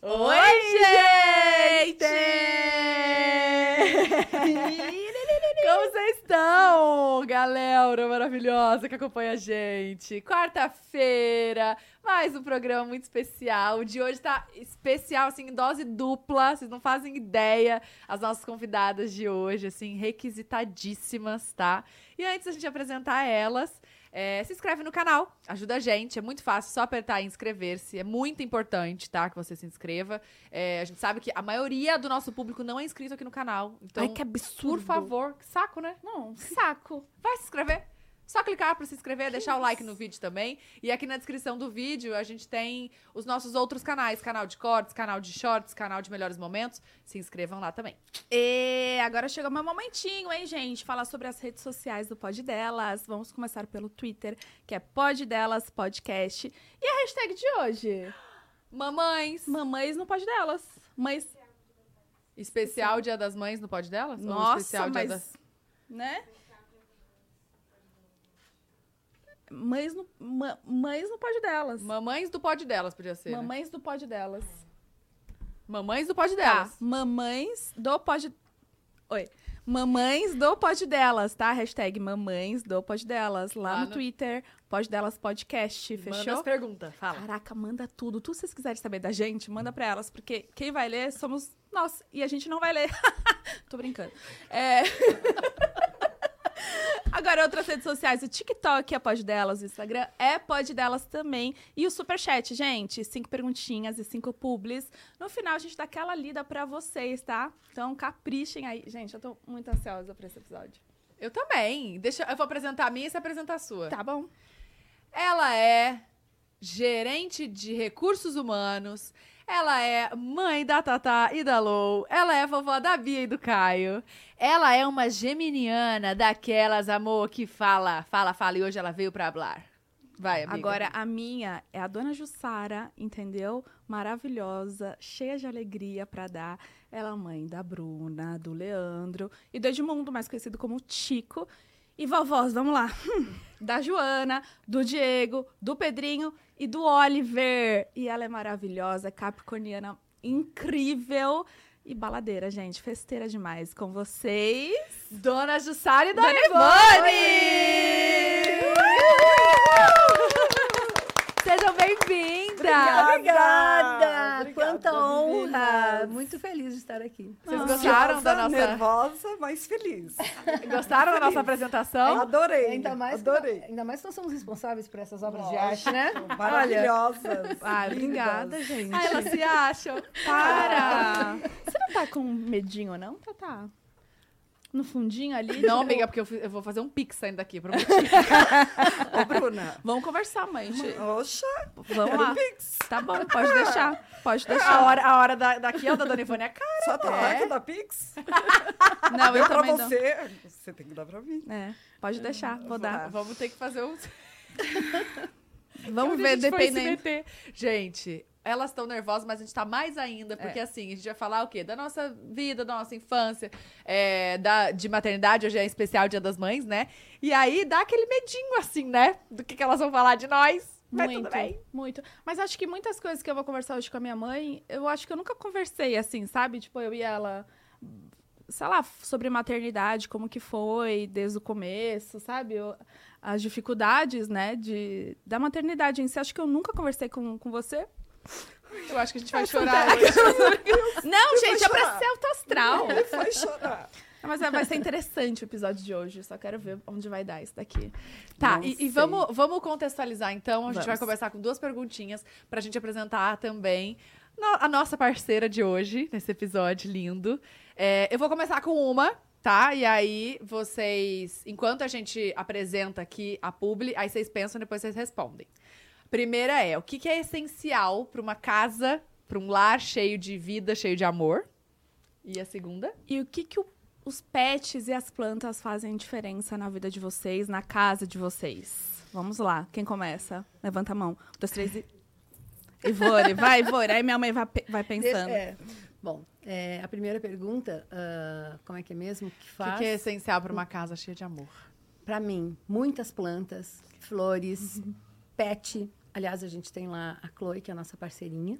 Oi, gente! Como vocês estão, galera maravilhosa que acompanha a gente? Quarta-feira, mais um programa muito especial. O de hoje tá especial, assim, em dose dupla. Vocês não fazem ideia as nossas convidadas de hoje, assim, requisitadíssimas, tá? E antes da gente apresentar elas, é, se inscreve no canal, ajuda a gente, é muito fácil, só apertar em inscrever-se. É muito importante, tá? Que você se inscreva. É, a gente sabe que a maioria do nosso público não é inscrito aqui no canal. Então, Ai, que absurdo. por favor, que saco, né? Não. Que saco. Vai se inscrever. Só clicar pra se inscrever, deixar o like no vídeo também. E aqui na descrição do vídeo a gente tem os nossos outros canais: canal de cortes, canal de shorts, canal de melhores momentos. Se inscrevam lá também. E agora chegou meu momentinho, hein, gente? Falar sobre as redes sociais do Pod Delas. Vamos começar pelo Twitter, que é Pod Delas Podcast. E a hashtag de hoje? Mamães! Mamães no Pod Delas. Mães. Especial Dia das Mães no Pod Delas? Ou Nossa, um especial Dia mas. das- Né? Mães no, ma- mães no Pod Delas. Mamães do pod delas, podia ser. né? Mamães do Pod Delas. Mamães do pod Tá, delas. mamães do pod... Oi. Mamães do pod delas, tá? Hashtag mamães do pod delas. Lá Lá no, no- Twitter, pod delas podcast, Manda as fechou? perguntas, fala. Caraca, manda tudo. Tudo que vocês quiserem saber da gente, manda pra elas. Porque quem vai ler somos nós. E a gente não vai ler. Tô brincando. É... Agora, outras redes sociais. O TikTok é pod delas. O Instagram é pod delas também. E o Superchat, gente. Cinco perguntinhas e cinco publis. No final, a gente dá aquela lida pra vocês, tá? Então, caprichem aí. Gente, eu tô muito ansiosa pra esse episódio. Eu também. Deixa, eu vou apresentar a minha e você apresenta a sua. Tá bom? Ela é gerente de recursos humanos. Ela é mãe da Tatá e da Lou. Ela é vovó da Bia e do Caio. Ela é uma geminiana daquelas, amor, que fala, fala, fala. E hoje ela veio pra hablar. Vai, amiga. Agora, a minha é a dona Jussara, entendeu? Maravilhosa, cheia de alegria pra dar. Ela é mãe da Bruna, do Leandro e do Edmundo, mais conhecido como Tico. E vovós, vamos lá. da Joana, do Diego, do Pedrinho e do Oliver. E ela é maravilhosa, capricorniana, incrível e baladeira, gente. Festeira demais com vocês. Dona Jussara e Dona, Dona Ivone! Sejam bem-vindas! Obrigada. Obrigada! Quanta honra! meninas. Muito feliz de estar aqui. Vocês Ah. gostaram da Ansiosa, nossa, Nervosa, mas feliz. gostaram da nossa apresentação? Adorei. Ainda mais, que, adorei. ainda mais que nós somos responsáveis por essas obras de Lógico. arte, né? Maravilhosas. Ah, obrigada, lindas. gente. Ah, elas se acham. Tá. Para! Você não tá com medinho, não, Tatá? No fundinho ali? Não, tipo, amiga, porque eu, fui- eu vou fazer um pix saindo daqui, prometi. Ô, Bruna. Vamos conversar, mãe. gente. Oxa, Vamos lá. Tá bom, pode deixar. Pode deixar. A hora, a hora da, daqui é o da Dona Ivone é cara. só tá É? é? da Pix? Não, eu Deu pra também não. você. Você tem que dar pra mim. É, pode deixar, vou dar. Vamos ter que fazer um... Vamos Onde ver, a gente foi se dependendo. meter? Gente, elas estão nervosas, mas a gente tá mais ainda, porque assim, a gente vai falar o quê? Da nossa vida, da nossa infância, é, da, de maternidade, hoje é especial Dia das Mães, né? E aí dá aquele medinho, assim, né? Do que, que elas vão falar de nós. Mas Muito, tudo bem. muito. Mas acho que muitas coisas que eu vou conversar hoje com a minha mãe, eu acho que eu nunca conversei assim, sabe? Tipo, eu e ela, sei lá, sobre maternidade, como que foi desde o começo, sabe? Eu- as dificuldades, né, de, da maternidade em si. Acho que eu nunca conversei com, com você. Eu acho que a gente vai chorar né? hoje. Não, gente, é chorar. pra ser autoastral. Ele foi chorar. Mas vai vai ser interessante o episódio de hoje. Só quero ver onde vai dar isso daqui. Tá, Não e- e, sei. vamos, vamos contextualizar então. A gente vai Vamos. começar com duas perguntinhas pra gente apresentar também no- a nossa parceira de hoje, nesse episódio lindo. É, eu vou começar com uma, tá? E aí vocês, enquanto a gente apresenta aqui a publi, aí vocês pensam depois vocês respondem. Primeira é: o que, que é essencial pra uma casa, pra um lar cheio de vida, cheio de amor? E a segunda? E o que que o- os pets e as plantas fazem diferença na vida de vocês, na casa de vocês? Vamos lá, quem começa? Levanta a mão. Um, dois, três e... Ivore, vai, Ivore. Aí minha mãe vai, pe- vai pensando. É. Bom, é, a primeira pergunta, ah, como é que é mesmo? Que O que faz? que é essencial pra uma casa cheia de amor? Pra mim, muitas plantas, flores, pet. Aliás, a gente tem lá a Chloe, que é a nossa parceirinha.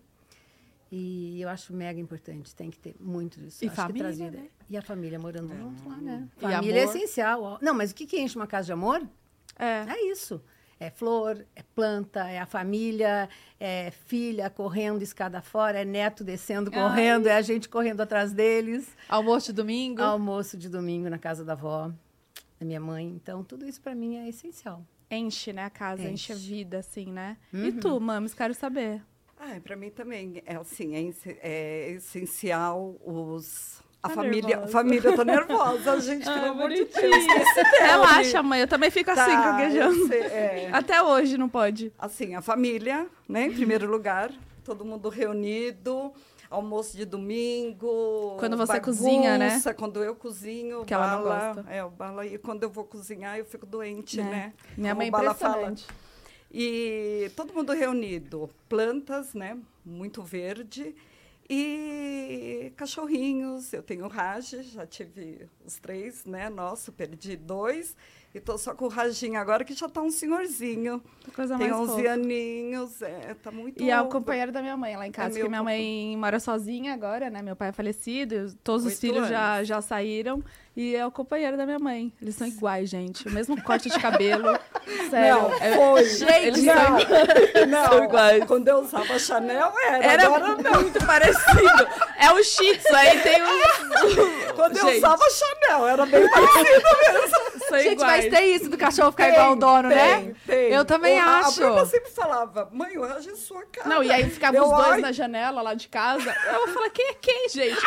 E eu acho mega importante, tem que ter muito disso. E Acho que família, traz vida. né? E a família morando junto lá, né? E Família é amor. essencial. ó. Não, mas o que, que enche uma casa de amor? É. É isso. É flor, é planta, é a família, é filha correndo escada fora, é neto descendo correndo, é a gente correndo atrás deles. Almoço de domingo. Almoço de domingo na casa da avó, da minha mãe. Então, tudo isso para mim é essencial. Enche, né, a casa, enche, a Enche. vida, assim, né? E tu, mames, quero saber. Ah, para mim também. É assim, é, esse- é essencial os. A Tá família. nervosa. A família tá nervosa, gente, pelo amor de Deus. Relaxa, mãe, eu também fico assim, Tá, gaguejando. eu sei, é. Até hoje não pode. Assim, a família, né? Em primeiro lugar, todo mundo reunido, almoço de domingo. Quando você bagunça, cozinha, né? Quando eu cozinho, Que ela não bala, gosta. é o bala e quando eu vou cozinhar eu fico doente, É. né? Minha Como mãe é o bala fala. impressionante. E todo mundo reunido, plantas, né? Muito verde. E cachorrinhos, eu tenho Raj, já tive os três, né? Nossa, perdi dois. E tô só com o Rajinho agora, que já tá um senhorzinho. Coisa Tem Tá mais 11 fofa. aninhos, é, tá muito... E é o companheiro da minha mãe lá em casa, É porque meu minha mãe mora sozinha agora, né? Meu pai é falecido, eu- todos os Oito filhos já, anos. já saíram. E é o companheiro da minha mãe. Eles são iguais, gente. O mesmo corte de cabelo. Sério. Não, É- foi. Gente, não, são iguais. não. Quando eu usava Chanel, era. Era Agora, muito parecido. É o Shih Tzu, aí tem o... quando eu Gente, usava Chanel, era bem parecido. são Gente, iguais. mas tem isso do cachorro ficar igual ao dono, tem, né? tem. Eu também a, acho. A Bruna sempre falava, mãe, eu acho sua cara. Não, e aí ficavam Eu os dois olho- na janela lá de casa. Eu vou falar, quem é quem, gente?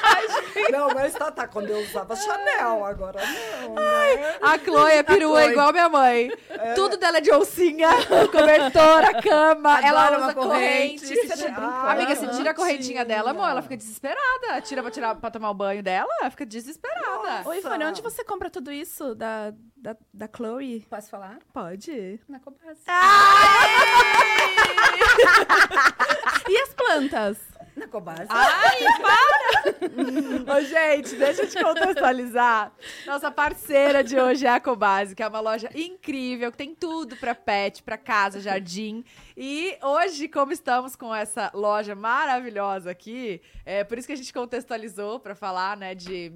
Não, mas tá, tá. Quando eu usava Chanel, agora não. né? A Chloe é perua Chloe. igual a minha mãe. Tudo dela é de oncinha, cobertora, cama. ela Adoro usa uma corrente. corrente. Você tá Ah, brincando. Amiga, você tira a correntinha Antinha. dela, amor, ela fica desesperada. Tira pra, tirar, pra tomar o banho dela, ela fica desesperada. Oi, Ivone, Nossa. onde você compra tudo isso da, da, da Chloe? Posso falar? Pode. Na Cobase. E as plantas? Na Cobase. Ô, gente, deixa eu te contextualizar. Nossa parceira de hoje é a Cobase, que é uma loja incrível, que tem tudo pra pet, pra casa, jardim. E hoje, como estamos com essa loja maravilhosa aqui, é por isso que a gente contextualizou pra falar, né, de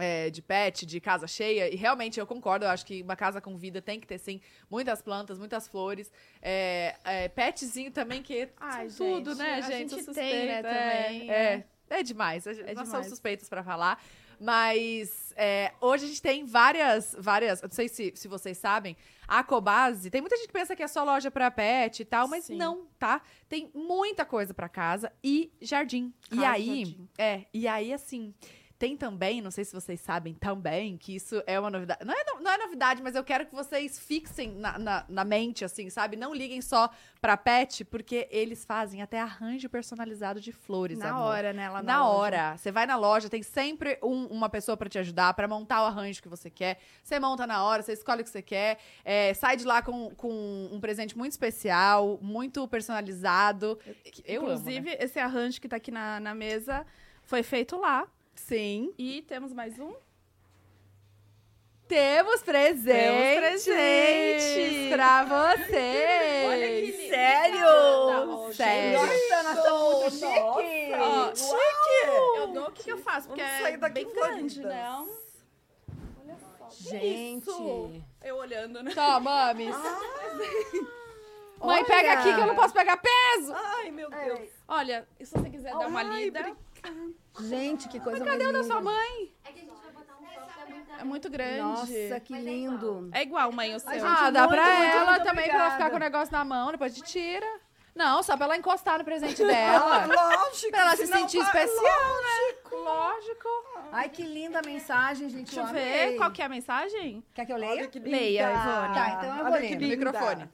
é, de pet, de casa cheia, e realmente eu concordo, eu acho que uma casa com vida tem que ter, sim, muitas plantas, muitas flores, é, é, petzinho também, que Ai, são tudo, gente, né, a gente? gente Sou tem, né, suspeita, é, também, É, né? é demais, a gente- nós É demais. somos suspeitos pra falar, mas é, hoje a gente tem várias, várias, eu não sei se, se vocês sabem, a Cobase, tem muita gente que pensa que é só loja pra pet e tal, mas Sim. não, tá? Tem muita coisa pra casa e jardim. e Casa, aí, jardim. é, e aí assim, tem também, não sei se vocês sabem também, que isso é uma novidade. Não é, no- não é novidade, mas eu quero que vocês fixem na, na, na mente, assim, sabe? Não liguem só pra pet, porque eles fazem até arranjo personalizado de flores, Na amor. hora, né? Lá na, Na loja. hora. Você vai na loja, tem sempre um- uma pessoa pra te ajudar, pra montar o arranjo que você quer. Você monta na hora, você escolhe o que você quer. é, sai de lá com, com um presente muito especial, muito personalizado. que Eu amo, né? Inclusive, esse arranjo que tá aqui na, na mesa foi feito lá. Sim. E temos mais um. Temos presentes, Temos presentes. pra você. Olha que lindo. Tá Sério? Sério. Nossa, nós estamos muito chique. Ó, chique. Eu dou o que, que eu faço, porque Vamos sair é daqui bem floridas. grande, né? Gente. isso? Eu olhando, né? Toma, mames. Mãe, pega aqui que eu não posso pegar peso. Ai, meu Deus. Olha, se você quiser dar uma Ai, lida, Gente, que coisa mais linda. Sua mãe. É que a gente vai botar um copo da é muita... muito grande. Nossa, que lindo. É igual, mãe, o seu. Ai, Ah, gente, dá muito, pra muito, ela muito também, pra ela ficar obrigada. com o negócio na mão, depois te tira. Não, só pra ela encostar no presente É, dela. Ah, lógico. pra ela se senão sentir vai- especial, né? Lógico. Ai, que linda a mensagem, gente. Deixa eu amei. ver qual que é a mensagem. Quer que eu Olha leia? que linda. Leia, Ivone. Tá, então eu Olha vou que lendo. linda. Microfone.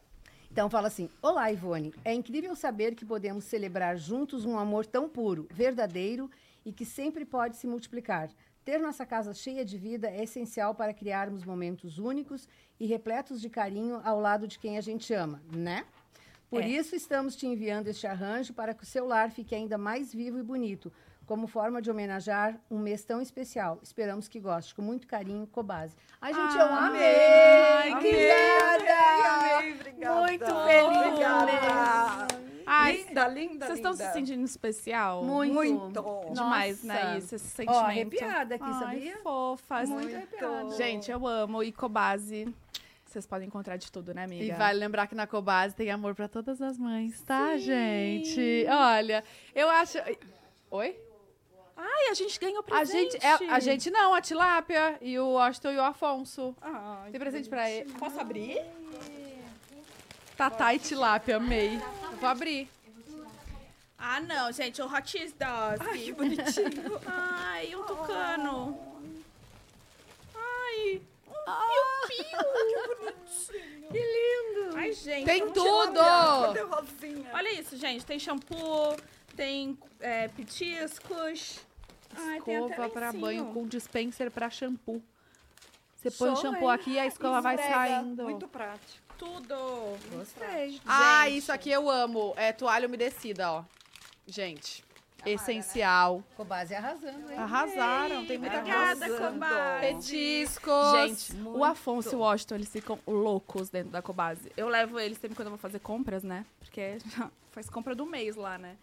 Então fala assim: Olá, Ivone. É incrível saber que podemos celebrar juntos um amor tão puro, verdadeiro e que sempre pode se multiplicar. Ter nossa casa cheia de vida é essencial para criarmos momentos únicos e repletos de carinho ao lado de quem a gente ama, né? Por isso estamos te enviando este arranjo para que o seu lar fique ainda mais vivo e bonito, como forma de homenagear um mês tão especial. Esperamos que goste. Com muito carinho, Cobase. Ai, gente, eu Ah, amei! Amei, que linda! amei, amei, obrigada. Muito feliz, Obrigada. Ai, Linda, linda, Vocês estão linda. se um sentindo especial? Muito. Muito. Demais, Nossa. né? Isso, esse sentimento. Ó, arrepiada aqui, Ai, sabia? fofas. Muito arrepiada. Gente, eu amo. E Cobase, vocês podem encontrar de tudo, né, amiga? E vale lembrar que na Cobase tem amor pra todas as mães, tá, gente? Olha, eu acho. Oi? Ai, a gente ganhou A presente. gente, é- a gente não, a tilápia e o Austin e o Afonso. Ai, Tem presente pra ele. Posso abrir? Tatá e tilápia, amei. Eu vou abrir. Ah, não, gente. O Hot Cheese Dog. Ai, que bonitinho. Ai, Oh. um tucano. Ai. um Ah. Que lindo! Ai, gente. Tem tudo! Cadê Rosinha? Olha isso, gente. Tem shampoo, tem é, petiscos. Ai, tem até Escova pra lencinho. banho com dispenser pra shampoo. Você põe o Show, shampoo aqui e a escova vai saindo. Muito prático. Tudo. Gostei. Ah, Gente. isso aqui eu amo. É toalha umedecida, ó. Gente, né? essencial. Cobase arrasando, hein? Arrasaram, tem muita Obrigada, coisa. Cobase. Petiscos. Gente, o Afonso e o Washington, eles ficam loucos dentro da Cobase. Eu levo eles sempre quando eu vou fazer compras, né? Porque faz compra do mês lá, né?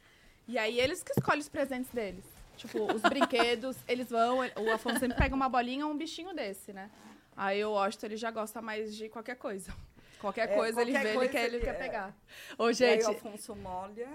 E aí eles que escolhem os presentes deles. Tipo, os brinquedos, eles vão... ele- O Afonso sempre pega uma bolinha ou um bichinho desse, né? Aí o Washington, ele já gosta mais de qualquer coisa. Qualquer É, coisa ele qualquer vê, coisa ele, quer, ele ele- quer é. pegar. Ô, E aí gente, o Afonso molha,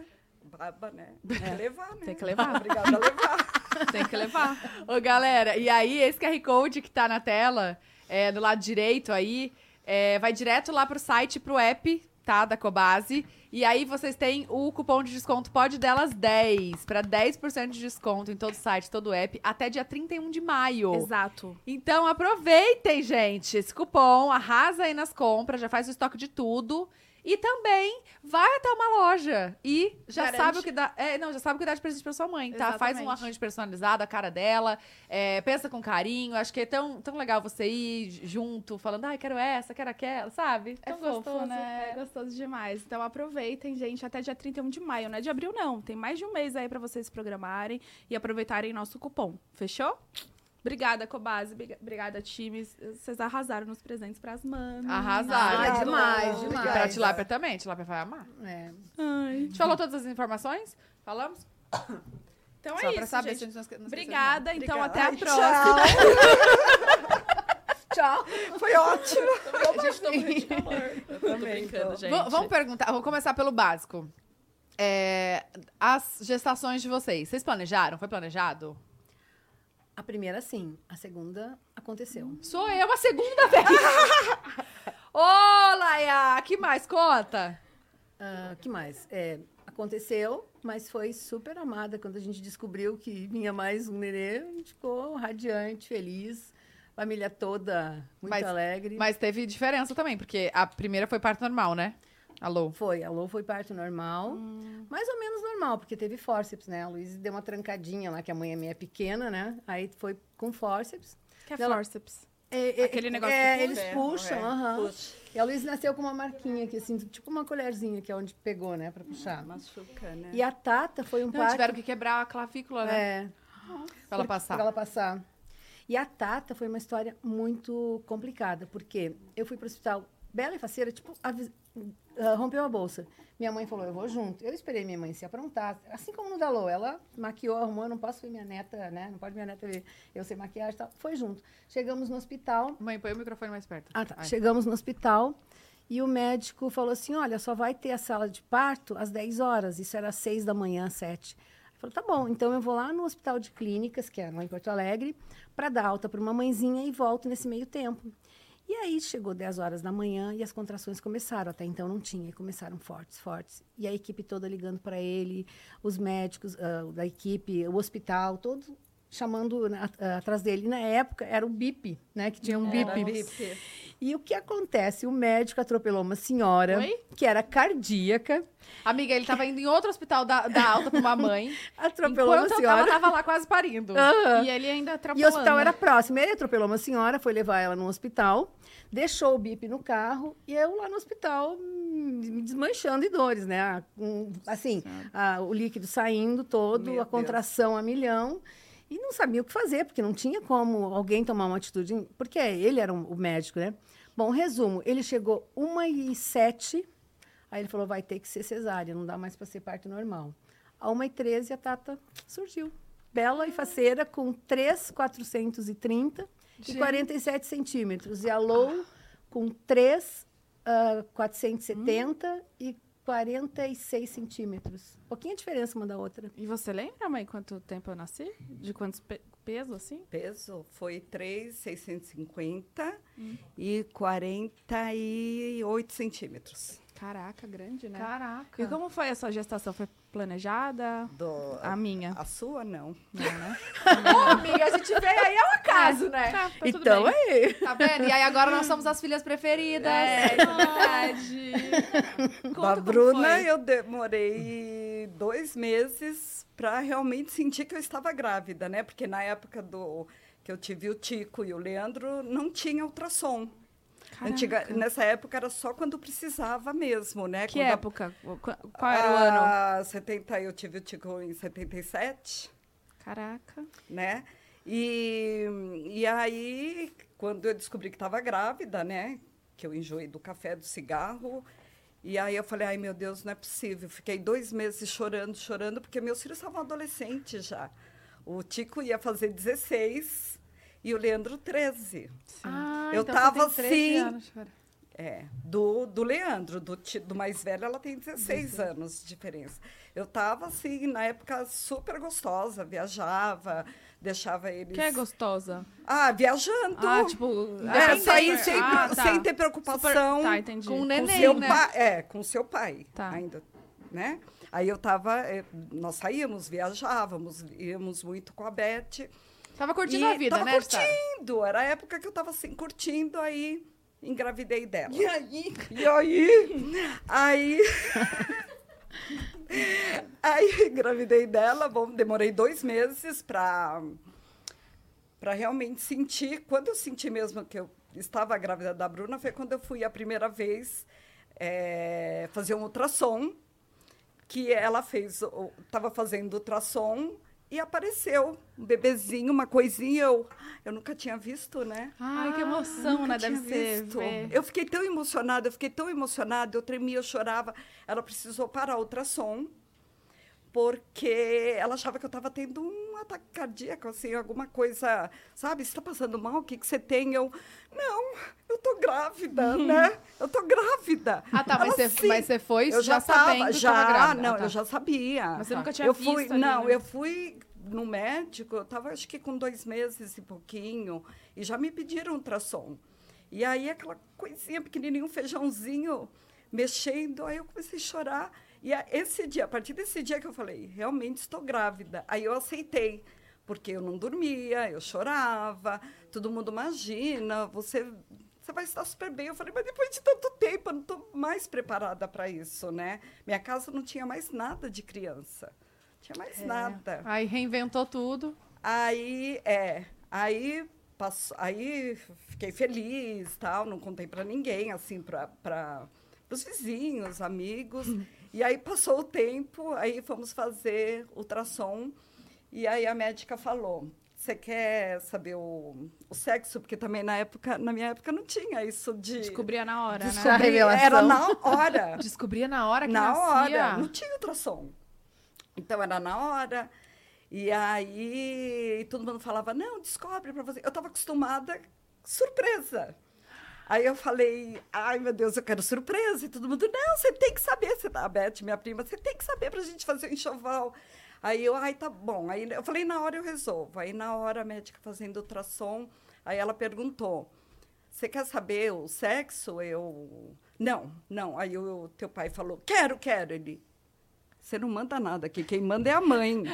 baba, né? Tem que levar, né? Tem que levar, Obrigada a levar. tem que levar. ô, galera, e aí esse QR Code que tá na tela, é, do lado direito aí, é, vai direto lá pro site, pro app, tá? Da Cobase. E aí vocês têm o cupom de desconto pode delas 10, pra 10% de desconto em todo site, todo app, até dia 31 de maio. Exato. Então aproveitem, gente, esse cupom, arrasa aí nas compras, já faz o estoque de tudo. E também vai até uma loja e já Garante. sabe o que dá. É, não, já sabe o que dá de presente pra sua mãe, tá? Faz um Exatamente. arranjo personalizado, a cara dela, é, pensa com carinho. Acho que é tão, tão legal você ir junto, falando, ai, quero essa, quero aquela, sabe? É tão fofo, né? É gostoso demais. Então aproveitem, gente, até dia 31 de maio, não é de abril não. Tem mais de um mês aí pra vocês se programarem e aproveitarem nosso cupom. Fechou? Obrigada, Cobase. briga- Obrigada, times. Vocês arrasaram nos presentes pras mamas. Arrasaram. Ai, demais, E demais. pra Tilápia também, Tilápia vai amar. É. A gente falou todas as informações? Falamos? Então Só é pra saber isso, se a gente. gente não esque- não esqueceu de nada. Obrigada, então Obrigada. até a Ai, próxima. Tchau. Foi ótimo. Gente, tô morrendo de calor. Eu Tô brincando, gente. V- vamos perguntar, vou começar pelo básico. É, as gestações de vocês, vocês planejaram? Foi planejado? A primeira, sim. A segunda, aconteceu. Sou eu a segunda vez! Ô, Laia, que mais? Conta! Ah, que mais? É, aconteceu, mas foi super amada quando a gente descobriu que vinha mais um nenê. A gente ficou radiante, feliz. Família toda muito Mas- alegre. Mas teve diferença também, porque a primeira foi parto normal, né? Alô? Foi, a Lou foi parto normal. Mais ou menos normal, porque teve fórceps, né? A Luísa deu uma trancadinha lá, que a mãe é minha pequena, né? Aí foi com fórceps. Que é Ela- forceps. É, é, Aquele negócio é, que eles puxam, aham. Puxa, E a Luísa nasceu com uma marquinha aqui, assim, tipo uma colherzinha, que é onde pegou, né, pra puxar. machuca, né? E a Tata foi um Não, parto... tiveram que quebrar a clavícula, né? É, pra ela por- passar. Pra ela passar. E a Tata foi uma história muito complicada, porque eu fui pro hospital bela e faceira, tipo, avi- ah, rompeu a bolsa. Minha mãe falou, eu vou junto. Eu esperei minha mãe se aprontar, assim como no Dalô. Ela maquiou, arrumou, eu não posso ver minha neta, né? Não pode minha neta ver eu sem maquiagem e tal. Foi junto. Chegamos no hospital, Mãe, põe o microfone mais perto. ah, tá. Ai. Chegamos no hospital e o médico falou assim: olha, só vai ter a sala de parto às 10 horas. Isso era às 6 da manhã, às 7. Ele falou: tá bom, então eu vou lá no hospital de clínicas, que é lá em Porto Alegre, para dar alta para uma mãezinha e volto nesse meio tempo. E aí chegou 10 horas da manhã e as contrações começaram. Até então não tinha, e começaram fortes, fortes. E a equipe toda ligando para ele, os médicos ah, da equipe, o hospital, todos chamando né, at- ah, atrás dele. E na época era o BIP, né? Que tinha um BIP. E o que acontece? O médico atropelou uma senhora Oi? que era cardíaca, Amiga, ele tava indo em outro hospital da, da alta pra uma mãe. atropelou enquanto uma eu tava, senhora. tava lá quase parindo. Aham. E ele ainda tá atrapalhou. E o hospital era próximo. Ele atropelou uma senhora, foi levar ela no hospital, deixou o bip no carro e eu lá no hospital hum, me desmanchando de dores, né? Ah, com- assim, ah, o líquido saindo todo, Meu a contração a milhão. E não sabia o que fazer, porque não tinha como alguém tomar uma atitude. em- Porque ele era um- o médico, né? Bom, resumo, ele chegou 1 e 7 Aí ele falou, vai ter que ser cesárea, não dá mais para ser parto normal. A 1h13, a Tata surgiu. Bela e faceira, com 3,430 e 47 centímetros. E a Lou, com ah, 3,470 e 46 centímetros. Pouquinha diferença uma da outra. E você lembra, mãe, quanto tempo eu nasci? De quantos pe peso, assim? peso foi 3,650 Hum. e 48 centímetros. Caraca, grande, né? Caraca. E como foi a sua gestação? Foi planejada? Do- A minha. a sua, não. Ô, amiga, a gente veio aí ao acaso, né? Tá, tá tudo então bem. aí. Tá vendo? E aí agora nós somos as filhas preferidas. É, verdade. da Conta como Bruna, foi. eu demorei dois meses para realmente sentir que eu estava grávida, né? Porque na época do que eu tive o Tico e o Leandro, não tinha ultrassom. é Antiga- nessa época era só quando precisava mesmo, né? Que Quando a- época? Qu- Qual era o ano? Ah, 70, eu tive o Tico em 77 Caraca. né? E, e aí, quando eu descobri que estava grávida, né? Que eu enjoei do café, do cigarro. E aí eu falei, ai meu Deus, não é possível. Fiquei dois meses chorando, chorando, porque meus filhos estavam adolescentes já. O Tico ia fazer 16 e o Leandro 13. Ah, Eu então você tava tem 13 assim. anos, cara. É, do, do Leandro, do, ti- do mais velho, ela tem 16 anos de diferença. Eu tava, assim, na época super gostosa, viajava, deixava eles. Que é gostosa. Ah, viajando. Ah, tipo. Era é, ah, sair super- sem, ah, tá. sem ter preocupação Super- Tá, entendi. Um com o com neném, seu né? pai. É, com seu pai Tá. ainda, né? Aí eu tava, é, nós saímos, viajávamos, íamos muito com a Beth. Tava curtindo E a vida, tava né, curtindo, Sara? Era a época que eu tava assim, curtindo, aí engravidei dela. E aí? E aí? aí... aí engravidei dela, bom, demorei dois meses pra, pra realmente sentir. Quando eu senti mesmo que eu estava grávida da Bruna, foi quando eu fui a primeira vez eh, fazer um ultrassom que ela fez, estava fazendo ultrassom e apareceu um bebezinho, uma coisinha. Eu, eu nunca tinha visto, né? Ai, que emoção, Nunca né? tinha Deve ser. visto. ver. Eu fiquei tão emocionada, eu fiquei tão emocionada, eu tremia, eu chorava. Ela precisou parar o ultrassom porque ela achava que eu estava tendo um ataque cardíaco, assim, alguma coisa, sabe? Você está passando mal? O que, que você tem? Eu, não, eu tô grávida, né? Eu tô grávida. Ah, tá, mas Ela, você, mas "Sim." você foi eu já, já, estava, sabendo que já, tava grávida. não, Ah, tá. eu já sabia. Mas você nunca tinha eu fui, visto ali, Não, né? eu fui no médico, eu estava acho que com dois meses e pouquinho, e já me pediram ultrassom. E aí aquela coisinha pequenininha, um feijãozinho mexendo, aí eu comecei a chorar. E a- esse dia, a partir desse dia que eu falei, realmente estou grávida. Aí eu aceitei, porque eu não dormia, eu chorava, todo mundo imagina, você você vai estar super bem. Eu falei, mas depois de tanto tempo, eu não estou mais preparada para isso, né? Minha casa não tinha mais nada de criança. Não tinha mais nada. Aí reinventou tudo. Aí, é, aí, passo, aí fiquei feliz, tal, não contei para ninguém, assim, para os vizinhos, amigos. E aí passou o tempo, aí fomos fazer ultrassom e aí a médica falou: "Você quer saber o, o sexo? Porque também na época, na minha época não tinha isso de Descobria na hora, né? Descobriu. A revelação. Era na hora. Descobria na hora que na nascia. hora, não tinha ultrassom. Então era na hora. E aí todo mundo falava: "Não, descobre para você". Eu estava acostumada surpresa. Aí eu falei, ai meu Deus, eu quero surpresa. E todo mundo, não, você tem que saber. Você, tá, a Beth, minha prima, você tem que saber pra gente fazer o enxoval. Aí eu, ai, tá bom. Aí eu falei, na hora eu resolvo. Aí na hora a médica fazendo ultrassom, aí ela perguntou, você quer saber o sexo? Eu, não, não. Aí o teu pai falou, quero, quero. Ele, você não manda nada aqui, quem manda é a mãe.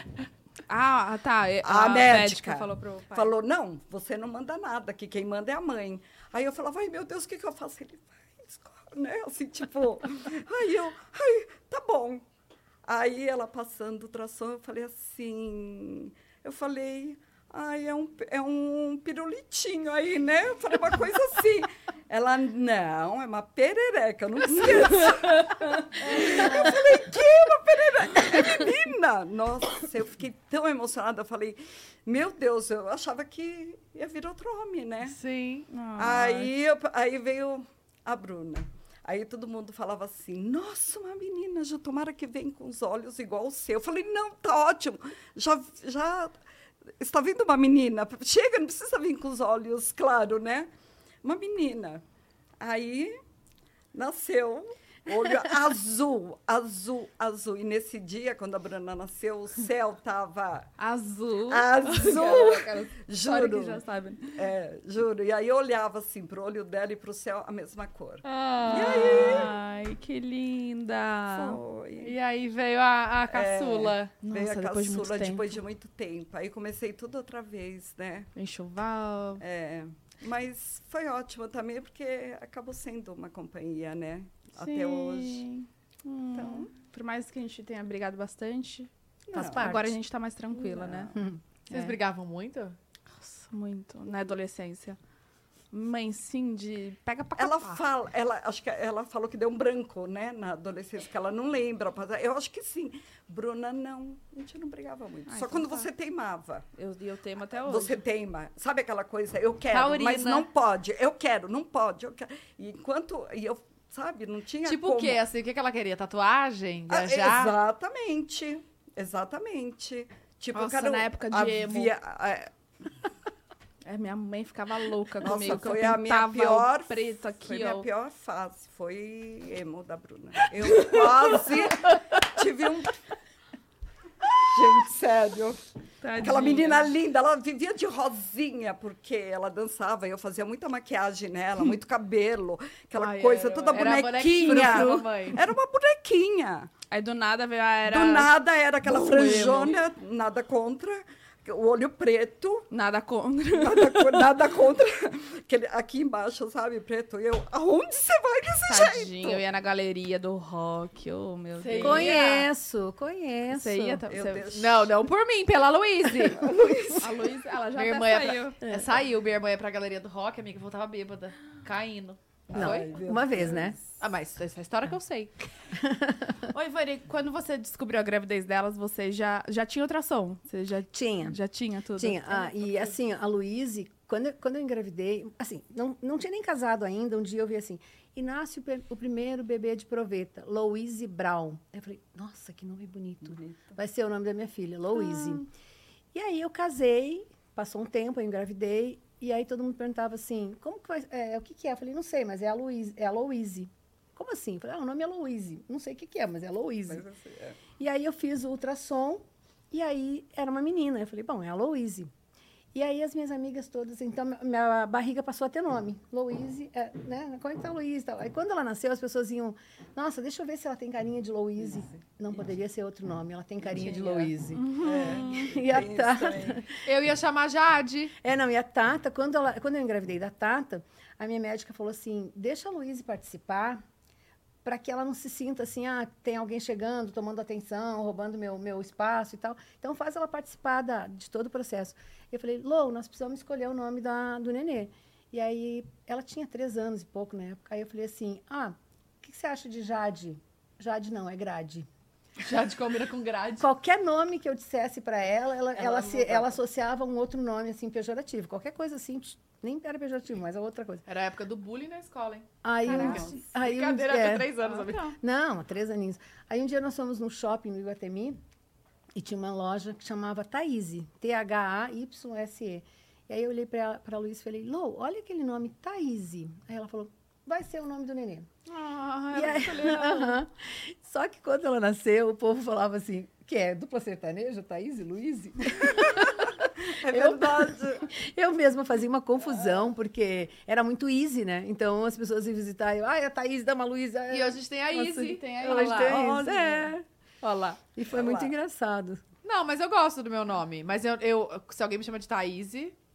Ah, tá. e- A, médica falou pro pai. falou, não, você não manda nada, que quem manda é a mãe. Aí eu falava, ai meu Deus, o que, que eu faço? Ele vai, escorre, né? Assim, tipo, aí eu, ai, tá bom. Aí ela passando o tração, eu falei assim, eu falei, ai, é um, é um pirulitinho aí, né? Eu falei uma coisa assim. Ela, não, é uma perereca, eu não esqueço. Eu falei, que uma perereca? É Menina! Nossa, eu fiquei tão emocionada. Eu falei, meu Deus, eu achava que ia vir outro homem, né? Sim. Aí, eu- aí veio a Bruna. Aí todo mundo falava assim: Nossa, uma menina, já tomara que vem com os olhos igual o seu. Eu falei: Não, tá ótimo. Já, já está vindo uma menina. Chega, não precisa vir com os olhos, claro, né? Uma menina. Aí nasceu. Olho azul, azul, azul. E nesse dia, quando a Bruna nasceu, o céu tava Ah, Azul. azul. Cara, Juro. Juro. que já sabe. É, juro. E aí eu olhava assim pro olho dela e pro céu a mesma cor. Ai, que linda. Foi. E aí veio a, a caçula. É, Veio Nossa, a depois de muito caçula tempo. depois de muito tempo. Aí comecei tudo outra vez, né? Enxoval. É. Mas foi ótimo também, porque acabou sendo uma companhia, né? Até hoje. Sim. Hum. Então, Por mais que a gente tenha brigado bastante, Faz não. parte. agora a gente tá mais tranquila, né? Vocês É. brigavam muito? Nossa, muito. Na adolescência. Mãe, sim, de pega pra Ela capar. fala, ela, acho que ela falou que deu um branco, né? Na adolescência, que ela não lembra. mas Eu acho que sim. Bruna, não. A gente não brigava muito. Ah, Só então quando tá. você teimava. Eu, e eu temo até hoje. Você teima. Sabe aquela coisa? Eu quero, Taurina. mas não pode. Eu quero, não pode. Eu quero. E enquanto. E eu, sabe, não tinha. tipo como. o quê? Assim, o que que ela queria? Tatuagem? Ah, Viajar? Exatamente. Exatamente. Tipo, Nossa, cara, na época de emo. é, É, minha mãe ficava louca Nossa, comigo. que eu foi a minha pintava o pior- preto aqui, foi minha ó. pior fase. Foi emo da Bruna. Eu quase tive um. Gente, sério. Aquela menina linda, ela vivia de rosinha, porque ela dançava e eu fazia muita maquiagem nela, muito cabelo, aquela Ai, coisa era- toda era a bonequinha bonequinha. da mamãe. Era uma bonequinha. Aí do nada veio a era Do nada era aquela Bom, franjona, nada contra, o olho preto, nada contra. nada, co- nada contra, aquele, aqui embaixo, sabe, preto. E eu, aonde você vai Tá. desse Tadinho, eu jeito? ia na galeria do rock, ô meu Você Deus. Conheço, conheço. Você é ia, tá- Eu você- deixo- Não, não por mim, pela Luíse. A Luísa, ela já minha até irmã ia saiu. Pra... É, saiu, minha irmã ia pra galeria do rock, amiga, voltava bêbada, caindo. Não, Foi? uma vez, né? Ah, mas essa é a história que eu sei. Oi, Vani, quando você descobriu a gravidez delas, você já, já tinha ultrassom? Você já, Tinha. já tinha tudo? Tinha. Ah, e assim, a Luíse, quando, eu- quando eu engravidei, assim, não, não tinha nem casado ainda, um dia eu vi assim, e nasce o, pe- o primeiro bebê de proveta, Louise Brown. Aí eu falei, nossa, que nome bonito. Vai ser o nome da minha filha, Louise. E aí eu casei, passou um tempo, eu engravidei, e aí todo mundo perguntava assim, como que vai, é, o que que é? Eu falei, não sei, mas é a Luíse. É a Louise. Como assim? Eu falei, ah, o nome é Louise. Não sei o que que é, mas é Louise. Mas assim, é. E aí eu fiz o ultrassom e aí era uma menina. Eu falei, bom, é a Louise. E aí as minhas amigas todas, então mi- minha barriga passou a ter nome. Louise, é, né? Como é que tá a Louise? e tal. Aí quando ela nasceu, as pessoas iam, nossa, deixa eu ver se ela tem carinha de Louise. Não poderia ser outro nome, ela tem carinha de Louise. É. E a Uhum. Tem isso Tata, Eu ia chamar Jade. é, não, e a Tata, quando, ela, quando eu engravidei da Tata, a minha médica falou assim: deixa a Luísa participar para que ela não se sinta assim, ah, tem alguém chegando, tomando atenção, roubando meu, meu espaço e tal. Então faz ela participar da- de todo o processo. Eu falei, Lou, nós precisamos escolher o nome da, do nenê. E aí ela tinha três anos e pouco na época. Aí eu falei assim, ah, o que, que você acha de Jade? Jade não, é grade. Jade combina com grade. Qualquer nome que eu dissesse para ela, ela, ela, se, mudava. ela associava a um outro nome, assim, pejorativo. Qualquer coisa assim, tch, nem era pejorativo, mas a outra coisa. Era a época do bullying na escola, hein? Aí um, Caraca. di- aí um, Brincadeira é, até três anos, Ah, amiga. tá. Não, há três aninhos. Aí um dia nós fomos no shopping no Iguatemi e tinha uma loja que chamava Thaíse, T-H-A-Y-S-E. E aí eu olhei para a Luiz e falei, Lou, olha aquele nome, Thaíse. Aí ela falou, vai ser o nome do neném. Ah, E ela aí- escolheu. Aham. Só que quando ela nasceu, o povo falava assim, que é dupla sertaneja, Thaís e Luiz? É verdade. Eu mesma fazia uma confusão, porque era muito easy, né? Então as pessoas iam visitar, eu, ah, é a Thaís, dá uma Luísa. E hoje tem a Izzy. Nossa, Tem a hoje Izzy. tem a Olha. Izzy, é. Olha lá. E foi muito engraçado. Não, mas eu gosto do meu nome. Mas eu, eu- se alguém me chama de Thaís,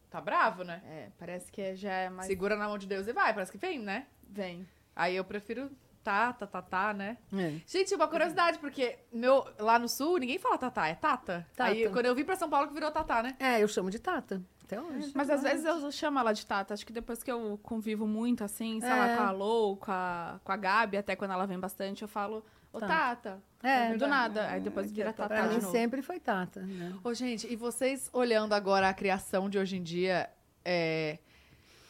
tá bravo, né? É, parece que já é mais... Segura na mão de Deus e vai, parece que vem, né? Vem. Aí eu prefiro tá, tá, tá, tá, né? É. Gente, uma curiosidade, porque meu, lá no sul ninguém fala Tatá, é Tata. Tata. Aí quando eu vim pra São Paulo que virou Tatá, né? É, eu chamo de Tata, até hoje. Mas às vezes eu chamo ela de Tata. Acho que depois que eu convivo muito, assim, sei lá, É. com a Lou, com a, com a Gabi, até quando ela vem bastante, eu falo, ô Tá. Tata. É, do nada. Aí depois Aqui vira é Tata. Tata Pra de mim novo. sempre foi Tata, né? Ô, gente, e vocês olhando agora a criação de hoje em dia, é...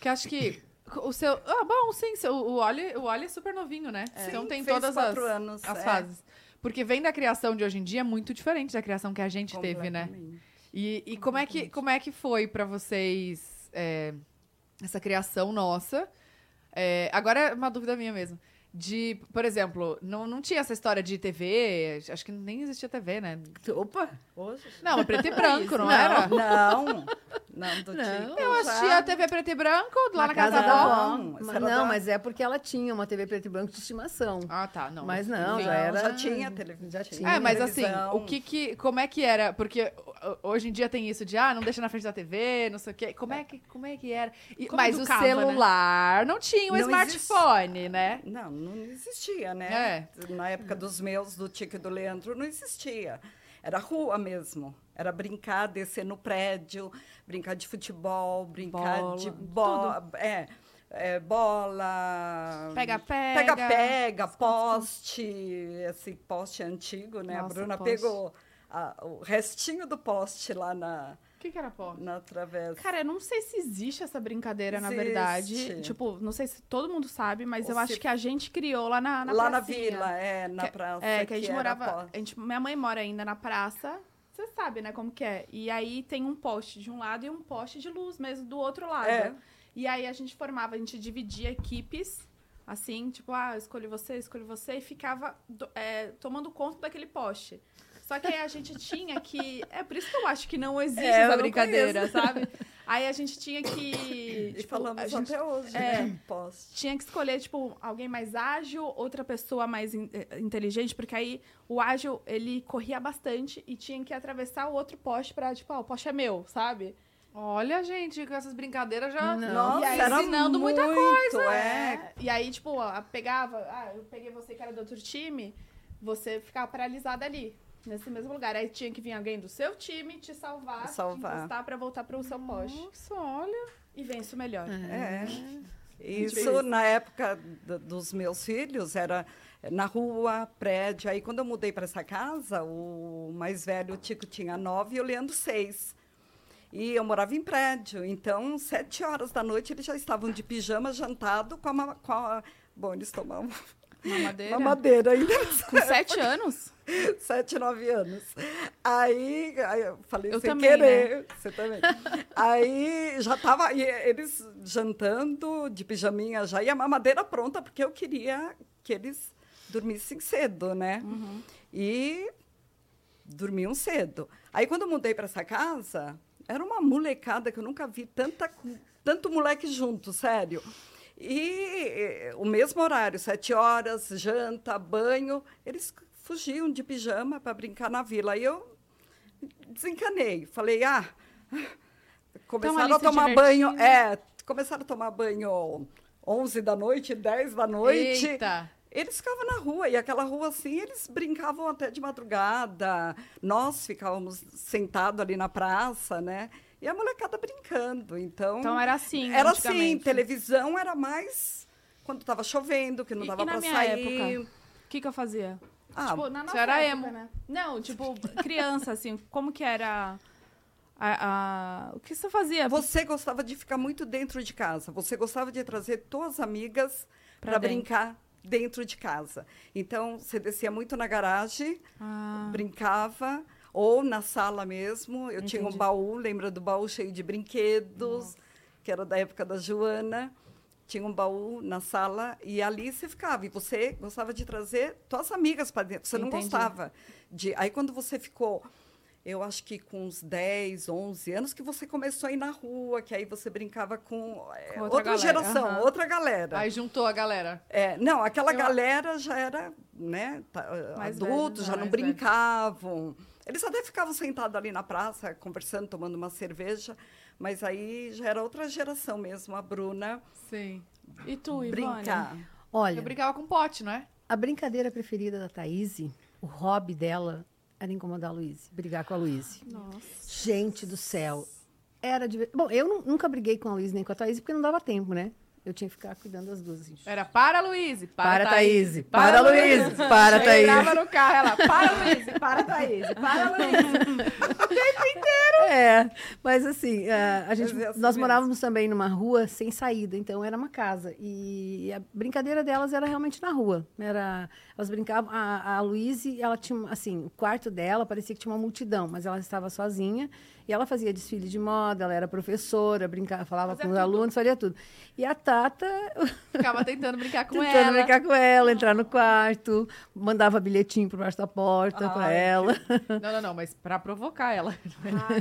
que acho que O seu. Ah, bom, sim, seu- o óleo, o óleo é super novinho, né? então tem fez todas as, quatro anos, as é. fases. Porque vem da criação de hoje em dia é muito diferente da criação que a gente teve, né? Completamente. E, e como, é que, como é que foi pra vocês é, essa criação nossa? É, agora é uma dúvida minha mesmo. De, por exemplo, não, não tinha essa história de TV, acho que nem existia TV, né? Opa! Não, é preto e branco, não, Não, era? Não, não, do Não. tipo. Eu já- assistia a TV preto e branco lá na, casa, casa da da avó. avó. Não, Isso mas, era não, da- mas é porque ela tinha uma TV preto e branco de estimação. Ah, tá, não. mas não, já Não, era... já tinha televisão. já tinha. É, mas assim, televisão. o que que, como é que era? Porque o- hoje em dia tem isso de, ah, não deixa na frente da TV, não sei o quê. Como é que, como é que era? E- Como mas educava, o celular não tinha o Não smartphone, né? Não, não existia, É. né? Na época dos meus, do Tico e do Leandro, não existia. Era rua mesmo. Era brincar, descer no prédio, brincar de futebol, brincar Bola, de bola. É, é, bola. Pega, pega. Pega, pega, poste, esse poste antigo, né? Nossa, a Bruna poste. pegou a- o restinho do poste lá na, O que que era pó? na travessa. Cara, eu não sei se existe essa brincadeira, na verdade. Existe. Tipo, não sei se todo mundo sabe, mas Ou eu acho se- que a gente criou lá na, na lá na pracinha. vila, é, na Que- praça. É, que a gente era morava. poste. A gente, minha mãe mora ainda na praça. Você sabe, né, como que é? E aí tem um poste de um lado e um poste de luz mesmo do outro lado. É. E aí a gente formava, a gente dividia equipes, assim, tipo, ah, eu escolhi você, eu escolhi você, e ficava do- é, tomando conta daquele poste. Só que aí a gente tinha que. É por isso que eu acho que não existe É, eu essa não brincadeira, sabe? Aí a gente tinha que. E tipo, falamos a gente até hoje, é. né? Poste. tinha que escolher, tipo, alguém mais ágil, outra pessoa mais in- eh, inteligente, porque aí o ágil, ele corria bastante e tinha que atravessar o outro poste pra, tipo, ó, o poste é meu, sabe? Olha, gente, com essas brincadeiras já... Nossa, E aí, era ensinando muita coisa. É. É, E aí, tipo, ó, pegava, ah, eu peguei você que era do outro time, você ficava paralisada ali, nesse mesmo lugar. Aí tinha que vir alguém do seu time te salvar, Salvar. te encostar pra voltar pro seu poste. Nossa, olha. E vence o melhor. É. fez Isso isso. na época do- dos meus filhos era é, na rua, prédio. Aí quando eu mudei para essa casa, o mais velho, o Tico, tinha nove e o Leandro seis. E eu morava em prédio, então sete horas da noite eles já estavam de pijama jantado com a, ma- com a- bom eles tomavam Mamadeira? uma madeira ainda Com sete anos? sete, nove anos. Aí, aí eu falei Eu sem também, né?" querer. Você também. aí já tava e eles jantando de pijaminha já e a mamadeira pronta, porque eu queria que eles dormissem cedo, né? Uhum. E dormiam cedo. Aí quando eu mudei para essa casa, era uma molecada que eu nunca vi tanta, tanto moleque junto, sério. E eh, o mesmo horário, sete horas, janta, banho, eles fugiam de pijama para brincar na vila. Aí eu desencanei, falei, ah, começaram a ali se tomar divertindo. banho, é, começaram a tomar banho 11 da noite, 10 da noite. Eita. Eles ficavam na rua, e aquela rua assim, eles brincavam até de madrugada. Nós ficávamos sentados ali na praça, né? E a molecada brincando. Então, Então era assim, era assim, antigamente. televisão era mais quando estava chovendo, que não E- dava e na para minha sair. época? O que que eu fazia? Ah, Tipo, na você nossa era época, emo. né? Não, tipo, criança, assim, como que era a- a- o que você fazia? você gostava de ficar muito dentro de casa. Você gostava de trazer tuas amigas Pra para dentro. brincar dentro de casa. Então, você descia muito na garagem. Ah, brincava ou na sala mesmo. Eu tinha um Entendi. Uhum. baú, lembra do baú cheio de brinquedos, que era da época da Joana. Tinha um baú na sala e ali você ficava. E você gostava de trazer suas amigas para dentro. Você não Entendi. gostava de. Aí quando você ficou, eu acho que com uns 10, 11 anos, que você começou a ir na rua, que aí você brincava com, eh, Com outra outra, galera, geração, aham. outra galera. Aí juntou a galera. É, não, aquela Eu- galera já era, né, tá, Mais velhos, adultos, já né, mais não velhos. brincavam. Eles até ficavam sentados ali na praça, conversando, tomando uma cerveja, mas aí já era outra geração mesmo, a Bruna Sim. e tu, Ivone? brincar. Eu Olha, brincava com pote, não é? a brincadeira preferida da Thaís, o hobby dela era incomodar a Luísa, brigar com a Luísa. Nossa. Gente do céu. Era de... Bom, eu nu- nunca briguei com a Luísa nem com a Thaís, porque não dava tempo, né? Eu tinha que ficar cuidando das duas. Gente. Era para Luiz, para, Para, para Thaís, para, Luísa, para, Thaís. Entrava no carro, ela, para Luiz, Para, Thaís, para, Luísa. É, mas assim, a, a gente, Mas é assim nós mesmo. morávamos também numa rua sem saída, então era uma casa. E a brincadeira delas era realmente na rua. Era, elas brincavam, a, a Luíse, ela tinha, uma- assim, o quarto dela parecia que tinha uma multidão, mas ela estava sozinha e ela fazia desfile de moda, ela era professora, brincava, falava Fazia com os tudo. alunos, fazia tudo. E a Tata, Ficava tentando brincar com tentando ela. brincar com ela, entrar no quarto, mandava bilhetinho por baixo da porta para Ai, ela. Não, não, não, mas pra provocar ela.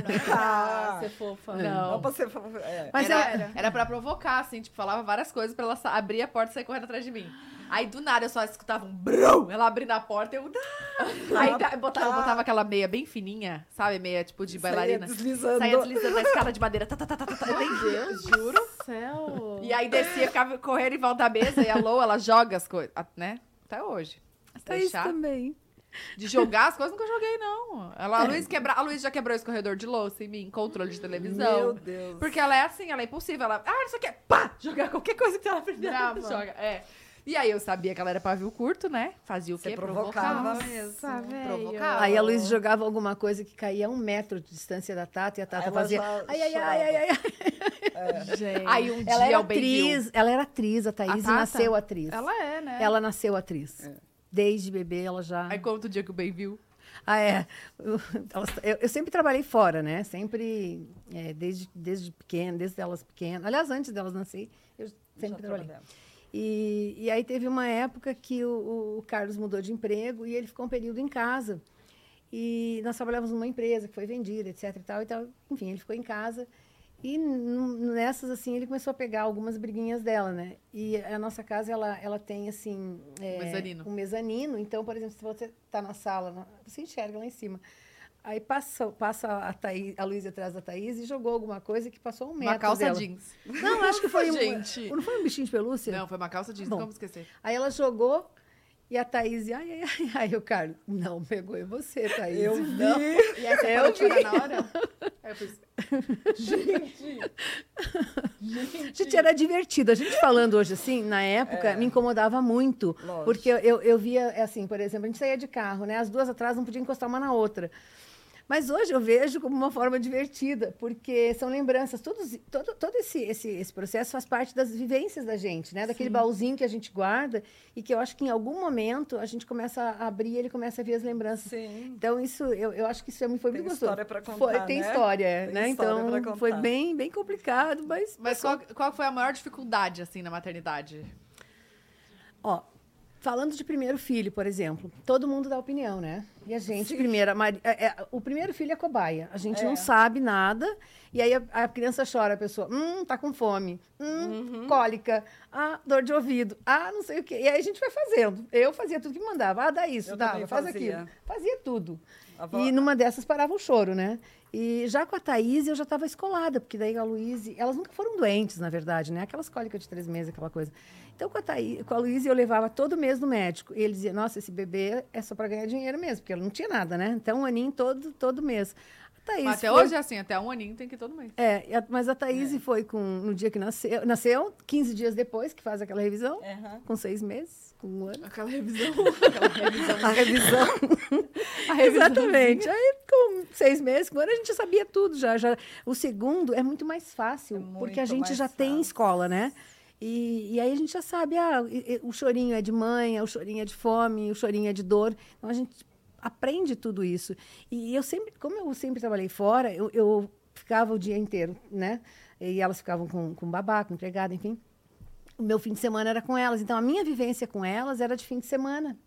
Ah, Ser fofa. não, Não. você é. Mas era, ela- era. pra provocar, assim, tipo, falava várias coisas pra ela sa- abrir a porta e sair correndo atrás de mim. Aí do nada eu só escutava um brum, ela abrindo a porta, eu. Ah! Aí da- botava, botava aquela meia bem fininha, sabe? Meia tipo de Saía bailarina. deslizando. Saía deslizando na escada de madeira. Tá, tá, tá, tá, tá, tá. Eu nem- Deus, juro. Céu. E aí descia, ficava correndo em volta da mesa e a Lou, ela joga as coisas, a- né? Até hoje. Tá Até isso deixar. também. De jogar as coisas nunca joguei, não. Ela, a, É. Luiz quebra, a Luiz já quebrou o escorredor de louça em mim, controle de televisão. Meu Deus. Porque ela é assim, ela é impossível. Ela, ah, não sei o que, pá, jogar qualquer coisa que tá na frente dela, Brava. joga. É. E aí eu sabia que ela era pavio curto, né? Fazia o Você quê? provocava Provocava. mesmo. velho. Provocava. Aí a Luiz jogava alguma coisa que caía a um metro de distância da Tata e a Tata Ela fazia. já Ai, ai, chorava. ai, ai, ai, ai. Gente. Aí um É. Ela dia era o Ben viu. atriz, ela era atriz, a Thaís Tata? nasceu atriz. Ela, Ela é, né? nasceu atriz. Desde bebê ela já. Aí conta o dia que o Ben viu. Ah, é. Elas- Eu, eu sempre trabalhei fora, né? Sempre, é, desde, desde pequena, desde elas pequenas. Aliás, antes delas nascer, eu sempre trabalhei. E, e aí teve uma época que o, o Carlos mudou de emprego e ele ficou um período em casa. E nós trabalhávamos numa empresa que foi vendida, etc e tal, e tal. Enfim, ele ficou em casa. E n- nessas, assim, ele começou a pegar algumas briguinhas dela, né? E a nossa casa, ela, ela tem, assim... é, Mezanino. Um mezanino. Então, por exemplo, se você está na sala, na- você enxerga lá em cima. Aí passa, passa a, Thaís, a Luísa atrás da Thaís e jogou alguma coisa que passou um metro Uma calça dela. jeans. Não, acho que foi um... Gente. Não foi um bichinho de pelúcia? Não, foi uma calça jeans, Bom. como esquecer. Aí ela jogou e a Thaís, ai, ai, ai, ai, o Carlos, não, pegou em você, Thaís. Eu vi. não. E aí é você Eu parou de chorar na hora? Aí eu fiz. Gente, era divertido. A gente falando hoje assim, na É. época, me incomodava muito. Lógico. Porque eu- eu, eu via, é assim, por exemplo, a gente saía de carro, né? As duas atrás não podiam encostar uma na outra. Mas hoje eu vejo como uma forma divertida, porque são lembranças. Todos, todo todo esse, esse, esse processo faz parte das vivências da gente, né? Daquele baúzinho que a gente guarda e que eu acho que em algum momento a gente começa a abrir e ele começa a ver as lembranças. Sim. Então, isso, eu, eu acho que isso é muito- foi Tem muito gostoso. história pra contar, Foi- tem né? história, é, Tem né? história pra Então, contar. foi bem, bem complicado, mas... Mas qual, qual foi a maior dificuldade, assim, na maternidade? Ó, falando de primeiro filho, por exemplo, todo mundo dá opinião, né? E a gente, primeiro, a Mari- é, é, o primeiro filho é cobaia. A gente não sabe nada. E aí a, a criança chora, a pessoa, hum, tá com fome, hum, Uhum. cólica, ah, dor de ouvido, ah, não sei o quê. E aí a gente foi fazendo. Eu fazia tudo que mandava. Ah, dá isso, Eu dá, também faz fazia. aquilo. Fazia tudo. A avó- E numa dessas parava o choro, né? E já com a Thaís eu já estava escolada, porque daí a Luíse, elas nunca foram doentes, na verdade, né? Aquelas cólicas de três meses, aquela coisa. Então com a, Thaís, com a Luíse eu levava todo mês no médico. E ele dizia, nossa, esse bebê é só para ganhar dinheiro mesmo, porque ela não tinha nada, né? Então um aninho todo, todo mês. A Thaís Mas até foi- hoje é assim, até um aninho tem que ir todo mês. É, e a- mas a Thaís foi com, no dia que nasceu, nasceu, 15 dias depois que faz aquela revisão, Aham. com seis meses, com um ano. Aquela revisão. Aquela revisão. A revisão. Exatamente. Aí, com seis meses, quando a gente já sabia tudo, já, já. O segundo é muito mais fácil, É muito porque a gente mais já tem fácil. escola, né? E, e aí a gente já sabe, ah, e- e- o chorinho é de mãe, o chorinho é de fome, o chorinho é de dor. Então a gente aprende tudo isso. E eu sempre, como eu sempre trabalhei fora, eu, eu ficava o dia inteiro, né? E elas ficavam com, com babá, com empregada, enfim o meu fim de semana era com elas. Então, a minha vivência com elas era de fim de semana.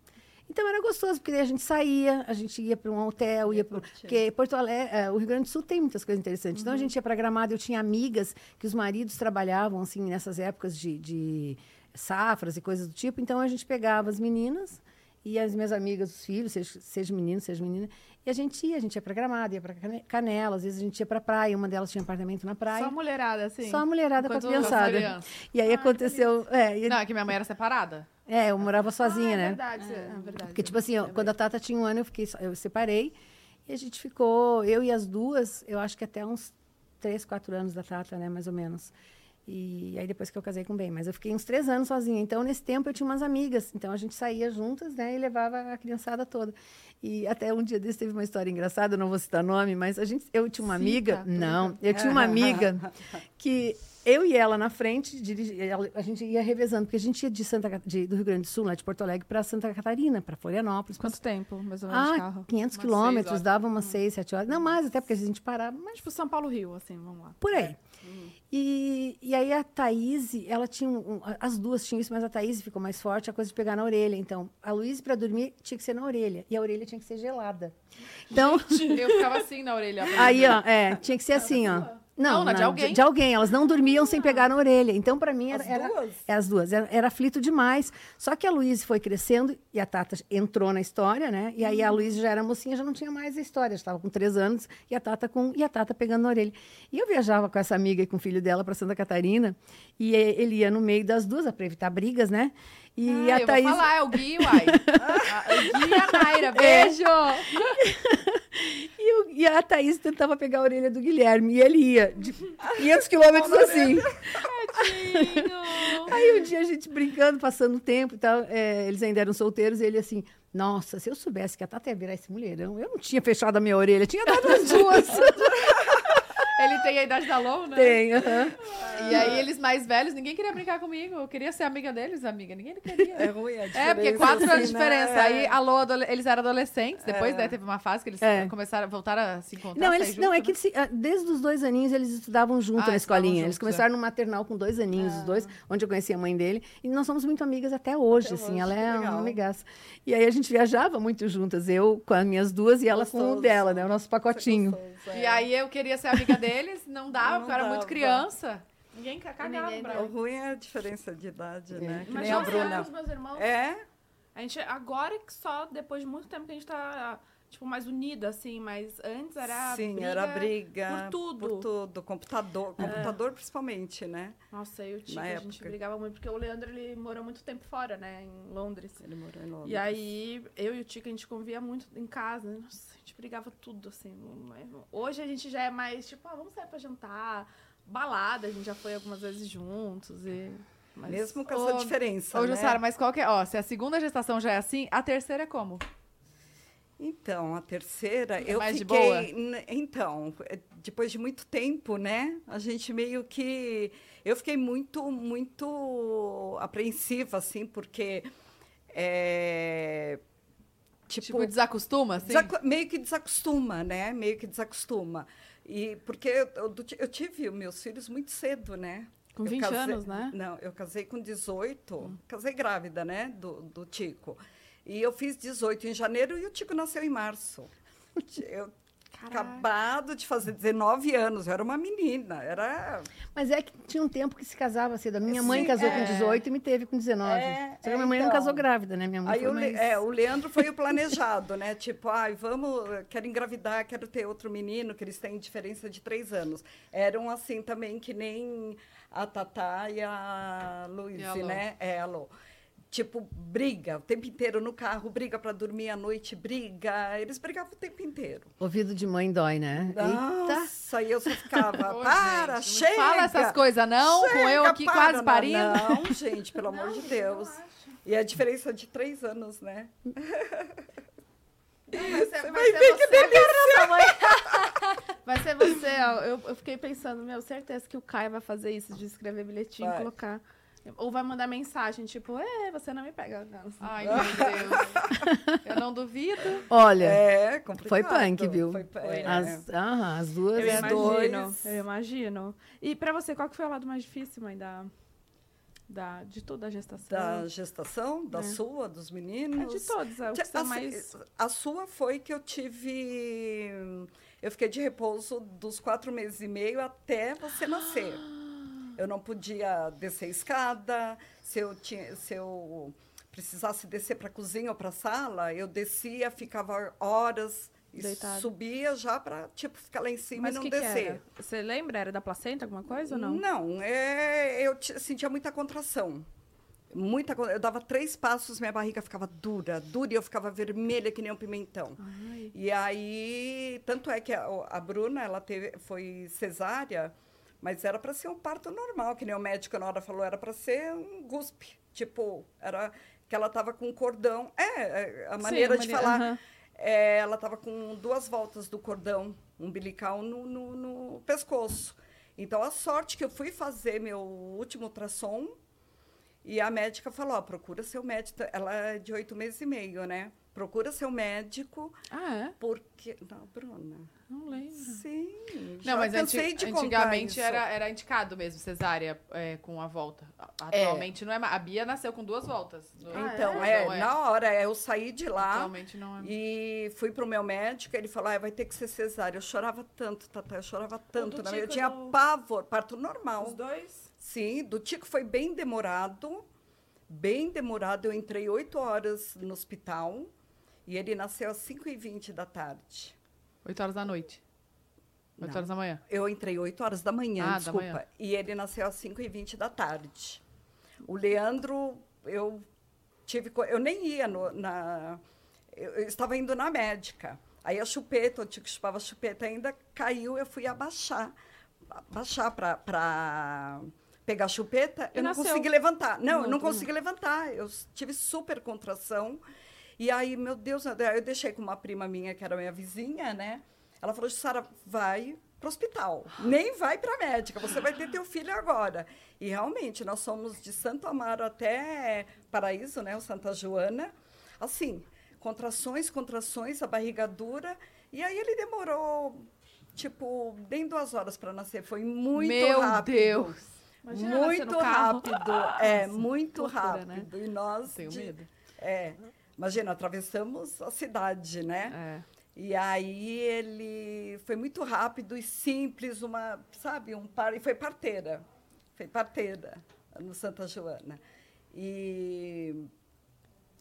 Então, era gostoso, porque daí a gente saía, a gente ia para um hotel, ia para. Porque Porto Alegre, eh, o Rio Grande do Sul tem muitas coisas interessantes. Então, a gente ia para Gramado, eu tinha amigas que os maridos trabalhavam, assim, nessas épocas de, de safras e coisas do tipo. Então, a gente pegava as meninas e as minhas amigas, os filhos, seja, seja menino, seja menina. E a gente ia, a gente ia para Gramado, ia para Canela, às vezes a gente ia para praia, uma delas tinha apartamento na praia. Só mulherada, assim. Só a mulherada com a Enquanto criançada. tá criança. E aí aconteceu. É, e- Não, é que minha mãe era separada. é, eu morava sozinha, Ah, é né? Verdade, é, é verdade. Porque, tipo assim, eu- quando a Tata tinha um ano, eu, fiquei, so- eu separei. E a gente ficou, eu e as duas, eu acho que até uns três, quatro anos da Tata, né? Mais ou menos. E aí depois que eu casei com o Ben, mas eu fiquei uns três anos sozinha. Então nesse tempo eu tinha umas amigas, então a gente saía juntas, né, e levava a criançada toda. E até um dia desse teve uma história engraçada, eu não vou citar nome, mas a gente, eu tinha uma amiga, Cita, não, eu tinha uma amiga que eu e ela na frente, dirigi- ela- a gente ia revezando, porque a gente ia de Santa Ca- de, do Rio Grande do Sul, lá de Porto Alegre, para Santa Catarina, para Florianópolis. pra Quanto tempo, mais ou menos, de ah, carro? 500 Umas seis quilômetros, horas. Hum. dava umas 6, 7 horas. Não mais, até porque a gente parava, Mas, tipo, São Paulo-Rio, assim, vamos lá. por É. aí. Hum. E, e aí a Thaís, ela tinha um, um- as duas tinham isso, mas a Thaís ficou mais forte, a coisa de pegar na orelha. Então, a Luísa, para dormir, tinha que ser na orelha. E a orelha tinha que ser gelada. Então, Eu ficava assim na orelha. aí, ó, é, tinha que ser assim, ó. Não, Não, na de alguém. Ah. De alguém. Elas não dormiam sem pegar na orelha. Então, para mim, era. As era- duas? é, as duas. Era, era aflito demais. Só que a Luísa foi crescendo e a Tata entrou na história, né? E Uhum. aí a Luísa já era mocinha, já não tinha mais a história. Já estava com três anos e a Tata com e a Tata pegando na orelha. E eu viajava com essa amiga e com o filho dela para Santa Catarina e eh, ele ia no meio das duas para evitar brigas, né? E Ah, a eu Thaís. É. vou falar, é o Gui, uai. Ah, o Gui e a Naira, beijo! E, o- e a Thaís tentava pegar a orelha do Guilherme. E ele ia de 500 quilômetros assim. Aí um dia a gente brincando, passando o tempo e tal, é, eles ainda eram solteiros, e ele assim, nossa, se eu soubesse que a Tata ia virar esse mulherão, eu não tinha fechado a minha orelha, tinha dado um as duas. Ele tem a idade da Lou, né? Tem, aham. E aí, eles mais velhos, ninguém queria brincar comigo. Eu queria ser amiga deles, amiga. Ninguém queria. É ruim a diferença. É, porque quatro anos de assim, né? diferença. É. Aí, alô, adole- eles eram adolescentes, depois né, teve uma fase que eles É. começaram, voltaram a se encontrar. Não, sair eles, junto, não, é né? que se- ah, desde os dois aninhos eles estudavam junto Ah, na eles estudavam escolinha. Eles juntos, começaram no maternal com dois aninhos, os dois, onde eu conheci a mãe dele. E nós somos muito amigas até hoje, Até assim. hoje, ela que é legal. uma amigaça. E aí a gente viajava muito juntas, eu com as minhas duas e ela com o Gostoso. dela, né? O nosso pacotinho. E aí eu queria ser amiga deles, não dava, Não porque eu era muito dava. criança. Ninguém ca- cagava Ninguém pra O mim. ruim é a diferença de idade, né? Que Mas nem a nós éramos Bruna. meus irmãos. É, A gente, agora que só, depois de muito tempo que a gente tá, tipo, mais unida, assim, mas antes era sim, briga... era briga. por tudo. Por tudo. Computador, computador principalmente, né? Nossa, eu tinha, Na a gente época. brigava muito, porque o Leandro, ele morou muito tempo fora, né, em Londres. Ele morou em Londres. E aí, eu e o Tico, a gente convia muito em casa. né? Nossa, a gente brigava tudo, assim. não- Hoje a gente já é mais, tipo, ah, vamos sair pra jantar, balada, a gente já foi algumas vezes juntos e... Mas... Mesmo com essa Ô, diferença, Ô, né? Jussara, mas qual que é? Ó, se a segunda gestação já é assim, a terceira é como? Então, a terceira, eu É mais de boa? fiquei. n- Então, eh, depois de muito tempo, né? A gente meio que. Eu fiquei muito, muito apreensiva, assim, porque. eh, Tipo, desacostuma, assim? Desacu- meio que desacostuma, né? Meio que desacostuma. E porque eu, eu do ti- eu tive os meus filhos muito cedo, né? Com Eu 20 casei- anos, né? Hum. Não, eu casei com 18, casei grávida, né? Do, do Tico. E eu fiz 18 em janeiro e o Tico nasceu em março. Eu acabado de fazer 19 anos, eu era uma menina, era Mas é que tinha um tempo que se casava cedo. A minha mãe Sim, casou é. com 18 e me teve com 19. É, Só que é, a minha mãe não então. casou grávida, né? Minha mãe Aí foi o, Le- mais- é, o Leandro foi o planejado, né? Tipo, ai, vamos, quero engravidar, quero ter outro menino, que eles têm diferença de três anos. Eram assim também, que nem a Tatá e a E a Luísa, Lô. né? É, a Lô. Tipo, briga o tempo inteiro no carro, briga para dormir à noite, briga. Eles brigavam o tempo inteiro. Ouvido de mãe dói, né? Eita! Nossa, aí eu só ficava, Ô, para, gente, não chega! Fala essas coisas, não, com eu Chega, aqui para, quase não, parindo. Não, gente, pelo amor de Deus. E a diferença de três anos, né? Vai ser, vai ser é você, né, Vai ser é você, ó. Eu, eu fiquei pensando, meu, certeza que o Caio vai fazer isso de escrever bilhetinho e Vai. colocar. Ou vai mandar mensagem, tipo, é, você não me pega. Não. Ai, Ah. meu Deus. Ah, Eu não duvido. Olha, É, complicado. foi punk, viu? Foi punk, é. as, aham, as duas. Eu Os imagino, dois. eu imagino. E pra você, qual que foi o lado mais difícil, mãe, da, da, de toda a gestação? Da gestação, da É. sua, dos É meninos. de todos, é o que Tia, são assim, mais... A sua foi que eu tive. Eu fiquei de repouso dos quatro meses e meio até você nascer. Ah! Eu não podia descer a escada. Se eu, tinha, se eu precisasse descer para a cozinha ou para a sala, eu descia, ficava horas e Deitada. subia já para tipo, ficar lá em cima Mas e o que, não que descer. era? Você lembra? Era da placenta, alguma coisa ou não? é, eu ti- sentia muita contração. Muita, con- eu dava três passos, minha barriga ficava dura, dura e eu ficava vermelha que nem um pimentão. Ai. E aí, tanto é que a, a Bruna, ela teve, foi cesárea, Mas era para ser um parto normal, que nem o médico na hora falou, era para ser um guspe. Tipo, era que ela estava com um cordão. É, é, a maneira de maneira- falar. aham. É, ela estava com duas voltas do cordão umbilical no, no- no pescoço. Então, a sorte que eu fui fazer meu último ultrassom e a médica falou: ó, procura seu médico. Ela é de oito meses e meio, né? Procura seu médico, Ah, é? porque. Não, Bruna. Não lembro. Sim. já Não, mas anti- cansei de contar antigamente isso. era, era indicado mesmo, cesárea é, com a volta. A- Atualmente não é mais. A Bia nasceu com duas voltas. No- Então, é, Então, na hora eu saí de lá. Atualmente não é. E fui pro meu médico, ele falou, ah, vai ter que ser cesárea. Eu chorava tanto, Tata, eu chorava tanto. né? Eu Tico tinha do- pavor, parto normal. Os dois? Sim, do Tico foi bem demorado, bem demorado. Eu entrei oito horas no hospital e ele nasceu às 5h20 da tarde. 8 horas da noite. 8 Não. horas da manhã. Eu entrei 8 horas da manhã, Ah, da desculpa. manhã. E ele nasceu às 5h20 da tarde. O Leandro, eu tive. co- Eu nem ia no- na. Eu, eu estava indo na médica. Aí a chupeta, o tio que chupava a chupeta ainda caiu, eu fui abaixar. Abaixar para pegar a chupeta, eu não nasceu. consegui levantar. Não, eu Não, não tudo bem. consegui levantar. Eu s- tive super contração. E aí, meu Deus, André, eu deixei com uma prima minha, que era minha vizinha, né? Ela falou, Sara, vai pro hospital. Nem vai pra médica. Você vai ter teu filho agora. E realmente, nós somos de Santo Amaro até Paraíso, né? O Santa Joana. Assim, contrações, contrações, a barriga dura. E aí ele demorou, tipo, nem duas horas para nascer. Foi muito Meu rápido. Deus. Imagina nascer muito no carro. rápido. É, muito loucura, né? rápido. E nós. Tenho de- medo. É. Imagina, atravessamos a cidade, né? É. E aí ele foi muito rápido e simples, uma, sabe, um par, e foi parteira. Foi parteira no Santa Joana. E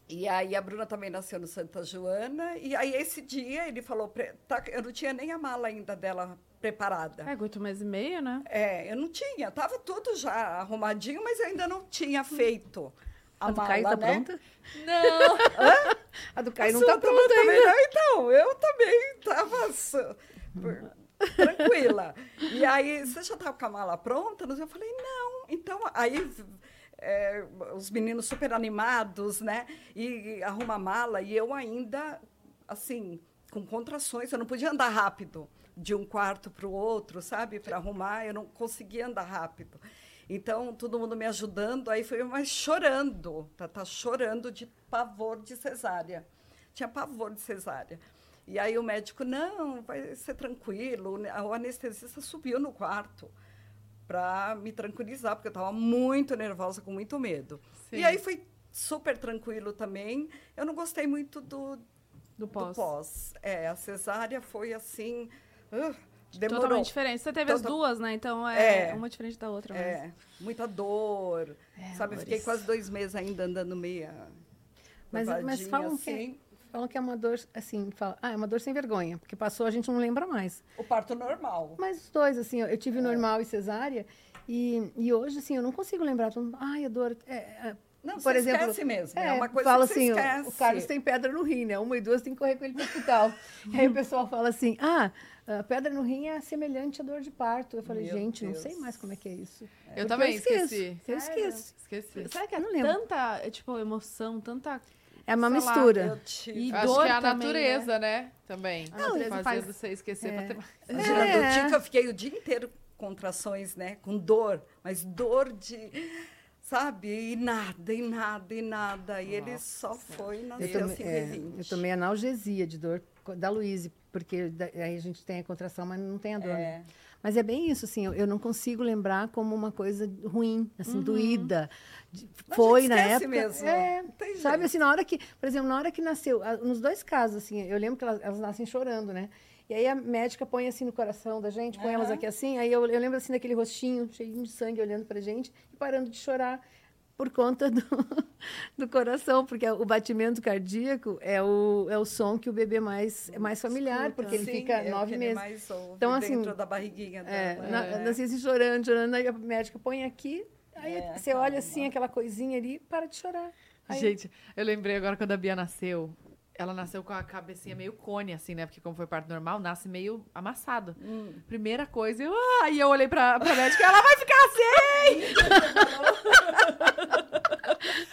e aí a Bruna também nasceu no Santa Joana, e aí esse dia ele falou, pra- tá, eu não tinha nem a mala ainda dela preparada. É, oito meses e meio, né? É, eu não tinha. Tava tudo já arrumadinho, mas eu ainda não Hum. tinha feito a A do mala, Caio tá né? pronta? Não! A do Caio não tá sua turma pronta também ainda. não, então, eu também tava su- por- tranquila. E aí, você já tava com a mala pronta? Eu falei, não. Então, aí é, os meninos super animados, né? E, e arruma a mala e eu ainda, assim, com contrações, eu não podia andar rápido de um quarto para o outro, sabe? Para arrumar, eu não conseguia andar rápido. Então, todo mundo me ajudando, aí foi mas chorando, tá, tá chorando de pavor de cesárea. Tinha pavor de cesárea. E aí o médico, não, vai ser tranquilo. né?" O anestesista subiu no quarto para me tranquilizar, porque eu estava muito nervosa, com muito medo. Sim. E aí foi super tranquilo também. Eu não gostei muito do, Do do pós. pós. É, a cesárea foi assim. ah, demorou. Totalmente diferente. Você teve as Total- duas, né? Então é, É. uma diferente da outra. Mas... É, muita dor. É, sabe, eu fiquei amores. quase dois meses ainda andando meia. Mas- mas levadinha, falam que- assim. Falam que é uma dor, assim, fala, ah, é uma dor sem vergonha, porque passou, a gente não lembra mais. O parto normal. Mas os dois, assim, eu- eu É. tive normal e cesárea, e, e hoje, assim, eu não consigo lembrar. Todo mundo, Ai, a dor. é, é, Não, Por você exemplo, esquece mesmo. É, é, uma coisa fala que assim, você o- esquece. o Carlos tem pedra no rim, né? Uma e duas tem que correr com ele para o hospital. E aí o pessoal fala assim, ah, a pedra no rim é semelhante à dor de parto. Eu falei, Meu gente, não Deus. sei mais como é que é isso. Eu também esqueço, esqueci. Sério? Eu esqueço. Esqueci. Será que é Eu não lembro. tanta, é, tipo, emoção, tanta... É uma Sei lá, mistura. Eu tive. E Eu acho dor que é a também, natureza, né? Também. Ah, A natureza Fazendo faz- você esquecer pra ter mais. Imagina, É. do Tico, eu fiquei o dia inteiro com contrações, né? Com dor, mas dor de. Sabe? E nada, e nada, e nada. E ele só foi na assim, Eu tomei, é, 5h20. eu tomei analgesia de dor co- da Luíse, porque da- aí a gente tem a contração, mas não É. tem a dor. né? Mas é bem isso, assim, eu, eu não consigo lembrar como uma coisa ruim, assim, doída. De- Uhum. Mas Foi a gente na esquece época. mesmo. É, Não tem sabe jeito. assim, na hora que, por exemplo, na hora que nasceu, a- nos dois casos, assim, eu lembro que elas, elas nascem chorando, né? E aí a médica põe assim no coração da gente, põe elas aqui assim, aí eu, eu lembro assim daquele rostinho cheio de sangue olhando pra gente e parando de chorar por conta do, do coração, porque o batimento cardíaco é o, é o som que o bebê mais, é mais familiar, porque ele Sim, fica é o que nove ele meses. mais ouve Então, assim, dentro da barriguinha É, dela. né? na- nasci assim, chorando, chorando, aí a médica põe aqui, aí É, você olha assim aquela coisinha ali, para de chorar. Aí- Gente, eu lembrei agora quando a Bia nasceu. Ela nasceu com a cabecinha meio cone, assim, né? Porque como foi parto normal, nasce meio amassado. Primeira coisa, eu... Ai, eu olhei pra, pra médica, ela vai ficar assim!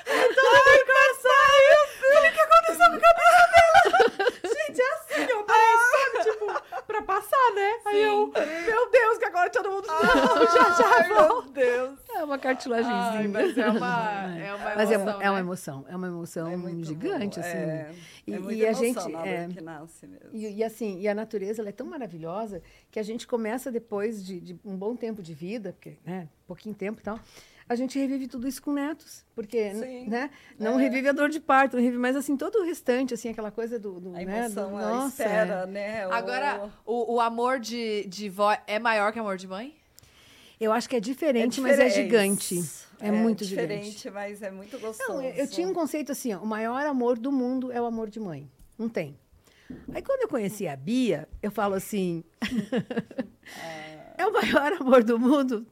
Então vai passar! Eu falei, o que aconteceu com a cabeça dela? Gente, é assim, eu parei, sabe? Tipo, pra passar, né? Aí eu, meu Deus, que agora todo mundo... Não, já, já, vou. Meu Deus. É uma Ai, cartilagemzinha. mas é uma, é uma emoção, Mas é, uma- é uma né? emoção, é uma emoção É muito gigante, bom, assim. É, E, é muita e a emoção gente. na hora é, que nasce mesmo. E, e assim, e a natureza ela é tão maravilhosa que a gente começa depois de, de um bom tempo de vida, porque, né, pouquinho tempo e tal, a gente revive tudo isso com netos, porque, n- Sim, É. né, não revive a dor de parto, não revive, mas assim, todo o restante, assim, aquela coisa do... do A né, emoção, do, a nossa, é. espera, né? o- Agora, o, o amor de, de vó é maior que amor de mãe? Eu acho que é É diferente, mas é diferente. gigante. É, muito diferente. gigante. mas é muito gostoso. Não, eu, eu tinha um conceito assim, ó, o maior amor do mundo é o amor de mãe. Não tem. Aí quando eu conheci a Bia, eu falo assim, é o maior amor do mundo?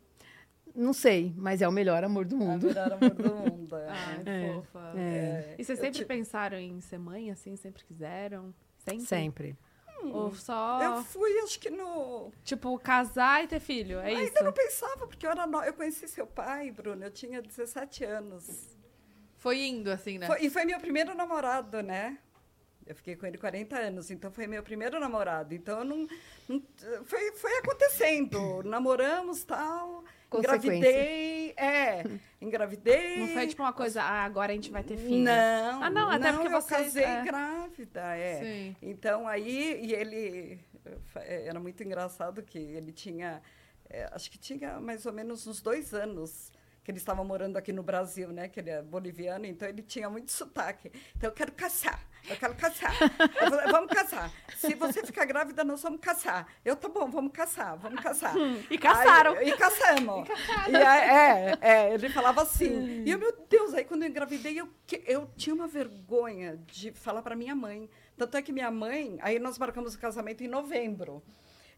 Não sei, mas é o melhor amor do mundo. Adorar amor do mundo. é. Ai, É, ah, fofa. É, É, E vocês eu sempre ti- pensaram em ser mãe, assim? Sempre quiseram? Sempre? sempre. Ou só, Uhum. Eu fui, acho que no. tipo, casar e ter filho, é isso? Ainda não pensava, porque eu era no... Eu conheci seu pai, Bruno, eu tinha 17 anos. Foi indo, assim, É. né? Foi- e foi meu primeiro namorado, né? Eu fiquei com ele 40 anos, então foi meu primeiro namorado. Então eu não. não- foi, foi acontecendo. Namoramos tal. Consequência. Hum. Engravidei. É. Engravidei. Não foi tipo uma coisa, ah, agora a gente vai ter filho. Não. Ah, não, até porque eu vocês- casei é. grávida, é. Sim. Então aí, e ele eh, fa- eh, era muito engraçado que ele tinha, eh, acho que tinha mais ou menos uns dois anos que ele estava morando aqui no Brasil, né? Que ele é boliviano, então ele tinha muito sotaque. Então eu quero caçar, eu quero caçar. Eu falei, vamos caçar. Se você ficar grávida, nós vamos caçar. Eu, tá bom, vamos caçar, vamos caçar. E caçaram. Aí, e caçamos. E aí, é, é, ele falava assim. E eu, meu Deus, aí quando eu engravidei, eu, que- eu tinha uma vergonha de falar para minha mãe. Tanto é que minha mãe, aí nós marcamos o casamento em novembro.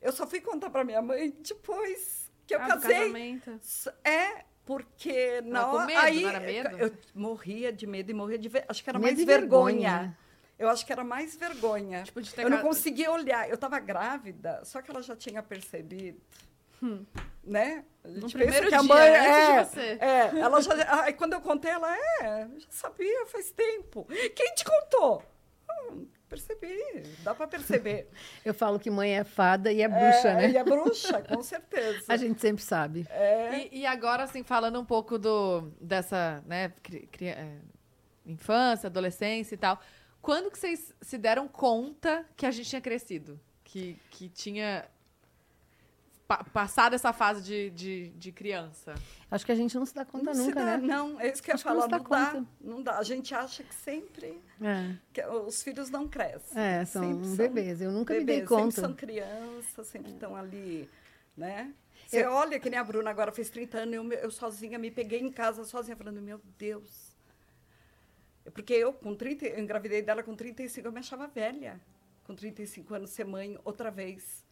Eu só fui contar para minha mãe depois que eu Ah, do casei. casamento. S- É, porque na Tava com hora. medo, aí, não era medo? Eu morria de medo e morria de. ver- Acho que era Medo mais e vergonha. vergonha. Eu acho que era mais vergonha. Tipo, de ter eu não ca- conseguia olhar. Eu estava grávida, só que ela já tinha percebido. Hum. Né? A gente pensa primeiro que a dia, mãe. antes de é, você. é, ela já. Aí quando eu contei, ela é, já sabia faz tempo. Quem te contou? Hum, percebi, dá para perceber. Eu falo que mãe é fada e é bruxa, né? E é bruxa, com certeza. A gente sempre sabe. É. E, e agora, assim, falando um pouco do, dessa, né, cri- cri- é, infância, adolescência e tal, quando que vocês se deram conta que a gente tinha crescido? Que, que tinha pa- passado essa fase de, de, de criança? Acho que a gente não se dá conta se nunca, dá, né? Não, é isso que eu ia Acho que não falar. se dá Não, dá, conta. não dá. A gente acha que sempre É, que os filhos não crescem. É, são Sempre bebês. Eu nunca me dei bebês, conta. Sempre são crianças, sempre estão ali, né? Você olha que nem a Bruna agora fez 30 anos, eu, me- eu sozinha me peguei em casa sozinha falando, meu Deus. É Porque eu com 30, eu engravidei dela com 35, eu me achava velha. Com 35 anos ser mãe outra vez.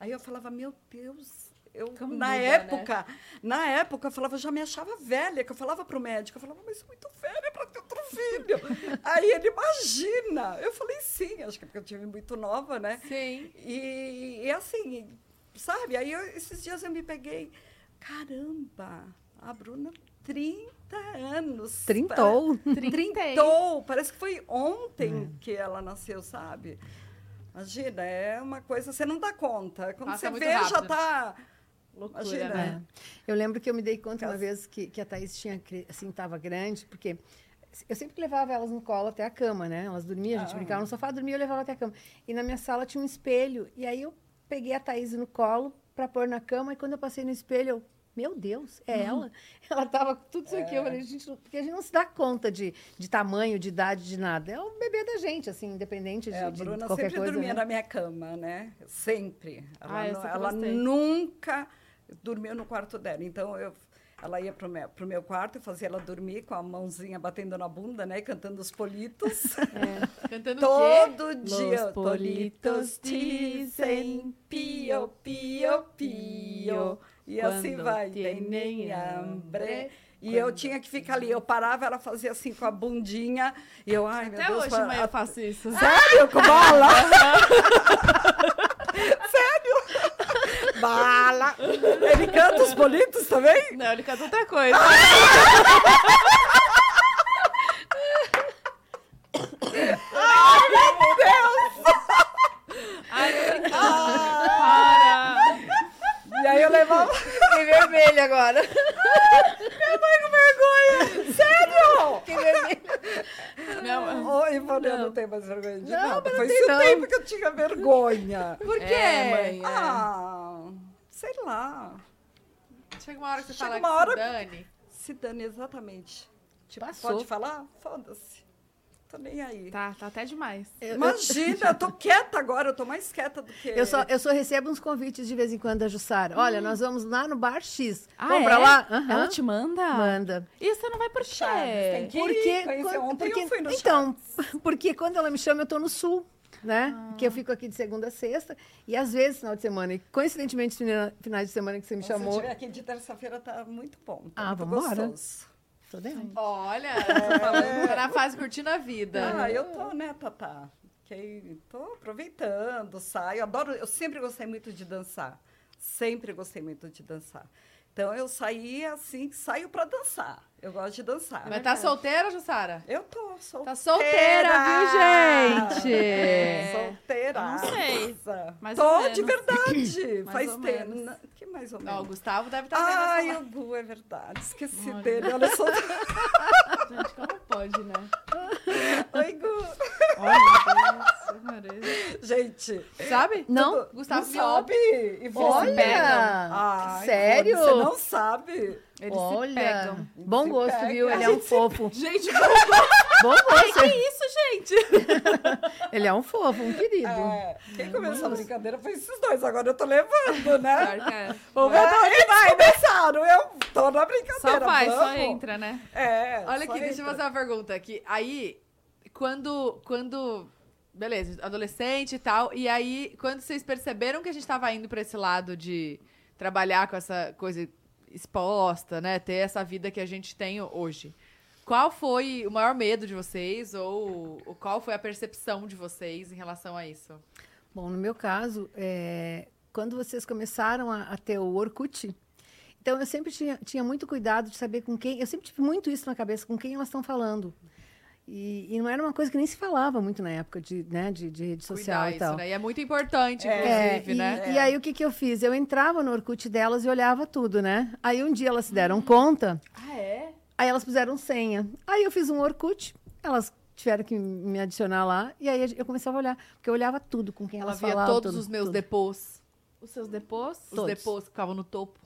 Aí eu falava, meu Deus, eu Como na muda, né? época, na época eu falava, eu já me achava velha, que eu falava pro médico, eu falava, mas sou muito velha para ter outro filho. Aí ele imagina. Eu falei, sim, acho que é porque eu tive muito nova, né? Sim. E, e assim, sabe? Aí eu- esses dias eu me peguei. Caramba, a Bruna, 30 anos. Trintou. Pa- Trintou. Parece que foi ontem que ela nasceu, sabe? Imagina, é uma coisa, você não dá conta. Quando Passa você muito vê, já rápido. tá. Loucura, Imagina. né? É. Eu lembro que eu me dei conta uma vez que, que a Thaís tinha, cre- assim, estava grande, porque eu sempre levava elas no colo até a cama, né? Elas dormiam, Ah. a gente brincava no sofá, dormia, eu levava até a cama. E na minha sala tinha um espelho, e aí eu peguei a Thaís no colo para pôr na cama, e quando eu passei no espelho, eu, meu Deus, Uhum. é ela? Ela tava com tudo isso aqui, eu É. falei, gente, não- porque a gente não se dá conta de, de tamanho, de idade, de nada. É o bebê da gente, assim, independente de, É, a de Bruna qualquer sempre coisa. dormia né? na minha cama, né? Sempre. Ela, Ah, eu nu- sempre ela gostei. nunca dormiu no quarto dela. Então, eu, ela ia pro meu, pro meu quarto, eu fazia ela dormir com a mãozinha batendo na bunda, né? Cantando os politos. Cantando o quê? Todo dia. Los politos dizem pio, pio, pio. E assim quando vai, tienen tienen hambre. E eu tinha que ficar ali. Eu parava, ela fazia assim com a bundinha. E eu, assim. ai, meu Até Deus. hoje, para- mãe, eu faço isso. Sério? Com bala? Sério? Bala. Ele canta os bonitos também? Não, ele canta outra coisa. Ai, meu Deus! Ah! Ai, para! E aí eu levava. Fiquei vermelha agora. Sério? Fiquei vermelha. Não, Ô, Ivone, eu não tenho mais vergonha de Não, nada. mas não Foi tem esse não. o tempo que eu tinha vergonha. Por quê? É, mãe, é. Ah, sei lá. Chega uma hora que você Chega fala uma que hora- se dane. Se dane exatamente. Tipo, Passou. pode falar? Foda-se. Tô nem aí. tá, tá até demais. Eu, Imagina, eu tô quieta agora, eu tô mais quieta do que. eu, eu só, eu só recebo uns convites de vez em quando da Jussara. Olha, nós vamos lá no Bar X. vamos pra lá? Aham. Ela te manda? Manda. E você não vai por Tá, quê? Chaves, tem que Porque, ir. Conheci quando- ontem porque- eu fui no então, porque quando ela me chama, eu tô no sul, né? Que eu fico aqui de segunda a sexta e às vezes final de semana. E coincidentemente, fina- finais de semana que você me Nossa, chamou, Se eu tiver aqui de terça-feira, tá muito bom. Tá Ah, muito vambora. gostoso. tô dentro. Olha, tá falando, tá na fase curtindo a vida. É. Ah, eu tô, né, Tatá? Que tô aproveitando, saio. Adoro, eu sempre gostei muito de dançar. Sempre gostei muito de dançar. Então eu saí assim, saio pra dançar. Eu gosto de dançar. Mas tá solteira, Jussara? Eu tô solteira. É. Tá solteira, viu, gente? Solteira. Eu não sei. Mais tô ou menos. de verdade. Faz ou tempo. menos. Na- Que mais ou Ó, o menos. Gustavo deve estar tá vendo Ai, essa o Bu, é verdade. Esqueci dele. Olha só. live. Gente, como pode, né? Oi, Gu. Olha, meu Deus. Gente, Sabe? Não? tudo- Gustavo não Miotti. sabe. E Olha! Sério? Você não sabe. Eles Olha, se pegam. bom Se gosto, pegam. viu? Ele é um fofo. Gente, Bom gosto. que isso, gente? Ele é um fofo, um querido. É, quem começou a brincadeira foi esses dois. Agora eu tô levando, né? Pior que é. Vamos ver de onde vai. Começaram. Eu tô na Só brincadeira. faz, só vamos. entra, né? É. Olha só aqui, deixa eu entra. fazer uma pergunta aqui. Aí, quando, quando... Beleza, adolescente e tal. E aí, quando vocês perceberam que a gente tava indo pra esse lado de trabalhar com essa coisa exposta, né? Ter essa vida que a gente tem hoje. Qual foi o maior medo de vocês? Ou, ou qual foi a percepção de vocês em relação a isso? Bom, no meu caso, é, quando vocês começaram a, a ter o Orkut, então eu sempre tinha, tinha muito cuidado de saber com quem. Eu sempre tive muito isso na cabeça, com quem elas estão falando. E, e não era uma coisa que nem se falava muito na época de, né, de, de rede social Cuidar e isso, tal. né? E é muito importante, É, inclusive, e, né? e aí o que, que eu fiz? Eu entrava no Orkut delas e olhava tudo, né? Aí um dia elas se Hum. deram conta, Ah, é? aí elas puseram senha. Aí eu fiz um Orkut, elas tiveram que me adicionar lá, e aí eu começava a olhar, porque eu olhava tudo com quem Ela elas via falavam. todos tudo, os meus tudo. depôs. Os seus depôs? Os Todos. depôs que ficavam no topo.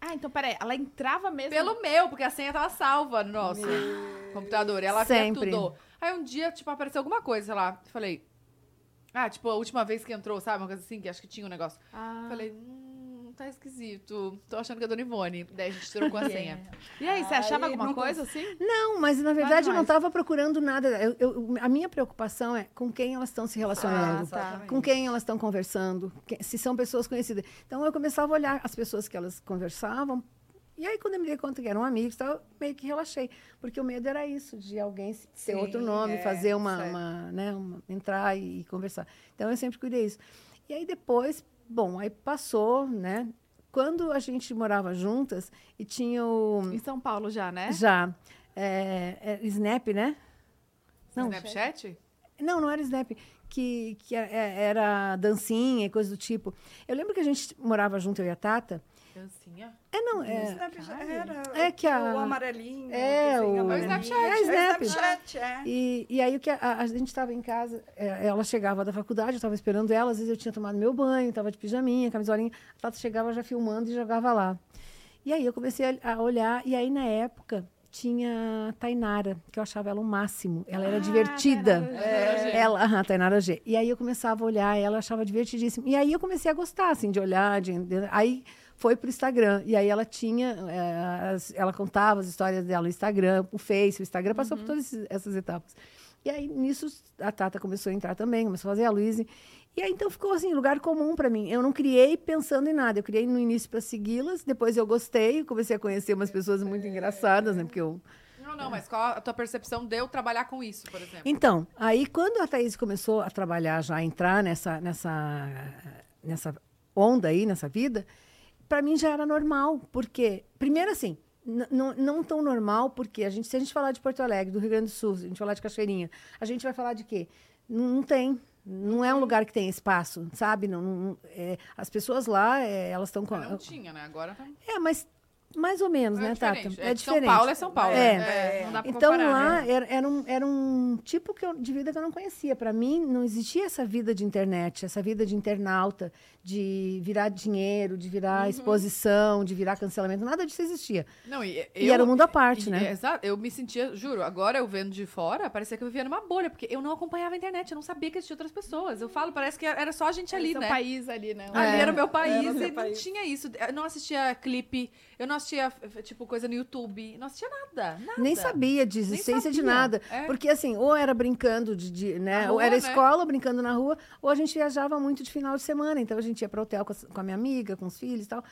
Ah, então peraí, ela entrava mesmo. Pelo meu, porque a senha tava salva no nosso computador. E ela Sempre. via tudo. Aí um dia, tipo, apareceu alguma coisa, sei lá. Falei. Ah, tipo, a última vez que entrou, sabe? Uma coisa assim, que acho que tinha um negócio. Ah, Falei, hum, tá esquisito. Tô achando que é a Dona Ivone. Daí a gente trocou É. a senha. E aí, você achava Aí, alguma não coisa assim? Não, mas na verdade eu demais. não estava procurando nada. Eu- eu- a minha preocupação é com quem elas estão se Ah, relacionando. exatamente. tá. Com quem elas estão conversando, que- se são pessoas conhecidas. Então eu começava a olhar as pessoas que elas conversavam, e aí quando eu me dei conta que eram amigos, e tal, eu meio que relaxei. Porque o medo era isso, de alguém se- ter Sim, outro nome, é, fazer uma, certo. uma, né, uma- entrar e, e conversar. Então eu sempre cuidei isso. E aí depois, bom, aí passou, né? Quando a gente morava juntas e tinha o. Em São Paulo já, né? Já. É, é Snap, né? Não. Snapchat? Não, não era Snap. Que, que era, é- era dancinha e coisa do tipo. Eu lembro que a gente morava junto, eu e a Tata. Dancinha? É, não, é... Snapchat era É que a- o amarelinho. É, desenho o- É o amarelinho. Snapchat. É o Snap. É o Snapchat, é. E, e aí o que a, a- a gente estava em casa, é, ela chegava da faculdade, eu estava esperando ela, às vezes eu tinha tomado meu banho, estava de pijaminha, camisolinha, a Tata chegava já filmando e jogava lá. E aí eu comecei a, a olhar, e aí na época tinha a Tainara, que eu achava ela o máximo, ela era Ah, divertida. Tainara Ela, aham, Tainara G. E aí eu começava a olhar, ela eu achava divertidíssimo. E aí eu comecei a gostar, assim, de olhar. De, de- aí foi pro Instagram. E aí ela tinha, Uhum. eh, as- ela contava as histórias dela no Instagram, o Face, o Instagram, passou por todas esses- essas etapas. E aí, nisso, a Tata começou a entrar também, começou a fazer a Luísa. E aí, então, ficou assim, lugar comum para mim. Eu não criei pensando em nada. Eu criei no início para segui-las, depois eu gostei, comecei a conhecer umas pessoas muito engraçadas, né? Porque eu Não, não, mas qual a tua percepção de eu trabalhar com isso, por exemplo? então, aí quando a Thaís começou a trabalhar já, a entrar nessa, nessa, nessa onda aí, nessa vida, para mim já era normal, porque, primeiro assim, n- não- não tão normal, porque a gente, se a gente falar de Porto Alegre, do Rio Grande do Sul, se a gente falar de Cachoeirinha, a gente vai falar de quê? N- Não, tem. Não é um lugar que tem espaço, sabe? Não, não- é, as pessoas lá, é, elas estão com. Não tinha, né? Agora tá... É, mas mais ou menos, né, Tata? diferente. É de São Paulo é São Paulo. É. né? É, não dá pra Então comparar, né? lá era, era um, era um tipo que eu- de vida que eu não conhecia. Para mim, não existia essa vida de internet, essa vida de internauta, de virar dinheiro, de virar Uhum. exposição, de virar cancelamento. Nada disso existia. Não, e, E eu- era um mundo à parte, e- né? Exato. Eu me sentia, juro, agora eu vendo de fora, parecia que eu vivia numa bolha, porque eu não acompanhava a internet, eu não sabia que existia outras pessoas. Eu falo, parece que era só a gente ali, Esse é né? o país ali, né? Ali era o meu país Era o seu e país. não tinha isso. Eu não assistia clipe, eu não assistia, f- tipo, coisa no YouTube, não assistia nada. nada. Nem sabia de Nem existência de sabia. nada. É. Porque, assim, ou era brincando de. de, né? Na ou rua, era né? escola brincando na rua, ou a gente viajava muito de final de semana. Então a gente ia para hotel com, as- com a minha amiga, com os filhos e tal.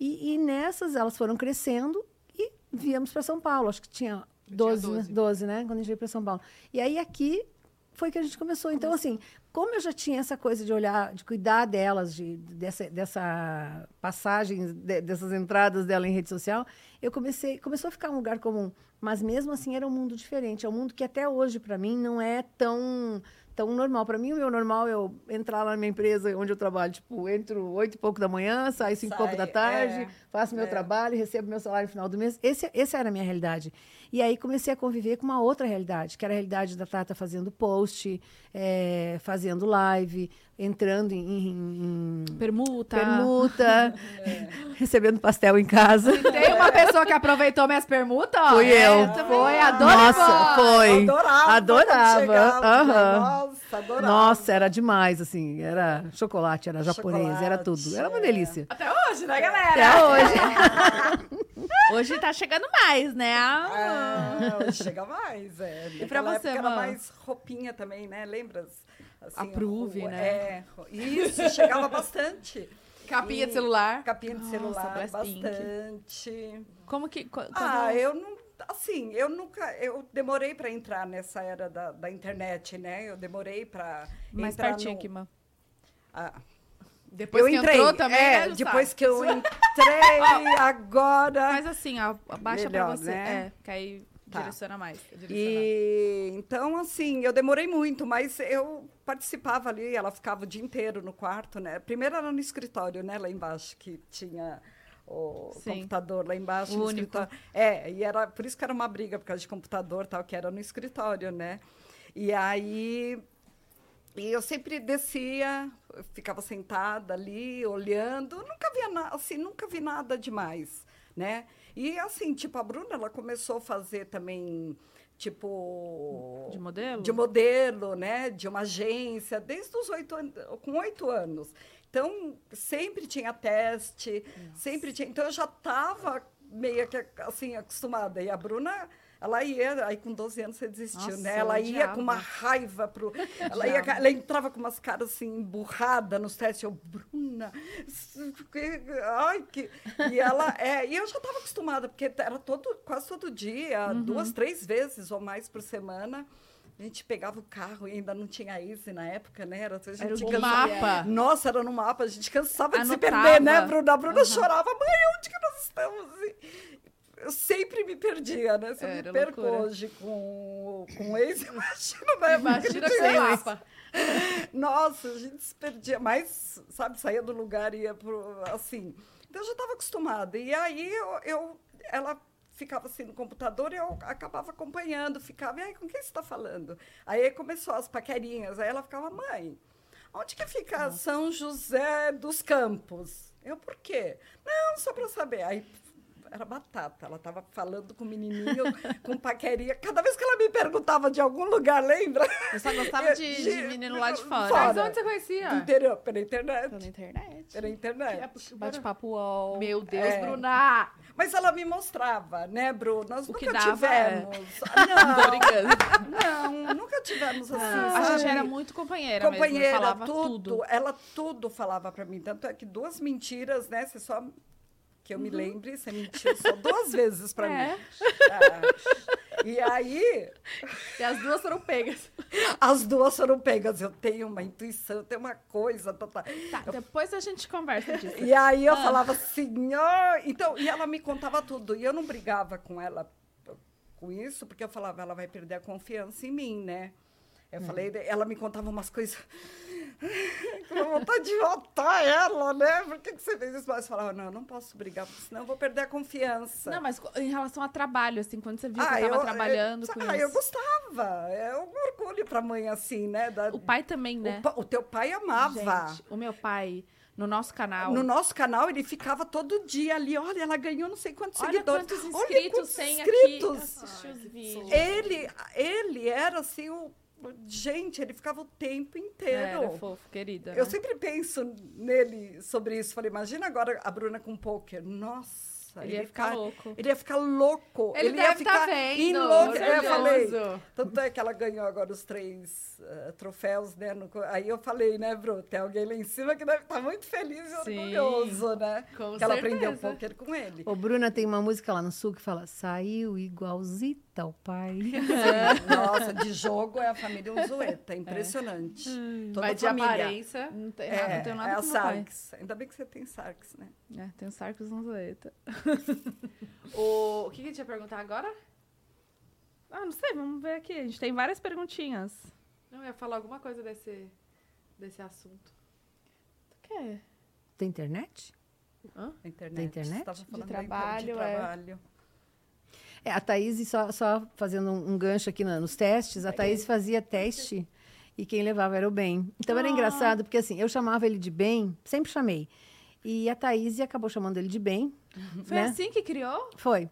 E, e nessas elas foram crescendo e viemos para São Paulo. Acho que tinha tinha 12, né? 12. 12, né? Quando a gente veio para São Paulo. E aí aqui foi que a gente começou. Então, assim, como eu já tinha essa coisa de olhar, de cuidar delas, de, dessa, dessa passagem, de- dessas entradas dela em rede social, eu comecei, começou a ficar um lugar comum. Mas mesmo assim era um mundo diferente, é um mundo que até hoje para mim não é tão tão normal. Para mim o meu normal é eu entrar lá na minha empresa onde eu trabalho, tipo, entro oito e pouco da manhã, saio cinco e pouco da Sai, tarde, é. faço meu trabalho, recebo meu salário no final do mês. Esse, essa era a minha realidade. E aí comecei a conviver com uma outra realidade, que era a realidade da Tata fazendo post, eh, fazendo live, entrando em, em- em Tá. Permuta. permuta, recebendo pastel em casa. Tem uma pessoa que aproveitou minhas permutas, ó. Fui É, eu. Foi a dona Nossa, foi. Adorava. Adorava, quando chegava, né? aham. Nossa, adorava. Nossa, era demais, assim. Era chocolate, era japonês, era Chocolate, tudo. Era uma é. delícia. É. Até hoje, né, galera? Até hoje. Hoje tá chegando mais, né? Ah, Ah, hoje chega mais, é. E pra você, época era Mã? mais roupinha também, né? Lembra? Assim, Approve, o- né? É, isso, chegava bastante. Capinha E de celular. Capinha de celular, Blast Pink. Tá bastante. Como que. qu- Quando... Ah, eu não. Assim, eu nunca. Eu demorei para entrar nessa era da, da internet, né? Eu demorei para. mais entrar pertinho no- aqui, mano. Ah, Depois eu que entrei. entrou também, é, né, Jussara? depois que eu entrei, agora. Faz assim, ó, abaixa Ah, Melhor, pra você. né? É, que aí Tá. direciona mais. E então, assim, eu demorei muito, mas eu participava ali, ela ficava o dia inteiro no quarto, né? Primeiro era no escritório, né? Lá embaixo, que tinha o Sim. computador lá embaixo. O no único. escritório. É, e era por isso que era uma briga, por causa de computador e tal, que era no escritório, né? E aí e eu sempre descia, eu ficava sentada ali, olhando, nunca via nada, assim, nunca vi nada demais, né? E assim, tipo, a Bruna, ela começou a fazer também, tipo... De modelo? De modelo, né? De uma agência, desde os oito anos, com oito anos. Então, sempre tinha teste, sempre tinha... Então, eu já estava meio que, assim, acostumada. E a Bruna... Ela ia, aí com 12 anos você desistiu, Nossa, né? eu Ela ia com uma odiava. raiva pro. Ela, ia, ela entrava com umas caras assim, emburrada nos testes. Eu, Bruna. isso- que- Ai, que. E ela. É, e eu já estava acostumada, porque era todo, quase todo dia, Uhum. duas, três vezes ou mais por semana. A gente pegava o carro e ainda não tinha Easy na época, né? Era, a gente Era o cansava- Tipo, mapa. Nossa, era no mapa, a gente cansava de se Anotava. perder, né, Bruna? A Bruna chorava, mãe, onde que nós estamos? E eu sempre me perdia, né? Se eu Era me perco loucura. hoje com, com o ex, imagina, né? Imagina Porque que tinha- mapa. Nossa, a gente se perdia. Mas, sabe, saía do lugar e ia pro... Assim. Então, eu já estava acostumada. E aí, eu, eu- ela ficava assim no computador e eu acabava acompanhando. Ficava, e aí, com quem você está falando? Aí, começou as paquerinhas. Aí, ela ficava, mãe, onde que fica São José dos Campos? Eu, por quê? Não, só para saber. Aí, era batata. Ela estava falando com o menininho, com paquerinha. Cada vez que ela me perguntava de algum lugar, lembra? Eu só gostava de, de menino lá de fora. Fora. Mas onde você conhecia? Do interior, pela internet. Pela internet. Pela é internet. Bate-papo UOL. Meu Deus, É. Bruna! Mas ela me mostrava, né, Bruno? Nós O nunca que dava, é. tivemos. Tô brincando. Não, não, nunca tivemos assim. A sabe? gente era muito companheira, companheira, mesmo, falava tudo, tudo. Ela tudo falava pra mim. Tanto é que duas mentiras, né? Você só. Que eu me Uhum. lembre, você mentiu só duas vezes pra É. mim. Ah, E aí, E as duas foram pegas. as duas foram pegas. Eu tenho uma intuição, eu tenho uma coisa. Tá, tá. Tá, depois a gente conversa disso. E aí Ah. eu falava, senhor. Então, e ela me contava tudo. E eu não brigava com ela p- com isso, porque eu falava, ela vai perder a confiança em mim, né? Hum. Eu falei, ela me contava umas coisas. Com vontade de matar ela, né? Por que, que você fez isso? Mas eu falava, não, eu não posso brigar, porque senão eu vou perder a confiança. Não, mas co- em relação a trabalho, assim, quando você viu que eu tava trabalhando com ah, eu isso. gostava. É um orgulho pra mãe, assim, né? Da- O pai também, né? o pa- o teu pai amava. Gente, o meu pai, no nosso canal. No nosso canal, ele ficava todo dia ali. Olha, ela ganhou não sei quantos Olha seguidores. quantos Olha inscritos quantos tem aqui. inscritos. Assistir os vídeos. Ele, ele era assim, o... gente, ele ficava o tempo inteiro. É, Era fofo, querida. É, Eu né? sempre penso nele sobre isso. Falei, imagina agora a Bruna com pôquer. Nossa, Ele ia ficar louco. louco. Ele ia ficar louco. Ele, ia deve ficar estar tá vendo. enlouque- É, Eu orgulhoso. falei, tanto é que ela ganhou agora os três eh, troféus, né? no co- aí eu falei, né, Bru, tem alguém lá em cima que deve estar muito feliz e Sim. orgulhoso, né? Com que ela certeza. aprendeu pôquer com ele. Ô, Bruna, tem uma música lá no sul que fala saiu igualzita ao pai. Nossa, de jogo é a família um zoeta, é impressionante. Toda Vai a de família. aparência. Não tem nada, É, não tenho é nada a com meu pai. Sarks. Ainda bem que você tem Sarks, né? É, tem o Sarcos na zoeta. O, o que, que a gente ia perguntar agora? Ah, não sei, vamos ver aqui. A gente tem várias perguntinhas. Não, eu ia falar alguma coisa desse, desse assunto. O que é? Tem internet? Da internet. Da internet? Você tava falando da inter- trabalho, é. de trabalho. É, a Thaís, só, só fazendo um, um gancho aqui na- nos testes, a Thaís fazia teste e quem levava era o Ben. Então Ah. era engraçado, porque assim, eu chamava ele de Ben, sempre chamei. E a Thaís acabou chamando ele de Ben, Foi né? assim que criou? Foi.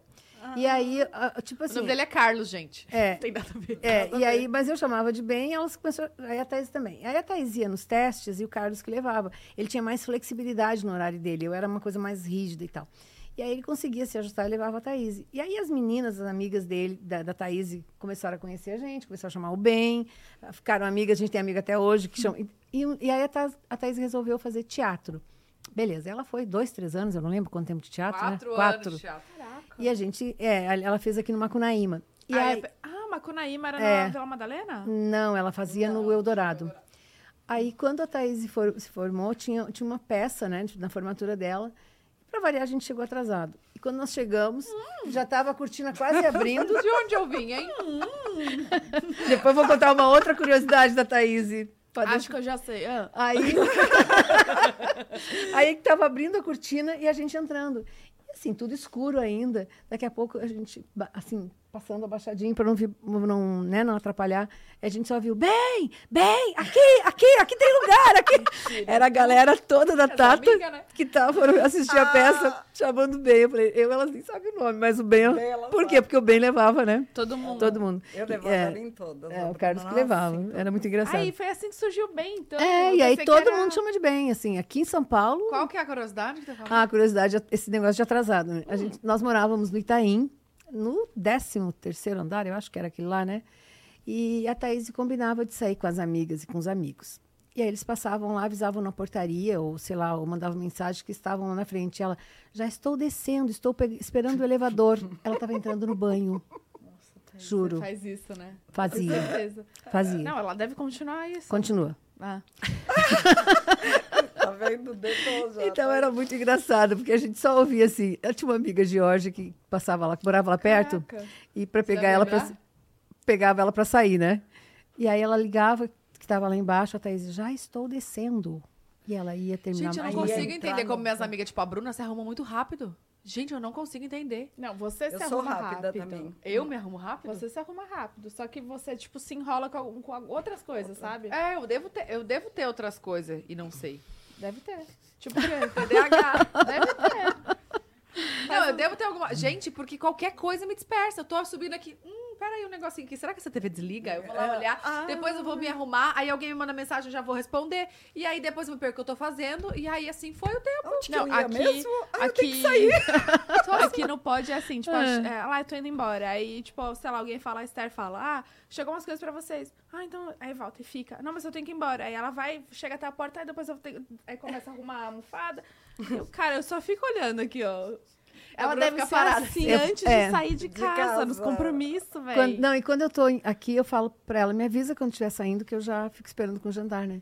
E aí, a- Ah. tipo O assim. nome dele é Carlos, gente. É, Não tem nada a ver. É, e aí, mas eu chamava de bem, elas começaram. Aí a Thaís também. Aí a Thaís ia nos testes e o Carlos que levava. Ele tinha mais flexibilidade no horário dele, eu era uma coisa mais rígida e tal. E aí ele conseguia se ajustar e levava a Thaís. E aí as meninas, as amigas dele, da, da Thaís, começaram a conhecer a gente, começaram a chamar o bem, ficaram amigas, a gente tem amiga até hoje que chama. E, e- e aí a Thaís, a Thaís resolveu fazer teatro. Beleza, ela foi dois, três anos, eu não lembro quanto tempo de teatro, Quatro, né? anos de teatro. E a gente, é, ela fez aqui no Macunaíma. E Aí aí, a pe- Ah, Macunaíma era É. na Vila Ah. Madalena? não, ela fazia no Eldorado. Aí, quando a Thaís se, for- se formou, tinha, tinha uma peça, né, na formatura dela. Pra variar, a gente chegou atrasado. E quando nós chegamos, já estava a cortina quase abrindo. Hum. De onde eu vim, hein? Depois vou contar uma outra curiosidade da Thaís. Pode Acho que eu já sei. Ah, Aí. aí que tava abrindo a cortina e a gente entrando. E assim, tudo escuro ainda. Daqui a pouco a gente, ba- assim, passando abaixadinho para não, vi- não, né, não atrapalhar. A gente só viu, bem, bem, aqui, aqui, aqui tem lugar, aqui. Era a galera toda da Tá, Tata amiga, né? que tava, foram assistir Ah. a peça chamando bem. Eu falei, eu, elas nem sabem o nome, mas o bem. Bem, ela por quê? Porque o bem levava, né? todo mundo. Todo mundo. Eu levava É, ela em todas. é, né? o Carlos que Nossa, levava. então. Era muito engraçado. Aí foi assim que surgiu bem, então. É, Eu e pensei aí que todo era- mundo chama de bem, assim, aqui em São Paulo. Qual que é a curiosidade que tá falando? Ah, curiosidade, esse negócio de atrasado, né? A gente, nós morávamos no Itaim, no 13 terceiro andar, eu acho que era aquele lá, né? E a Thaís combinava de sair com as amigas e com os amigos. E aí eles passavam lá, avisavam na portaria, ou sei lá, ou mandavam mensagem que estavam lá na frente. Ela, já estou descendo, estou pe- esperando o elevador. Ela estava entrando no banho. Ah, Juro, Faz isso, né? fazia, Certeza. fazia. Não, ela deve continuar isso. Continua. Ah. Tá vendo? Deitou já. Então era muito engraçado, porque a gente só ouvia assim. Eu tinha uma amiga Georgia que passava lá, que morava lá perto, Caraca. e para pegar ela pra, lembrar? pegava ela para sair, né? E aí ela ligava que estava lá embaixo, a Thaís, já estou descendo. E ela ia terminar Gente, eu não mais- consigo entrar entender no- como minhas amigas, tipo, a Bruna se arruma muito rápido. Gente, eu não consigo entender. Não, você Eu se sou arruma rápida rápido. também. Eu me arrumo rápido? Você se arruma rápido, só que você, tipo, se enrola com, algum- com outras coisas, sabe? É, eu devo ter, eu devo ter outras coisas e não sei. Deve ter. Tipo, o quê? TDAH. deve ter. Não, eu um devo ter alguma. Gente, porque qualquer coisa me dispersa. Eu tô subindo aqui. Hum, peraí, um negocinho aqui. Será que essa TV desliga? Eu vou É, lá olhar. ah, Depois eu vou me arrumar. Aí alguém me manda mensagem, eu já vou responder. E aí depois eu me perco o que eu tô fazendo. E aí assim foi o tempo. Onde que Não, eu ia aqui- mesmo? Ah, eu tenho que aqui- sair. Tô aqui no pod é assim, tipo, ah. é, lá eu tô indo embora. Aí, tipo, sei lá, alguém fala, a Esther fala, ah, chegou umas coisas pra vocês. Ah, então. Aí volta e fica. Não, mas eu tenho que ir embora. Aí ela vai, chega até a porta, aí depois eu tenho. Aí começa a arrumar a almofada. Eu, cara, eu só fico olhando aqui, ó. É Ela Eu deve fico ser parada. assim Eu- antes é, de sair de de casa, casa. nos compromissos, Quando- velho. não, e quando eu tô em- aqui, eu falo pra ela, me avisa quando estiver saindo, que eu já fico esperando com o jantar, né?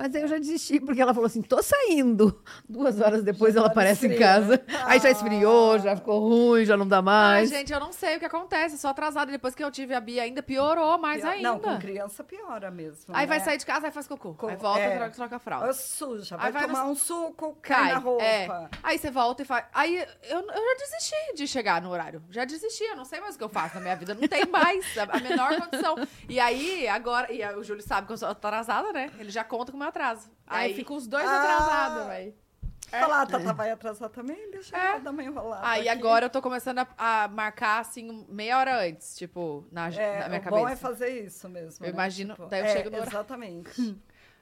Mas aí eu já desisti, porque ela falou assim, tô saindo. Uhum. Duas horas depois ela aparece em casa. Aí já esfriou, já ficou ruim, já não dá Ah. Ai, mais. gente, eu não sei o que acontece. Sou atrasada. Depois que eu tive a Bia ainda, piorou mais Pior- ainda. Não, com criança piora mesmo. aí vai né? sair de casa, aí faz cocô. Co- Aí volta, é. troca, troca a Ah, fralda. Suja, Aí vai, vai tomar um suco, cai, na roupa. é. Aí você volta e faz. Aí eu, eu já desisti de chegar no horário. Já desisti, eu não sei mais o que eu faço na minha vida. Não tem mais a, a menor condição. E aí, agora. E aí o Júlio sabe que eu sou atrasada, né? Ele já conta com o meu atraso. Aí, Aí, ficam os dois Ah. atrasados, velho. É. Falar, a Tata vai atrasar também, deixa É. eu dar uma enrolada. aí aqui. agora eu tô começando a, a marcar, assim, meia hora antes, tipo, na, ag- É, na minha o cabeça. bom é fazer isso mesmo. Eu né? imagino, daí eu chego no horário. Exatamente.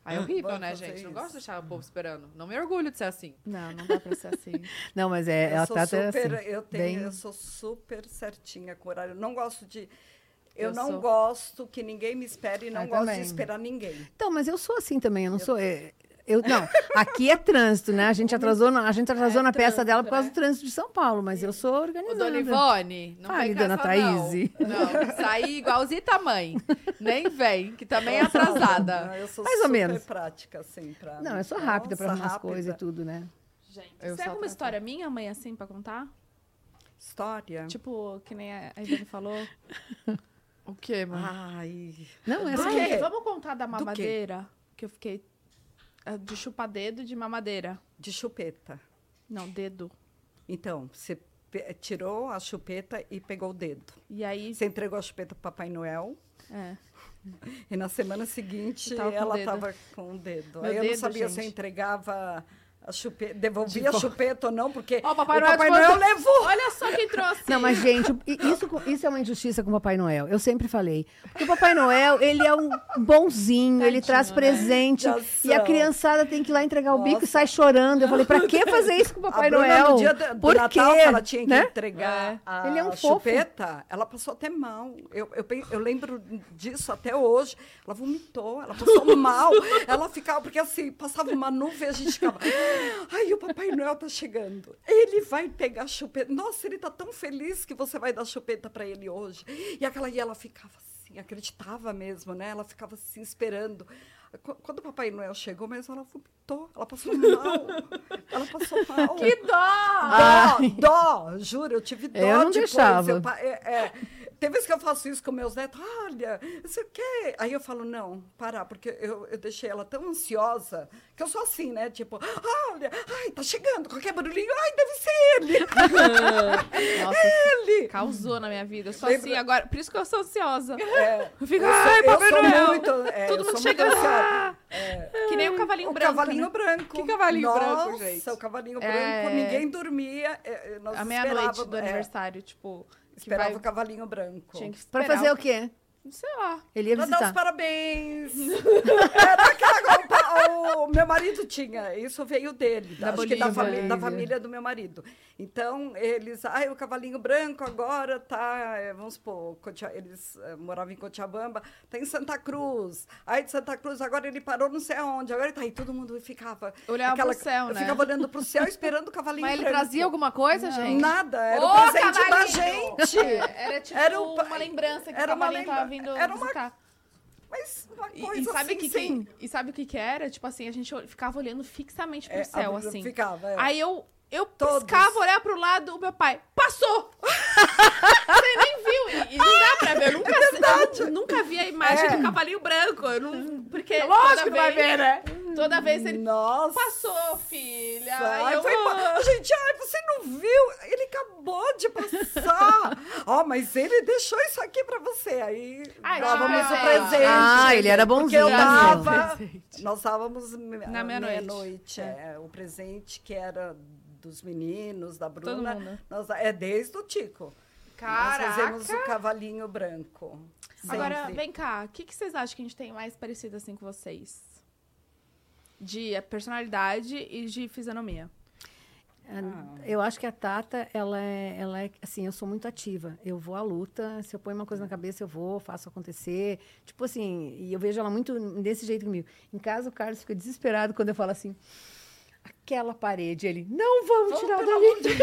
Aí é horrível, Vamos né, fazer gente? Não isso. Hum. gosto de deixar o povo esperando. Não me orgulho de ser assim. Não, não dá pra ser assim. Não, mas é, eu ela sou tá até super, assim. eu, tenho, bem- eu sou super certinha com o horário. Eu não gosto de. Eu, Eu não sou. gosto que ninguém me espere e não Eu gosto também. de esperar ninguém. Então, mas eu sou assim também, eu não sou... é, eu, não, aqui é trânsito, né? A gente atrasou na, a gente É atrasou na peça dela por causa do trânsito de São Paulo, mas eu sou Ô, organizada. Dona Ivone, não Ai, vem com Dona essa, Thaíse. Não, não saí igualzinho tamanho. Nem vem, que também é atrasada. Não, eu sou Mais ou super menos. prática, assim. Pra... Não, eu sou rápida pra Nossa, arrumar as coisas e rápida. tudo, né? Gente, Eu você sou tem é alguma atrasada. história minha, mãe, assim, pra contar? História. Tipo, que nem a a Ivone falou. O quê, Ah, mano? Ai. Não, é Do assim. quê? Ai, vamos contar da mamadeira? Que eu fiquei ah, de chupar dedo de mamadeira. De chupeta. Não, dedo. Então, você pe- tirou a chupeta e pegou o dedo. E aí. Você entregou a chupeta pro Papai Noel É. e na semana seguinte Eu tava com o ela dedo. estava com o dedo. Meu Aí eu não dedo, sabia se eu gente. entregava a chupeta, devolvia a chupeta ou não, porque Ó, o Papai o Noel Papai te mandou- Noel levou. Olha só quem trouxe! Não, mas gente, i- isso, co- isso é uma injustiça com o Papai Noel. Eu sempre falei. Porque o Papai Noel, ele é um bonzinho, ele Tadinho, traz né? presente. Ação. E a criançada tem que ir lá entregar o bico Nossa. e sai chorando. Eu falei, pra que fazer isso com o Papai a Bruna, Noel? no dia do, do Por Natal, quê? que ela tinha que Né? entregar É. a Ele é um fofo. chupeta, ela passou até mal. Eu, eu, pen- eu lembro disso até hoje. Ela vomitou, ela passou mal. Ela ficava, porque assim, passava uma nuvem, a gente ficava. Ai, o Papai Noel tá chegando. Ele vai pegar a chupeta. Nossa, ele tá tão feliz que você vai dar chupeta para ele hoje. E aquela e ela ficava assim, acreditava mesmo, né? Ela ficava assim, esperando. Qu- Quando o Papai Noel chegou, mesmo ela vomitou, ela passou mal. Ela passou mal. Que dó! Dó, dó, juro, eu tive dó Eu não depois. deixava. Eu pa- é, é. Tem vezes que eu faço isso com meus netos, olha, não sei o quê. Aí eu falo, não, parar, porque eu, eu deixei ela tão ansiosa, que eu sou assim, né? Tipo, olha, ai, tá chegando, qualquer barulhinho, ai, deve ser ele. Nossa, ele. causou na minha vida. Eu sou Lembra- assim agora. Por isso que eu sou ansiosa. É, Eu fico, eu sou- ai, eu Papai sou Noel! muito- é, Todo mundo eu sou muito chega. ansiosa. É. Que nem o cavalinho o branco. cavalinho né? branco. Que cavalinho Nossa, branco, gente? o cavalinho É. branco, ninguém dormia. é, é, Nós A meia-noite esperávamos, do é, aniversário, tipo. Que Esperava um vai, o cavalinho branco. tinha que esperar. Pra fazer o quê? Sei lá. Ele ia Pra dar os visitar. parabéns. Era aquela roupa, o meu marido tinha, isso veio dele, da, acho que Bolívia. da, né? fami- da família do meu marido. Então, eles, ai, o cavalinho branco agora tá, eh, vamos supor, Cotia- eles eh, moravam em Cochabamba, tá em Santa Cruz. Aí de Santa Cruz, agora ele parou não sei aonde, agora ele tá aí, todo mundo ficava... Olhava pro céu, eu né? ficava olhando pro céu, esperando o cavalinho Mas ele branco. trazia alguma coisa, gente? Nada, era Ô, o presente da cavalinho! gente. É, era tipo Era o pa- uma lembrança que era o uma cavalinho tava lembra- vindo era uma visitar. Mas uma E- coisa E, sabe assim, que, sem- que e sabe o que que era? Tipo assim, a gente ol- ficava olhando fixamente pro É, a céu, Bruna assim. Ficava, é. Aí eu eu Todos. piscava, olhava pro lado, o meu pai passou. Você nem viu e, e não dá pra ver. Eu nunca, eu nunca vi a imagem do cavalinho branco, eu não, porque É Lógico toda que vai vez, ver, né? Toda vez ele Nossa! passou, filha. Ai, Aí eu, foi pa- Gente, ai, você não viu? Ele acabou de passar. Ó, mas ele deixou isso aqui pra você. Aí Ai, dávamos tipo, o presente. presente. Ah, ele era Porque eu bonzinho. Ah. dava... Nós dávamos me- Na meia-noite. é, o presente que era dos meninos, da Bruna. Todo mundo. Nós, é desde o Tico. Nós fazemos Caraca! o cavalinho branco. Sempre. Agora, vem cá, o que, que vocês acham que a gente tem mais parecido assim com vocês? De eh, personalidade e de fisionomia. Eu acho que a Tata, ela é, ela é, assim, eu sou muito ativa. Eu vou à luta, se eu ponho uma coisa na cabeça, eu vou, faço acontecer. Tipo assim, e eu vejo ela muito desse jeito comigo. Em casa, o Carlos fica desesperado quando eu falo assim, aquela parede, ele, não vamos, tirar dali. Pelo amor de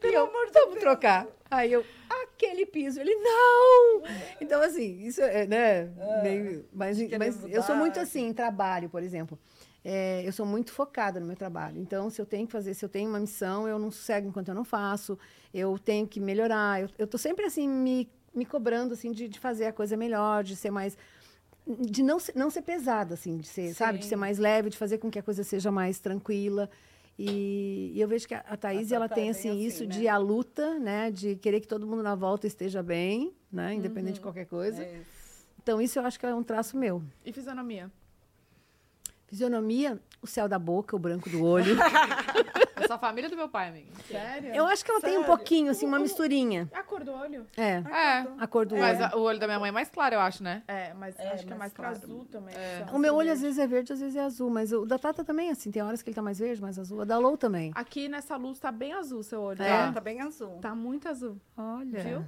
Deus! vamos trocar. Aí eu, aquele piso, ele, não! Então, assim, isso é, né? meio- mas querer mas eu sou Ah, mudar, muito assim, em trabalho, por exemplo. É, eu sou muito focada no meu trabalho. Então, se eu tenho que fazer, se eu tenho uma missão, eu não sossego enquanto eu não faço. Eu tenho que melhorar. Eu, eu tô sempre assim me, me cobrando assim de, de fazer a coisa melhor, de ser mais de não ser, não ser pesada assim, de ser, sabe, de ser mais leve, de fazer com que a coisa seja mais tranquila. E, e eu vejo que a, a Thaís, A ela Tatá tem é bem assim, assim, isso né? de a luta, né, de querer que todo mundo na volta esteja bem, né, independente de qualquer coisa. É isso. Então isso eu acho que é um traço meu. E fisionomia? Fisionomia, o céu da boca, o branco do olho. Eu sou É a família do meu pai, amiga. Sério? Eu acho que ela tem um Sério? pouquinho, assim, uma misturinha. A cor do olho? É, É. a cor do Mas olho. a- o olho da minha mãe é mais claro, eu acho, né? É, mas É, acho que é mais mais pra claro. azul também. então. O meu olho às vezes é verde, às vezes é azul, mas o da Tata também, assim, tem horas que ele tá mais verde, mais azul. A da Lou também. Aqui nessa luz tá bem azul seu olho. É, Tá, tá bem azul. tá muito azul, Olha. viu?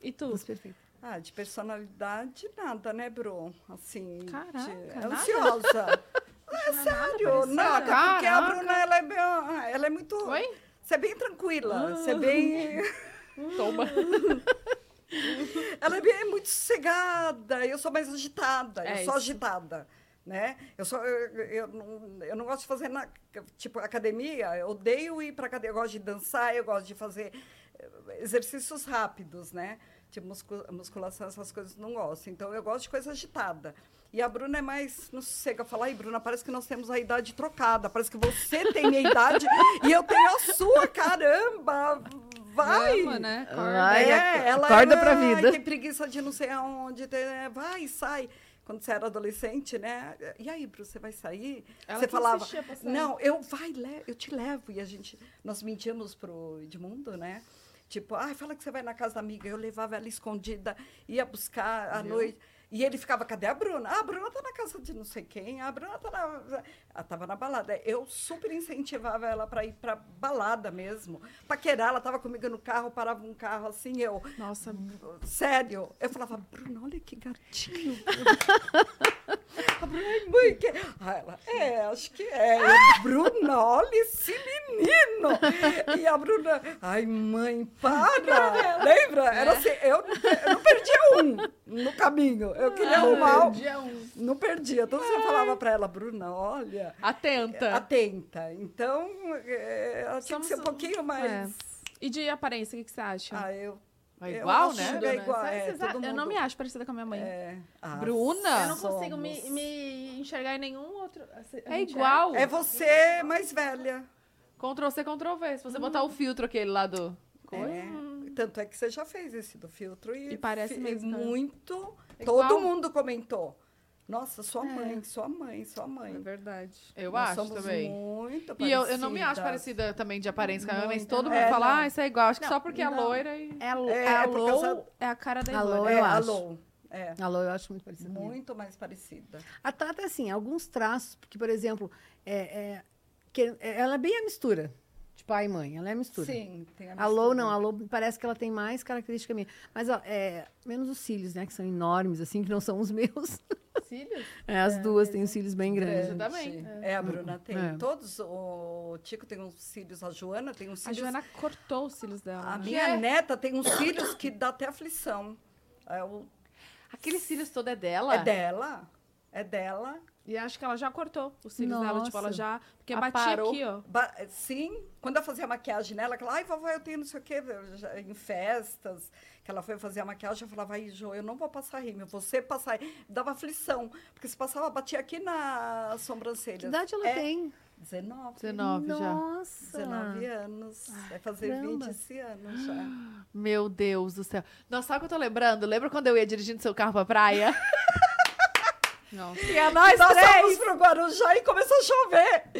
E tu? Luz perfeita. Ah, de personalidade, nada, né, Bru? Assim, de- Caraca, é nada? ansiosa. É Sério, nada, porque a Caraca. Bruna, ela é, bem, ah, ela é muito... Oi? Você é bem tranquila, Ah. você é bem... Toma. Ela é, bem- é muito sossegada, eu sou mais agitada, eu É sou isso. agitada. Né? Eu, sou, eu, eu não, eu não gosto de fazer na, tipo academia, eu odeio ir para academia, eu gosto de dançar, eu gosto de fazer eh, exercícios rápidos, né? Tipo muscu- musculação, essas coisas não gosto. Então eu gosto de coisa agitada. E a Bruna é mais, não sossega, falar, ai, Bruna, parece que nós temos a idade trocada, parece que você tem minha idade e eu tenho a sua, caramba! Vai! Ama, né? Acorda. Vai, é, ela acorda era, pra "Ai, vida." Tem preguiça de não sei aonde, tem, né, vai, sai. Quando você era adolescente, né? E aí, Bruno, você vai sair? Ela você que falava, insistia pra sair. não, eu vai, le- eu te levo. E a gente, nós mentíamos pro Edmundo, né? Tipo, ai, fala que você vai na casa da amiga. Eu levava ela escondida, ia buscar à noite. E ele ficava, cadê a Bruna? Ah, a Bruna tá na casa de não sei quem, a Bruna tá na. Ela tava na balada. Eu super incentivava ela para ir pra balada mesmo. Paquerar, ela tava comigo no carro, parava um carro assim, eu. Nossa, Sério, eu falava, Bruna, olha que gatinho. a Bruna, ai, mãe, que... Aí ela, é, acho que é. Eu, Bruna, olha esse menino. E a Bruna, ai, mãe, para. Lembra? Era assim, eu, eu não perdia um no caminho. Eu queria arrumar um. dia um. Não perdia. Então você falava pra ela, Bruna, olha, Atenta. atenta. Então, é, ela tinha Somos que ser um pouquinho mais... E de aparência, o que, que você acha? Ah, eu... É eu igual, acho né? que É igual, Sabe, é, vocês a- todo Eu não mundo- me acho parecida com a minha mãe. É. Ah, Bruna? Eu não consigo me, somos. me enxergar em nenhum outro. a se- a É gente igual. É você mais velha. Ctrl C, Ctrl V. Se você botar o filtro aquele lá do. É. Tanto é que você já fez esse do filtro e, E parece fi- mesmo, né? muito. É Todo igual. É. mundo comentou. Nossa, sua mãe, sua mãe, sua mãe. verdade. Eu Nós acho somos também. Muito E eu, eu não me acho parecidas. parecida também de aparência com a minha mãe. mas Muito, Todo não. mundo É, fala, não. ah, isso é igual. Acho que Não, só porque é não. loira e... É, a Lou- É, a é por Lou causa- é a cara da A Ivana. né? Lou É, eu acho. alô. É, A Lou eu acho muito parecida comigo. muito mais parecida. A Tata é assim, alguns traços, porque, por exemplo, é- é- que- é- ela é bem a mistura de pai e mãe, ela é a mistura. Sim, tem a A Lou mistura. não, a Lou parece que ela tem mais característica minha. Mas, ó, é, menos os cílios, né, que são enormes, assim, que não são os meus. Cílios? É, as duas têm os cílios bem grandes. Grande. também. É, a Bruna tem. É. Todos, o Tico tem uns cílios, a Joana tem uns A cílios. Joana cortou os cílios dela. A né? minha é neta tem uns cílios que dá até aflição. É, o- Aquele cílios todo é dela? é dela. É dela. E acho que ela já cortou os cílios dela. Tipo, ela Nossa. já. Porque Ah, batia parou. aqui, ó. Ba- Sim, quando eu fazia maquiagem nela, ela falava, ai, vovó, eu tenho não sei o quê, eu já- em festas, que ela foi fazer a maquiagem, eu falava, ai, Jo, eu não vou passar rímel, você passar rímel. Dava aflição, porque se passava, batia aqui na sobrancelha. Que idade ela É, tem? 19. 19 já. Nossa! 19 anos. Vai fazer Ah, caramba. 20 esse ano já. Meu Deus do céu. Nossa, sabe o que eu tô lembrando? Lembra quando eu ia dirigindo seu carro pra praia? Não. E a nós Nós três. fomos pro Guarujá e começou a chover.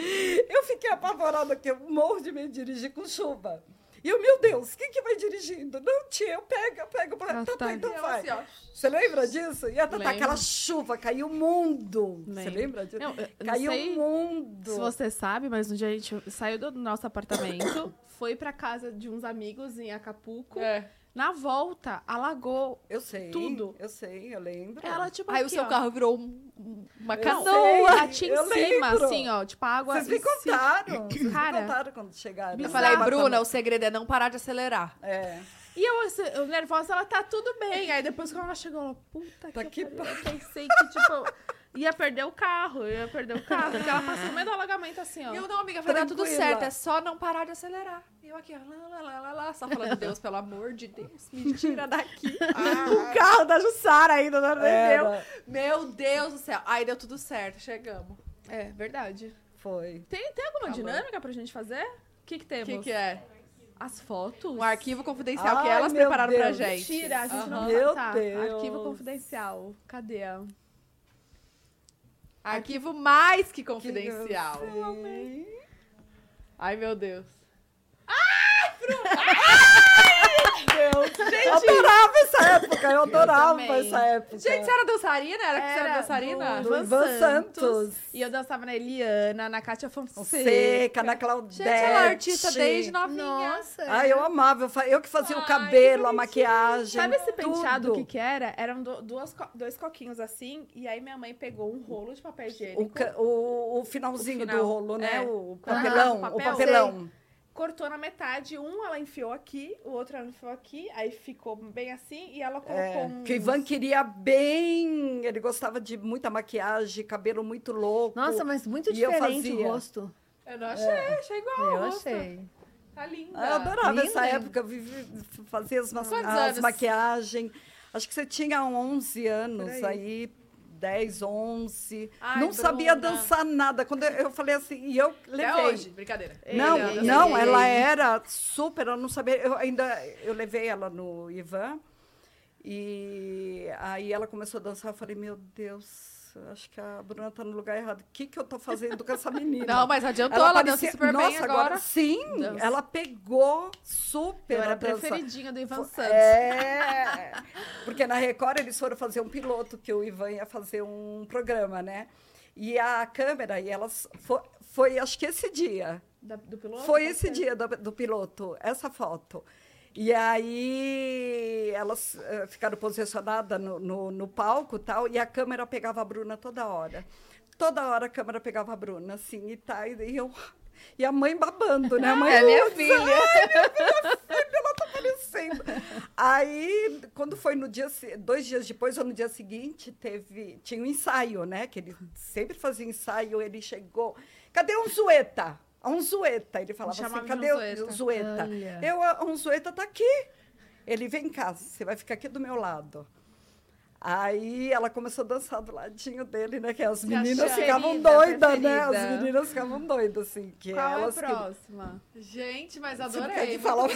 Eu fiquei apavorada, que eu morro de medo de dirigir com chuva. E eu, meu Deus, quem que vai dirigindo? Não, tia, eu pego, eu pego. Pra... tá, Nossa, tá, tá. então Eu, vai. assim, ó. Você lembra disso? E a Tatá, Lembro. aquela chuva, caiu o mundo. Você Lembro. lembra disso? Não, eu não caiu o sei mundo. Se você sabe, mas um dia a gente saiu do nosso apartamento, foi pra casa de uns amigos em Acapulco. É. Na volta, alagou Eu sei. Tudo. Eu sei, eu lembro. ela, tipo, Aí aqui, o seu ó. carro virou um- um- uma Eu canoa. sei, latinha eu em cima, lembro. assim, ó. Tipo, a água... Vocês me em cima. contaram. Vocês Cara, me contaram quando chegaram. Eu bizarro. falei, Tava Bruna, o também- segredo é não parar de acelerar. É. E eu, assim, eu nervosa, ela tá tudo bem. Aí depois quando ela chegou, ela, puta Tá que, que pariu. Eu pensei que, tipo, ia perder o carro, ia perder o carro. Porque ela passou no meio do alagamento, assim, ó. E eu não, amiga, falei, tá tudo Tranquila. certo, é só não parar de acelerar. E eu aqui, ó, lá, lá, lá, lá, lá, só falando, Deus, pelo amor de Deus, me tira daqui. Ah. o carro da Jussara ainda não rendeu. Era, Meu Deus do céu. Aí deu tudo certo, chegamos. É, verdade. foi. Tem, tem alguma dinâmica pra gente fazer? O que que O temos? que que é? As fotos? Um arquivo é confidencial que Ai, elas meu prepararam pra Deus. gente. Mentira, a gente não Meu tá. Deus. Arquivo confidencial. Cadê? a- Arquivo mais que confidencial. Ai, meu Deus. Eu adorava essa época, eu adorava também. é essa época. Gente, você era dançarina? Era que você era Era dançarina? do Ivan Santos. E eu dançava na Eliana, na Kátia Fonseca. seca, na Claudete. Gente, ela é artista desde novinha. Nossa. Ai, eu amava. Eu, fa- eu que fazia Ai, o que cabelo, a bonitinho. maquiagem. Sabe esse penteado tudo. o que que era? Eram do- duas co- dois coquinhos assim, e aí minha mãe pegou um rolo de papel higiênico, O, ca- o- o finalzinho O final, do rolo, né? é. O Quando papelão. arranca o o papel. papelão. cortou na metade, um ela enfiou aqui, o outro ela enfiou aqui, aí ficou bem assim, e ela colocou É, um... que o Ivan queria bem. Ele gostava de muita maquiagem, cabelo muito louco. Nossa, mas muito E eu diferente o fazia. rosto. Eu não achei, achei igual ao Eu rosto. achei. Tá linda. É. Ah, Eu adorava Linda. essa época, eu vivi- fazia as, ma- Quantos as anos? maquiagens. Acho que você tinha 11 anos Por aí. aí. 10, 11. Ai, não sabia Bruna. dançar nada. Quando eu, eu falei assim, e eu levei. Até hoje, é brincadeira. Não, Ei, não, ei, ela ei. era super, ela não sabia. Eu ainda eu levei ela no Ivan e aí ela começou a dançar. Eu falei, meu Deus, acho que a Bruna tá no lugar errado. O que, que eu tô fazendo com essa menina? Não, mas adiantou, ela, dança parecia- super Nossa, bem agora. Sim, Dança. ela pegou super Eu a era dança. preferidinha do Ivan Santos. É, porque na Record eles foram fazer um piloto, que o Ivan ia fazer um programa, né? E a câmera, e elas foi, foi acho que esse dia. Da- do piloto? Foi pode esse ser? dia do, do piloto, essa foto. E aí elas eh, ficaram posicionadas no, no, no palco e tal, e a câmera pegava a Bruna toda hora. Toda hora a câmera pegava a Bruna, assim, e tá, e e eu. E a mãe babando, né? A mãe, É minha "Nossa, filha." ai, minha filha, filha, ela tá aparecendo. Aí, quando foi no dia, se- dois dias depois, ou no dia seguinte, teve, tinha um ensaio, né? Que ele sempre fazia ensaio, ele chegou. Cadê um zueta? A Unzueta. Ele falava Chamava assim, de cadê Unzueta. o Unzueta? Olha. Eu, a Unzueta tá aqui. Ele vem em casa, você vai ficar aqui do meu lado. Aí ela começou a dançar do ladinho dele, né? Que as meninas achou ficavam querida, doidas, né? preferida. As meninas ficavam doidas, assim. Que Qual é a elas queriam- próxima? Gente, mas Você não adorei. quer que falar?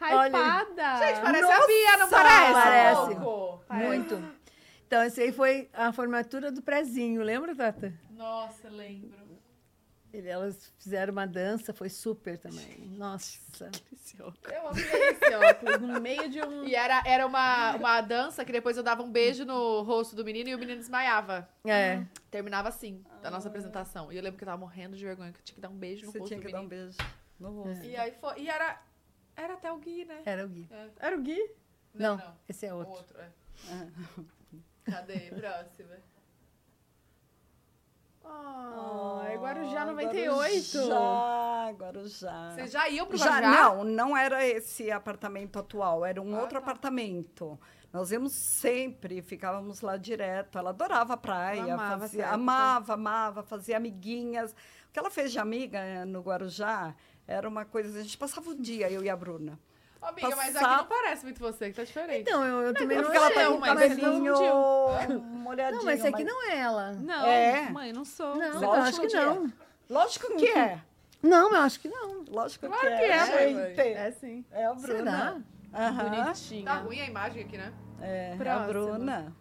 Hypada! Gente, parece a Nossa, Bia, não parece? parece. um pouco? Muito. Então, esse aí foi a formatura do prezinho, lembra, Tata? Nossa, lembro. Ele- Elas fizeram uma dança, foi super também. Nossa. Eu amei esse óculos no meio de um... E era, era uma, uma dança que depois eu dava um beijo no rosto do menino e o menino desmaiava. É. Terminava assim, a nossa apresentação. E eu lembro que eu tava morrendo de vergonha, que eu tinha que dar um beijo no Você rosto tinha do que dar um menino. beijo no rosto. E aí foi. E era. Era até o Gui, né? Era o Gui. Era o Gui? Não, esse é O outro. outro, é. Cadê? Próxima. Ai, Guarujá Ah, 98. Guarujá, Guarujá. Vocês já iam pro Já, Guarujá? não, não era esse apartamento atual, era um Ah, tá. outro apartamento. Nós íamos sempre, ficávamos lá direto. Ela adorava a praia, Ela amava fazia- essa época. amava, amava, fazia amiguinhas. O que ela fez de amiga eh, no Guarujá era uma coisa. A gente passava o dia, eu e a Bruna. Ô, amiga, mas Passava- aqui não parece muito você, que tá diferente. Então, eu, eu também não Porque ela tá achei. com o mas você cabelinho um- confundiu. molhadinho. Não, mas esse aqui não é ela. Não, É. mãe, não sou. Não, eu Lógico acho que que não. Lógico que é. Não, eu acho que não. Lógico Claro que, que é, é, mãe. gente. É sim. É a Bruna. Será? Aham. Tá Bonitinha. ruim a imagem aqui, né? É, a Próxima. Bruna.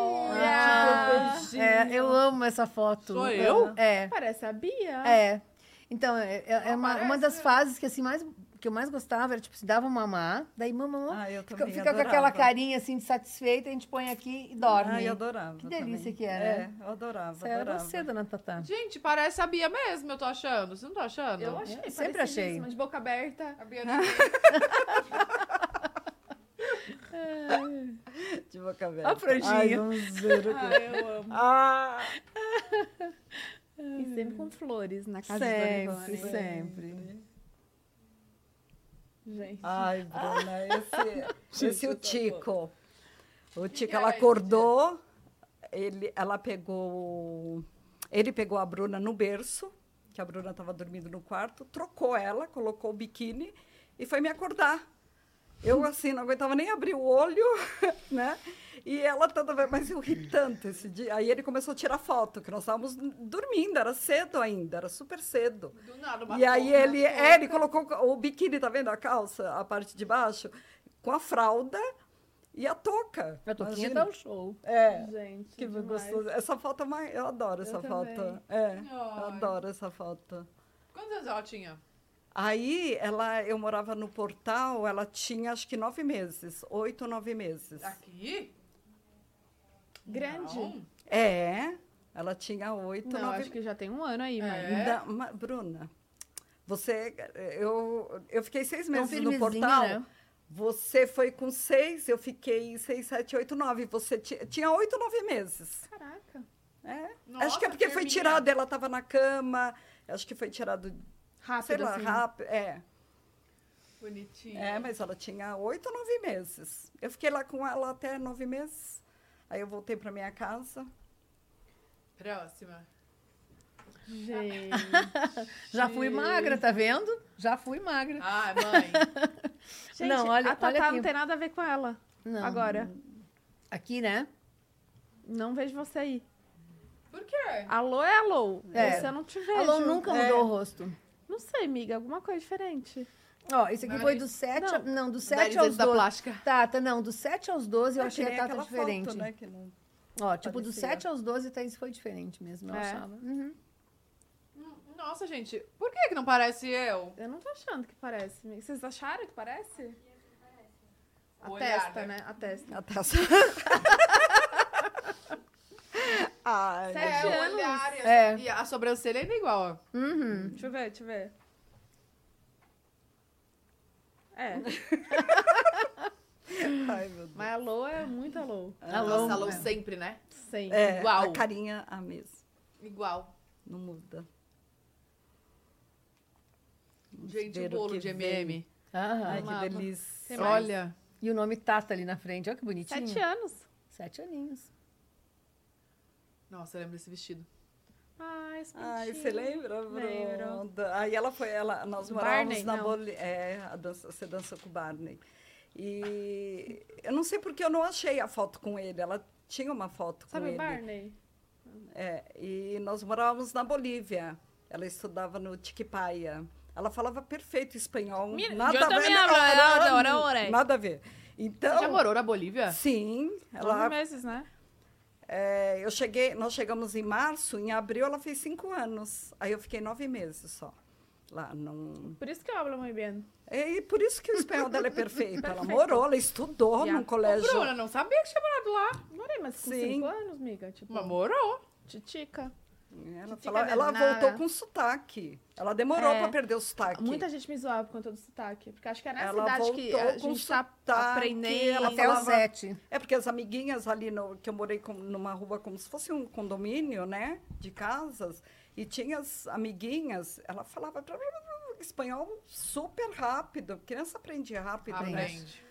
Olha! É, eu amo essa foto. Sou eu? Ah. É, Parece a Bia. é. Então, é, é- é Ah, uma, uma parece. das fases que, assim, mais, que eu mais gostava era, tipo, se dava mamar, daí mamou, Ah, eu fica, também fica com adorava. aquela carinha, assim, de satisfeita, a gente põe aqui e dorme. Ah, eu adorava. Que delícia também. que era. É, eu adorava, Essa era adorava. você, dona Tatá. Gente, parece a Bia mesmo, eu tô achando. Você não tá achando? Eu achei. sempre parecidíssima, achei. De boca aberta. A Bia também. De boca aberta. Ó, Franjinha. Ai, vamos ver o que... é. Ah, eu amo. Ah, E sempre com flores na casa do Sempre, Ivone. sempre. Gente. Ai, Bruna, esse, esse o Tico. O Tico, ela é esse acordou, ele, ela pegou, ele pegou a Bruna no berço, que a Bruna estava dormindo no quarto, trocou ela, colocou o biquíni e foi me acordar. Eu, assim, não aguentava nem abrir o olho, né? E ela toda vez, mas eu ri tanto esse dia. Aí ele começou a tirar foto, que nós estávamos dormindo, era cedo ainda, era super cedo. Do nada, uma E aí porra. ele, é, ele colocou o biquíni, tá vendo a calça, a parte de baixo, com a fralda e a touca. A toquinha Imagina. dá um show. É. Gente. Que demais. gostoso. Essa foto é uma... Eu adoro essa também. foto. É, eu Ai. adoro essa foto. Quantos anos ela tinha? Aí, ela, eu morava no portal, ela tinha acho que nove meses, oito, nove meses. Ah. Aqui? Grande. Não. É, ela tinha oito, Não, nove acho que já tem um ano aí, mas. É? Da- ma- Bruna, você. Eu, eu fiquei seis Tão meses no firmezinha, portal. né? Você foi com seis, eu fiquei seis, sete, oito, nove. Você ti- tinha oito, nove meses. Caraca. É. Nossa, acho que é porque foi firminha. tirado, ela estava na cama. Acho que foi tirado, Ah, Rápido. sei lá, assim. rápido. É. Bonitinha. é, mas ela tinha oito, nove meses. Eu fiquei lá com ela até nove meses. Aí eu voltei para minha casa. Próxima. Gente. Já fui magra, tá vendo? Já fui magra. Ah, mãe. Gente, Não, olha- a Tatá olha aqui. não tem nada a ver com ela. Não. Agora. Aqui, né? Não vejo você aí. Por quê? Alô é alô. É. Você eu não te vejo. A Lon nunca mudou o rosto. Não sei, amiga. Alguma coisa diferente. Ó, esse aqui Mas- foi do 7 Não. não. não, do Da 7 Elisete aos da 12. plástica. Tata, não, do 7 aos 12 eu É achei que a nem Tata aquela diferente. Foto, né, que não... Ó, tipo, do Parecia. 7 aos 12 Thaís foi diferente mesmo, eu É. achava. Uhum. Hum, Nossa, gente. Por que que não parece eu? Eu não tô achando que parece. amiga. Vocês acharam que parece? A O olhar, testa, né? né? A testa. A taça. Ai, Sete é, anos. o olhar e a, É. e a sobrancelha ainda é igual, ó. Uhum. Deixa eu ver, deixa eu ver. É, ai, meu Deus. mas alô é muito alô. Alô. Nossa, alô É. sempre, né? Sempre. É, Igual. a carinha a mesma, Igual. não muda. Vamos Gente, ver o bolo Um que de vem. MM. Aham. Ai, Amava. que delícia. Tem mais? Olha. E o nome Tata ali na frente, olha que bonitinho. Sete anos. Sete aninhos. Nossa, eu lembro desse vestido. Ai, esse Ah, Ai, pintinho. você lembra, Lembro. Bruna? Aí ela foi, ela, nós Do morávamos Barney, na não. Bolívia. É, a dança- você dançou com o Barney. E eu não sei porque eu não achei a foto com ele. Ela tinha uma foto com Sabe ele. o Barney? É, e nós morávamos na Bolívia. Ela estudava no Tiquipaia. Ela falava perfeito espanhol. Mira, nada yo a ver. também nada- hablo, ahora, ahora, ahora. Nada a ver. Você já Então, morou na Bolívia? sim, Nove ela, meses, né? é, eu cheguei, nós chegamos em março, em abril ela fez cinco anos. Aí eu fiquei nove meses só lá. Não... Por isso que eu hablo muito bem. E por isso que o espanhol dela é perfeito. Ela Perfeito. morou, ela estudou Yeah. num colégio. Bruna, não sabia que tinha morado lá. Morei, mas com Sim. cinco anos, amiga. Tipo, Mas morou. titica. Ela, Fica falava- ela danada. voltou com sotaque. Ela demorou É. para perder o sotaque. Muita gente me zoava por conta do sotaque. Porque acho que é nessa Ela idade que voltou a com gente tá sotaque, aprendendo. ela Até falava- o sete. É porque as amiguinhas ali no, que eu morei com- numa rua como se fosse um condomínio, né? De casas. E tinha as amiguinhas, ela falava pra- espanhol super rápido. Criança aprende rápido, né? Aprende.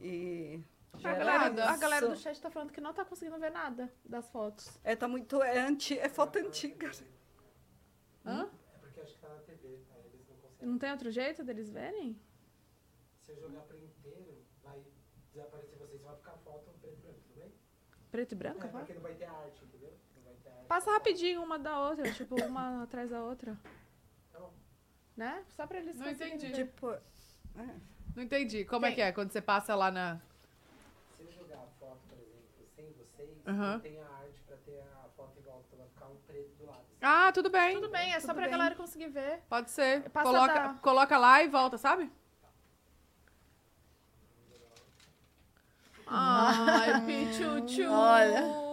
E. já A era galera, Tá a isso. galera do chat tá falando que não tá conseguindo ver nada das fotos. É, tá muito. É, anti, é foto antiga. Hã? Não tem outro jeito deles verem? Se eu jogar por inteiro, vai desaparecer vocês, vai ficar foto preto e branco, tudo bem? Preto e branco? É, vai? porque não vai ter arte, entendeu? Não vai ter arte. Tá Passa rapidinho uma da outra, tipo, uma atrás da outra. Né? Só pra eles Não conseguirem entendi. ver. Tipo, Não entendi. Como é Tem. que é? Quando você passa lá na. Se eu jogar a foto, por exemplo, sem vocês, um- Aham. eu tenho a arte pra ter a foto igual, então vai ficar um preto do lado. Ah, tudo bem. Tudo bem, é só Tudo pra bem. galera conseguir ver. Pode ser. Passa Coloca, da- coloca lá e volta, sabe? Ai, pichuchu. Olha.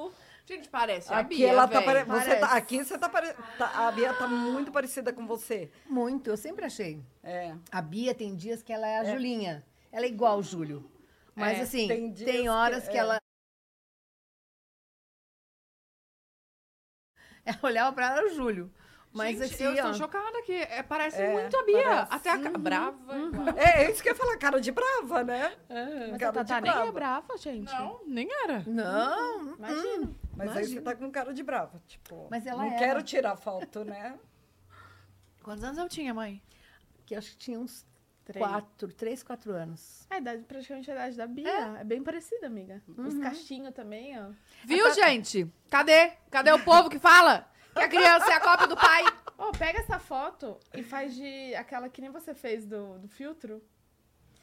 Gente, parece a aqui Bia, ela tá, véi. pare- você tá Parece. aqui você tá, pare- tá a Bia tá muito parecida com você. Muito, eu sempre achei. É. A Bia tem dias que ela é a Julinha. Ela é igual o Júlio. Mas assim, tem tem, dias que- horas que, ela. Ela olhava pra ela era o Júlio. Mas Gente, assim, eu ó, estou chocada que é, parece É, muito a Bia. parece. Até a ca- brava. igual. É, isso que eu ia falar, cara de brava, né? Mas cara a Tatá de nem brava. é brava, gente. Não, nem era. Não, Imagina. Mas aí você tá com cara de brava, tipo. Mas ela não era. quero tirar foto, né? Quantos anos eu tinha, mãe? que acho que tinha uns Três. quatro, três, quatro anos. É a idade, praticamente a idade da Bia. É, bem parecida, amiga. Uhum. Os cachinhos também, ó. Viu, gente? Cadê? Cadê o povo que fala? Que a criança é a cópia do pai. Ó, pega essa foto e faz de aquela que nem você fez do, do filtro,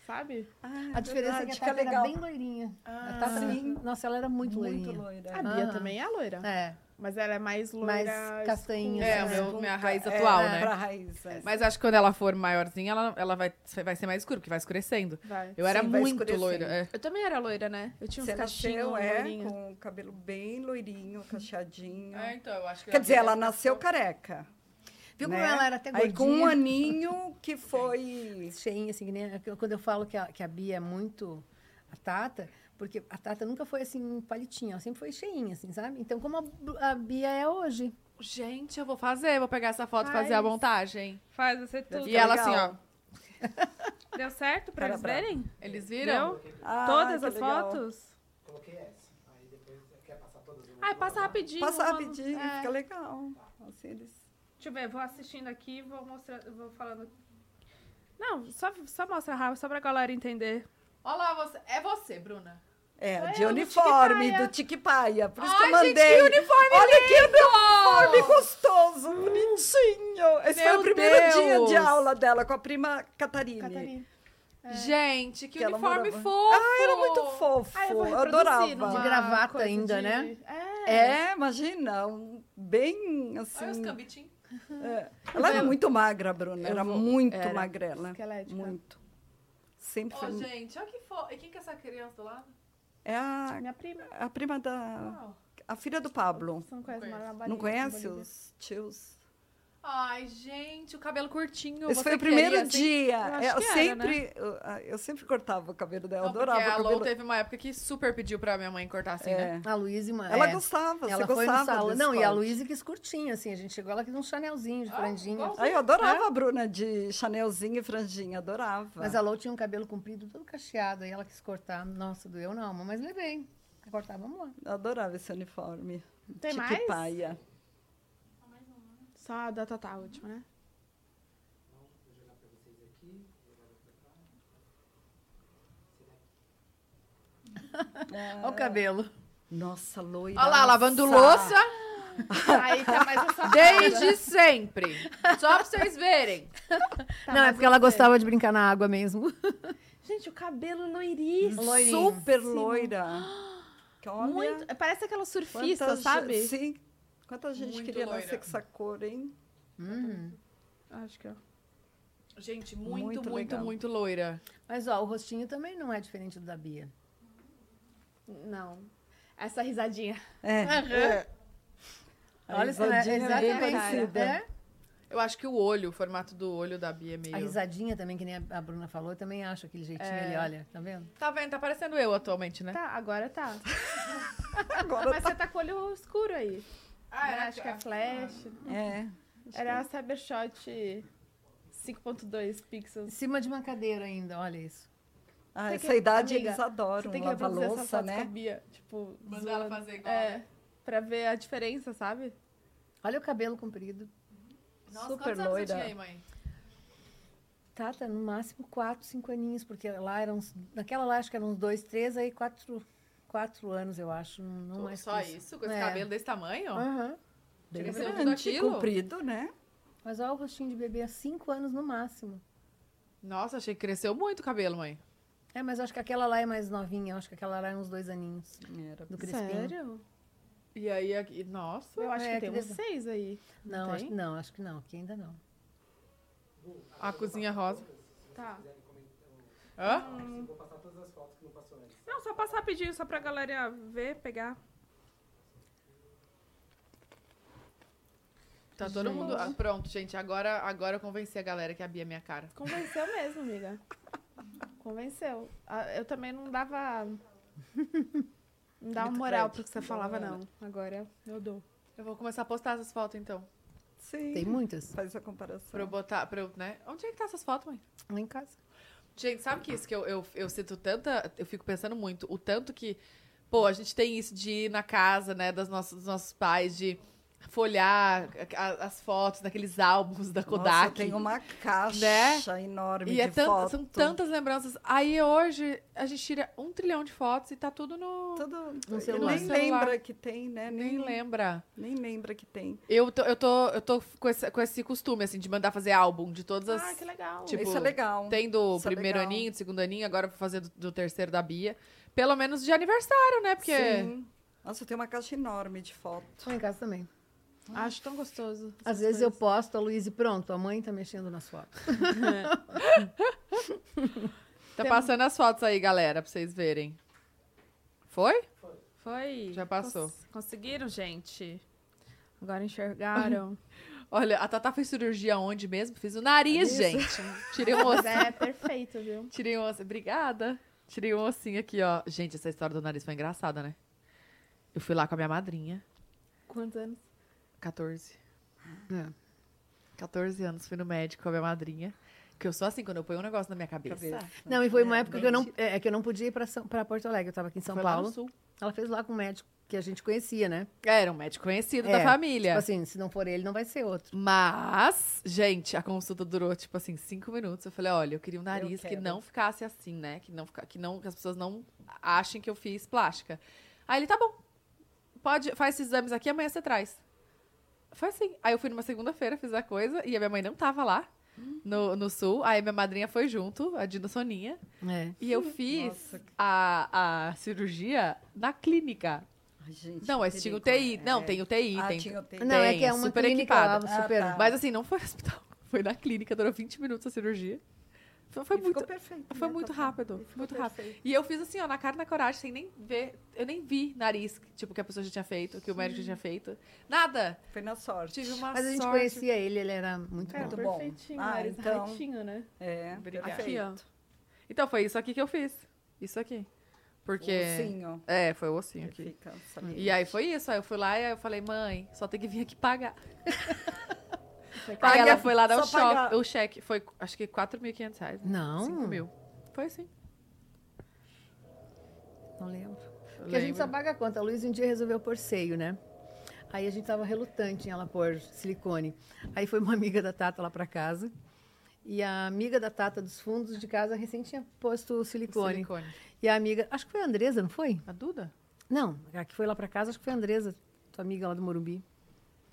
sabe? A diferença é que a Tata era bem loirinha. a Tata, Ah, tá sim. nossa, ela era muito, Ah, muito loirinha. loira. A Bia Aham. também é loira. É, Mas ela é mais loira. mais escura. castanha. É, assim. o meu, minha raiz É, atual, né? Pra raiz. é. Mas acho que quando ela for maiorzinha, ela, ela vai, vai ser mais escura, porque vai escurecendo. Vai. Eu era Sim, vai muito escurecendo. loira. é. Eu também era loira, né? Eu tinha uns Você cachinhos nasceu, é, loirinhos. com o cabelo bem loirinho, cacheadinho. então, eu acho que Quer dizer, ela nasceu careca. Viu né? como ela era até Aí É gordinha? com um aninho que foi. cheinha, assim, que nem a- quando eu falo que a, que a Bia é muito a Tata, porque a Tata nunca foi assim palitinha, ela sempre foi cheinha, assim, sabe? Então, como a, Bu- a Bia é hoje. Gente, eu vou fazer, vou pegar essa foto e Faz. fazer a montagem. Faz você tá tudo. e ela Tá legal. assim, ó. Deu certo pra Era eles brava. verem? Eles viram? Ah, Todas que as legal. fotos? Coloquei essa. Aí depois, quer passar todas as Ai, passa rapidinho. Passa mano. rapidinho, É. fica legal. Assim, eles... Deixa eu ver, vou assistindo aqui, vou mostrando, vou falando. Não, só, só mostra rápido, só pra galera entender. Olha lá, você. é você, Bruna. É, de eu, do uniforme, Tiquitaia. do Tiquipaia. Por isso que eu Ai, gente, mandei. que uniforme Olha que lindo! uniforme gostoso, bonitinho. Esse foi Meu o primeiro dia Deus. de aula dela com a prima Catarine. Catarina. Gente, que, Que ela uniforme morava. fofo! Ah, era muito fofo. Ah, eu vou eu reproduzir adorava. numa De gravata Ah, coisa ainda, de- né? É. É, imagina, um- bem Olha os assim. cambitinhos. é. Ela era muito magra, Bruna. Eu Era vou- muito era magrela. esquelética. Muito. Sempre Ô, foi. gente, olha que fofo. E quem que é essa criança do lado? É a, Minha prima. a prima da. Uau. A filha do Pablo. Você não conhece, conheço. mora na Não Bahia, conhece na Bolívia. os tios? Ai, gente, o cabelo curtinho. Esse Você foi o queria, primeiro assim? dia. É, Eu acho Eu que era, sempre, eu, eu sempre cortava o cabelo dela, Não, eu porque adorava a o Lou cabelo. teve uma época que super pediu pra minha mãe cortar assim, né? É. A Luísa, uma- Ela é, gostava, ela você foi gostava no salão. desse Não, e a corte. Luísa quis curtinha, assim, a gente chegou ela quis um chanelzinho de Ah, franjinha. igual. Aí eu adorava a Bruna de chanelzinho e franjinha, adorava. Mas a Lou tinha um cabelo comprido, todo cacheado, aí ela quis cortar. Nossa, doeu na alma, mas levei. Cortar, vamos lá. Eu adorava esse uniforme. Tem Tique mais? paia. Só a da Tatá, a última, né? Olha o cabelo. É. Nossa, loira. Olha lá, lavando louça Aí tá mais essa desde sempre. Só pra vocês verem. Tá, Não, é porque ela gostava de brincar na água mesmo. Gente, o cabelo loiríssimo. Super loira. Que olha, Muito. Parece aquela surfista, quanta ge- sabe? Sim. Quanta gente Muito queria loira. nascer com essa cor, hein? Uhum. Acho que ó. Gente, muito, muito, Muito muito, legal. loira. Mas, ó, o rostinho também não é diferente do da Bia. Não. Essa risadinha. É. A Olha, risadinha é é bem exatamente, parecida. é. Eu acho que o olho, o formato do olho da Bia é meio... A risadinha também, que nem a a Bruna falou, eu também acho aquele jeitinho ali, olha, tá vendo? Tá vendo? Tá parecendo eu atualmente, né? Tá, agora tá. Agora Mas você tá com o olho escuro aí. Ah, né? Acho que é flash. É. Era a Cybershot 5.2 Em pixels. cima de uma cadeira ainda, olha isso. Ah, Tem essa que- idade amiga, eles Você adoram tem que lavar reproduzir essa louça, foto com a um né? Bia. Tipo, Mandar ela zoando. fazer igual, É. né? Pra ver a diferença, sabe? Olha o cabelo comprido. Nossa, super quantos anos loira. você tinha aí, mãe? Tata, no máximo quatro, cinco aninhos, porque lá eram. uns- Naquela lá acho que eram uns dois, três, aí quatro, quatro anos, eu acho. Não, não é mais Só que isso? Com esse É. cabelo desse tamanho? Aham. Chega a ser um Grande, daquilo? comprido, né? Mas olha o rostinho de bebê há cinco anos no máximo. Nossa, achei que cresceu muito o cabelo, mãe. É, mas eu acho que aquela lá é mais novinha. Eu acho que aquela lá é uns dois aninhos Era do Crespim. E aí, aqui- nossa. Eu acho É, que tem que uns deve- seis aí. Não, tem? acho, não, acho que não. Aqui ainda não. A cozinha rosa. Tá. Hã? Vou passar todas as fotos que não passou antes. Não, só passar rapidinho, só pra galera ver, pegar. Tá todo mundo. ah, pronto, gente. Agora, agora eu convenci a galera que a Bia é minha cara. Convenceu mesmo, amiga. Convenceu. Ah, Eu também não dava. Não dava moral pro que você falava, não. Agora eu dou. Eu vou começar a postar essas fotos, então. Sim. Tem muitas? Faz a comparação. Pra eu botar. Pra eu, né? Onde é que tá essas fotos, mãe? Lá em casa. Gente, sabe que isso que eu, eu, eu sinto tanta. Eu fico pensando muito. O tanto que. Pô, a gente tem isso de ir na casa, né, das nossas, dos nossos pais, de folhar a- a- as fotos daqueles álbuns da Kodak. Nossa, tem uma caixa enorme E de é tan- foto. são tantas lembranças. Aí hoje a gente tira um trilhão de fotos e tá tudo no. Tudo... Um Eu celular. nem celular. lembra que tem, né? Nem lembra. Nem lembra que tem. Eu tô, eu tô, eu tô com, esse, com esse costume, assim, de mandar fazer álbum de todas as. Ah, que legal. Tipo, Isso é legal. Tem do Isso é primeiro legal. aninho, do segundo aninho, agora vou fazer do, do terceiro da Bia. Pelo menos de aniversário, né? Porque. é. Sim. Nossa, tem uma caixa enorme de foto. Lá em casa também. Acho tão gostoso. Às vezes eu posto a Luísa e pronto, a mãe tá mexendo nas fotos. Tá passando as fotos aí, galera, pra vocês verem. Foi? Foi. Já passou. Cons- conseguiram, gente? Agora enxergaram. Olha, a Tata fez cirurgia onde mesmo? Fiz o nariz, gente. Tirei um Mas osso. é perfeito, viu? Tirei um osso. Obrigada. Tirei um ossinho aqui, ó. Gente, essa história do nariz foi engraçada, né? Eu fui lá com a minha madrinha. Quantos anos? 14. Ah. 14 É. anos, fui no médico com a minha madrinha. Que eu sou assim, quando eu ponho um negócio na minha cabeça. Não, e foi uma época que eu não, é, que eu não podia ir pra, São, pra Porto Alegre, eu tava aqui em São Foi lá no Paulo. sul. Ela fez lá com um médico que a gente conhecia, né? É, Era um médico conhecido É, da família. Tipo assim, se não for ele, não vai ser outro. Mas, gente, a consulta durou, tipo assim, cinco minutos. Eu falei, olha, eu queria um nariz que quero. não ficasse assim, né? Que não, fica- que não que as pessoas não achem que eu fiz plástica. Aí ele, tá bom. Pode, faz esses exames aqui, amanhã você traz. Foi assim. Aí eu fui numa segunda-feira, fiz a coisa, e a minha mãe não tava lá. Hum. No, no sul, aí minha madrinha foi junto, a Dina Soninha, É. e eu fiz Nossa, a, a cirurgia na clínica. Ai, gente, Não, tipo que mas tinha perigo. UTI. Não, É. tem UTI, Ah, tem tinha UTI. Não, é Tem, que é uma super clínica equipada. lá, super... Ah, tá. Mas assim, não foi no hospital. Foi na clínica, durou 20 minutos a cirurgia. Foi, foi E muito, Ficou perfeito, foi né, muito Tatá? rápido. E ficou muito rápido. perfeito. E eu fiz assim, ó, na cara e na coragem, sem nem ver. Eu nem vi nariz, tipo, que a pessoa já tinha feito, que o médico Uhum. já tinha feito. Nada! Foi na sorte. Tive uma Mas a gente sorte. conhecia ele, ele era muito É, Cara, bom. Muito bom. perfeitinho, Ah, nariz então. retinho, né? É, Obrigada. Aqui, ó. Então foi isso aqui que eu fiz. Isso aqui. Porque. Ursinho. É, foi o ossinho Que aqui. fica, sabe? E aí foi isso. Aí eu fui lá e aí eu falei, mãe, só tem que vir aqui pagar. aí Paga- ela foi lá dar o, só pagar. choque, o cheque. Foi, acho que 4.500 reais. né? Não. 5 mil. Foi assim. Não lembro. Porque a gente só Lembro. paga a conta. A Luísa um dia resolveu pôr seio, né? Aí a gente tava relutante em ela pôr silicone. Aí foi uma amiga da Tata lá pra casa. E a amiga da Tata dos fundos de casa recém tinha posto silicone. Silicone. E a amiga, acho que foi a Andresa, não foi? A Duda? Não, a que foi lá pra casa, acho que foi a Andresa, tua amiga lá do Morumbi.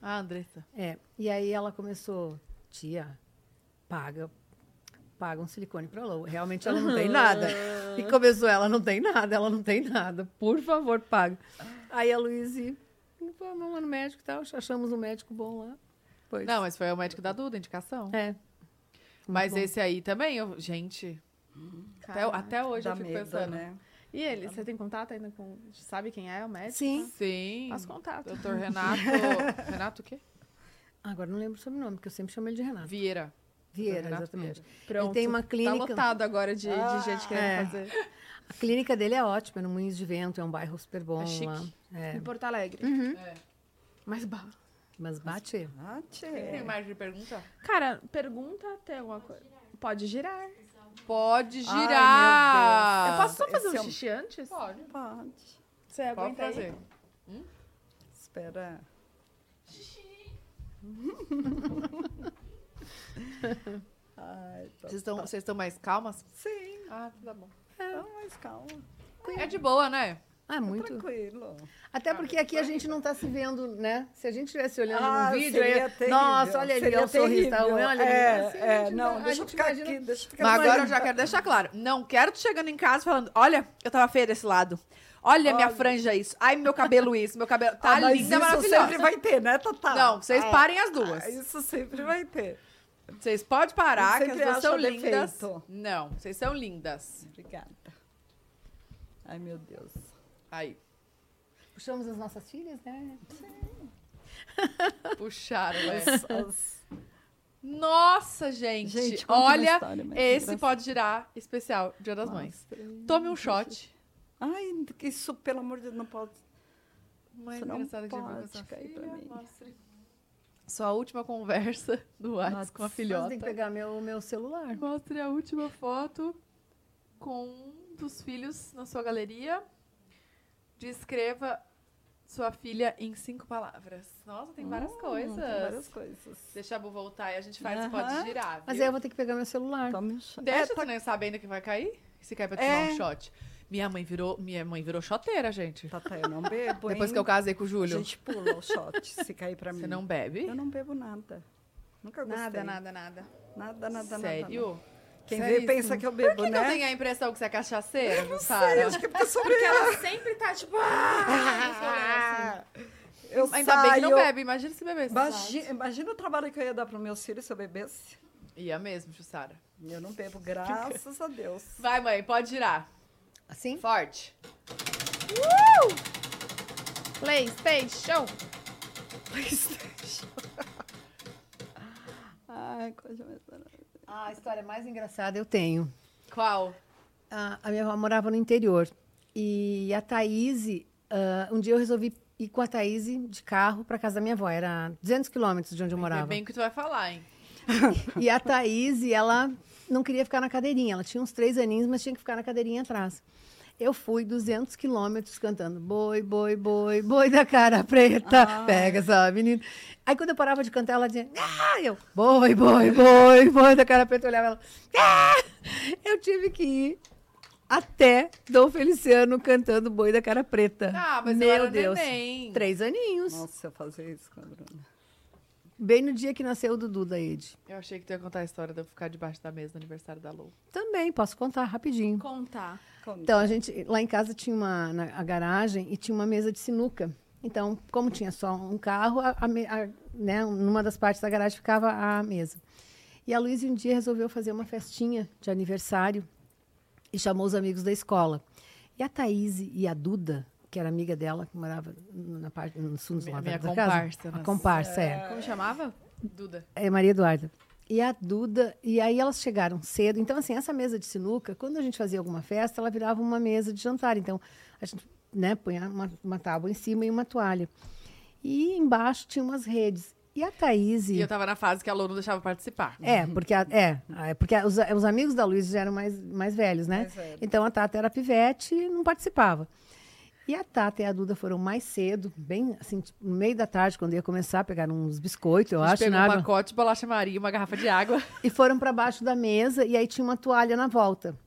Ah, Andressa. É, e aí ela começou, tia, paga, paga um silicone pra Lou. Realmente ela não tem nada. E começou, ela não tem nada, ela não tem nada. Por favor, paga. Aí a Luísa, vamos lá no médico e tal, achamos um médico bom lá. Pois. Não, mas foi o médico da Duda, indicação. É. mas esse aí também, eu- gente. Até, Caraca. até hoje Dá eu fico medo, pensando. né? E ele, você tem contato ainda com. Sabe quem é o médico? Sim. Sim. Faz contato. Doutor Renato. Renato o quê? Agora não lembro o sobrenome, porque eu sempre chamo ele de Renato. Vieira. Vieira, Renato exatamente. Pronto. Ele tem uma Tá clínica. lotado agora de, de gente querendo É. fazer. a clínica dele é ótima, é no Moinhos de Vento, é um bairro super bom É chique. lá. É, Em Porto Alegre. É. Mas bah. mas bate. Ah, tchê. Tem mais de pergunta? Cara, pergunta tem alguma coisa. Pode girar. Pode Ai, meu girar. eu posso só fazer esse é um um- xixi antes? Pode. Pode. Você Pode aguenta aí? fazer. Espera. Ai, tá. Vocês estão vocês estão mais calmas? Sim, Ah, tá bom. não, mas calma. É de boa, né? Ah, é muito. Tranquilo. Até porque aqui a gente não está se vendo, né? Se a gente estivesse olhando Ah, um vídeo, seria aí, terrível, nossa, olha ali, seria olha o sorriso, tá terrível. ruim, olha ali. É, Assim, a é, gente não, vai- a deixa eu gente ficar imagina- aqui, deixa eu ficar Mas aqui. agora eu já quero deixar claro. Não quero te chegando em casa falando, olha, eu tava feia desse lado. Olha, minha franja é isso. Ai, meu cabelo isso. Meu cabelo tá Ah, mas linda, isso maravilhosa. sempre vai ter, né, Tatá? Não, vocês Ah, parem as duas. ah, Isso sempre vai ter. Vocês podem parar, Eu que as sempre duas acho são lindas. defeito. Não, vocês são lindas. Obrigada. Ai, meu Deus. Aí, Puxamos as nossas filhas, né? puxaram. é. As- Nossa, gente. Gente, conta uma olha, história, mas esse engraçado. pode girar especial Dia das Mães. Tome um shot. Ai, isso, pelo amor de Deus, não pode. Mais Isso não engraçada que já viu com pode essa cair filha. pra mim. Mostre. Sua última conversa do WhatsApp com a Mas filhota. tem que pegar meu, meu celular. Mostre a última foto com um dos filhos na sua galeria. Descreva sua filha em cinco palavras. Nossa, tem várias coisas. Hum, Tem várias coisas. Deixa a Bu voltar e a gente faz o Aham. pode girar. Mas viu? aí eu vou ter que pegar meu celular. Tome um chá. Deixa tu nem saber ainda que vai cair. Se cair pra te É. tomar um shot. Minha mãe virou, minha mãe virou shoteira, gente. Tatá, eu não bebo. Depois hein? que eu casei com o A Júlio. Tá gente pula o shot, se cair pra mim. Você não bebe? Eu não bebo nada. Nunca gostei. Nada, nada, nada. Nada, nada, Sério? nada. Quem vê Seríssimo. pensa que eu bebo, Por que, que eu né? tenho a impressão que você é cachaceira, não Sei, acho que é porque eu sou Porque meio- ela sempre tá tipo. "Ah!" Eu Ainda saio. bem que não bebe, imagina se bebesse. Imagina, imagina o trabalho que eu ia dar para meus filhos se eu bebesse. Ia mesmo, Jussara. Eu não bebo, graças a Deus. Vai, mãe, pode girar. Assim? Forte. PlayStation! Ai, coisa mais maravilhosa. Ah, a história mais engraçada eu tenho. Qual? A, a minha avó morava no interior. E a Thaís, ah, um dia eu resolvi ir com a Thaís de carro para casa da minha avó. Era 200 quilômetros de onde eu É morava. bem o que tu vai falar, hein? E a Thaís, ela não queria ficar na cadeirinha. Ela tinha uns três aninhos, mas tinha que ficar na cadeirinha atrás. Eu fui 200 quilômetros cantando boi, boi, boi, boi da cara preta, Ah. pega essa menina. Aí quando eu parava de cantar, ela dizia, ah, eu, boi, boi, boi, boi da cara preta. Eu olhava ela, ah! Eu tive que ir até Dom Feliciano cantando boi da cara preta. Ah, mas eu Meu era Deus. neném. Três aninhos. Nossa, eu fazia isso com a Bruna. Bem no dia que nasceu o Dudu da Ed. Eu achei que tu ia contar a história de eu ficar debaixo da mesa no aniversário da Lou. Também, posso contar rapidinho. Contar. Quando- Então, a gente lá em casa tinha uma na, a garagem e tinha uma mesa de sinuca. Então, como tinha só um carro, a, a me- a- né, numa das partes da garagem ficava a mesa. E a Luísa um dia resolveu fazer uma festinha de aniversário e chamou os amigos da escola. E a Thaís e a Duda, que era amiga dela, que morava na parte, nos fundos Minha- lá minha da, da casa. comparsa, né? A nossa. comparsa, é. Como chamava? Duda. É Maria Eduarda. E a Duda, e aí elas chegaram cedo. Então, assim, essa mesa de sinuca, quando a gente fazia alguma festa, ela virava uma mesa de jantar. Então, a gente né, punha uma, uma tábua em cima e uma toalha. E embaixo tinha umas redes. E a Thaís. E eu tava na fase que a Lou não deixava participar. É, porque, a- é, é, porque os, os amigos da Luísa já eram mais, mais velhos, né? Mais velhos. Então a Tata era pivete e não participava. E a Tata e a Duda foram mais cedo, bem assim, tipo, no meio da tarde, quando ia começar, pegaram uns biscoitos, eu a gente acho, né? pegou na um água. pacote, bolacha Maria, uma garrafa de água. E foram para baixo da mesa e aí tinha uma toalha na volta.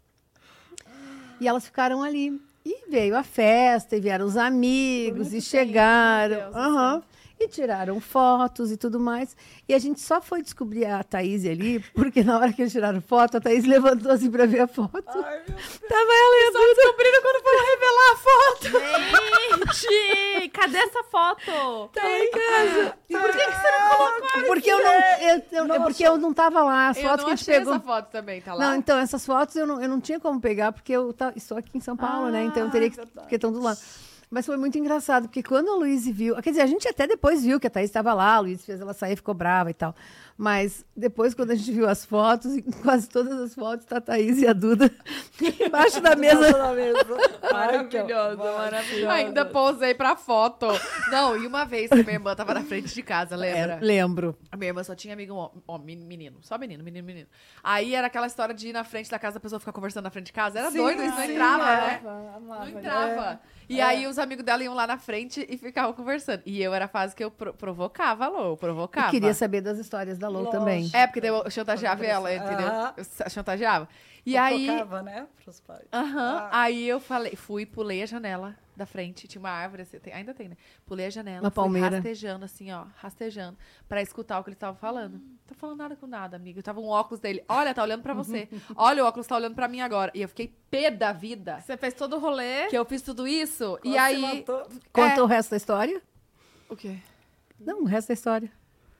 E elas ficaram ali. E veio a festa, e vieram os amigos, e chegaram. Aham. E tiraram fotos e tudo mais. E a gente só foi descobrir a Thaís ali, porque na hora que eles tiraram foto, a Thaís levantou assim para ver a foto. Ai, meu Tava ela e a Duda. descobriram quando foram revelar a foto. Gente, cadê essa foto? Tá em casa. E por que, você não colocou porque eu não, eu- eu- Porque eu não tava lá. As eu fotos não que a gente achei pegou. essa foto também, tá lá? Não, então, essas fotos eu não, eu não tinha como pegar, porque eu ta- estou aqui em São Paulo, né? Então eu teria que. Porque estão do lado. Mas foi muito engraçado, porque quando a Luiz viu. Quer dizer, a gente até depois viu que a Thaís estava lá, a Luiz fez ela sair, ficou brava e tal. Mas depois, quando a gente viu as fotos, e quase todas as fotos, tá a Thaís e a Duda embaixo da mesa. Da mesa. Maravilhosa, maravilhosa. Ainda posei pra foto. Não, e uma vez que minha irmã tava na frente de casa, lembra? É, lembro. A minha irmã só tinha amigo hom- homem, menino. Só menino, menino, menino. Aí era aquela história de ir na frente da casa, a pessoa ficar conversando na frente de casa. Era doido, isso não entrava, né? Não entrava. E aí os amigos dela iam lá na frente e ficavam conversando. E eu era a fase que eu pro- provocava, Lô, eu provocava. Eu queria saber das histórias da Lou também. É, porque daí eu chantageava ela, entendeu? Eu sa- chantageava. E aí. Tocava, né? Pros pais. Aham. Ah. Aí eu falei, fui, pulei a janela da frente, tinha uma árvore, assim, tem- ainda tem, né? Pulei a janela, Uma fui palmeira. rastejando, assim, ó, rastejando, pra escutar o que eles estavam falando. Hum. Não tô falando nada com nada, amiga. Eu tava um óculos dele. Olha, tá olhando pra você. Olha, o óculos tá olhando pra mim agora. E eu fiquei pé da vida. Você fez todo o rolê. Que eu fiz tudo isso. Quase e aí. matou. Conta o resto da história? O quê? Não, o resto da história.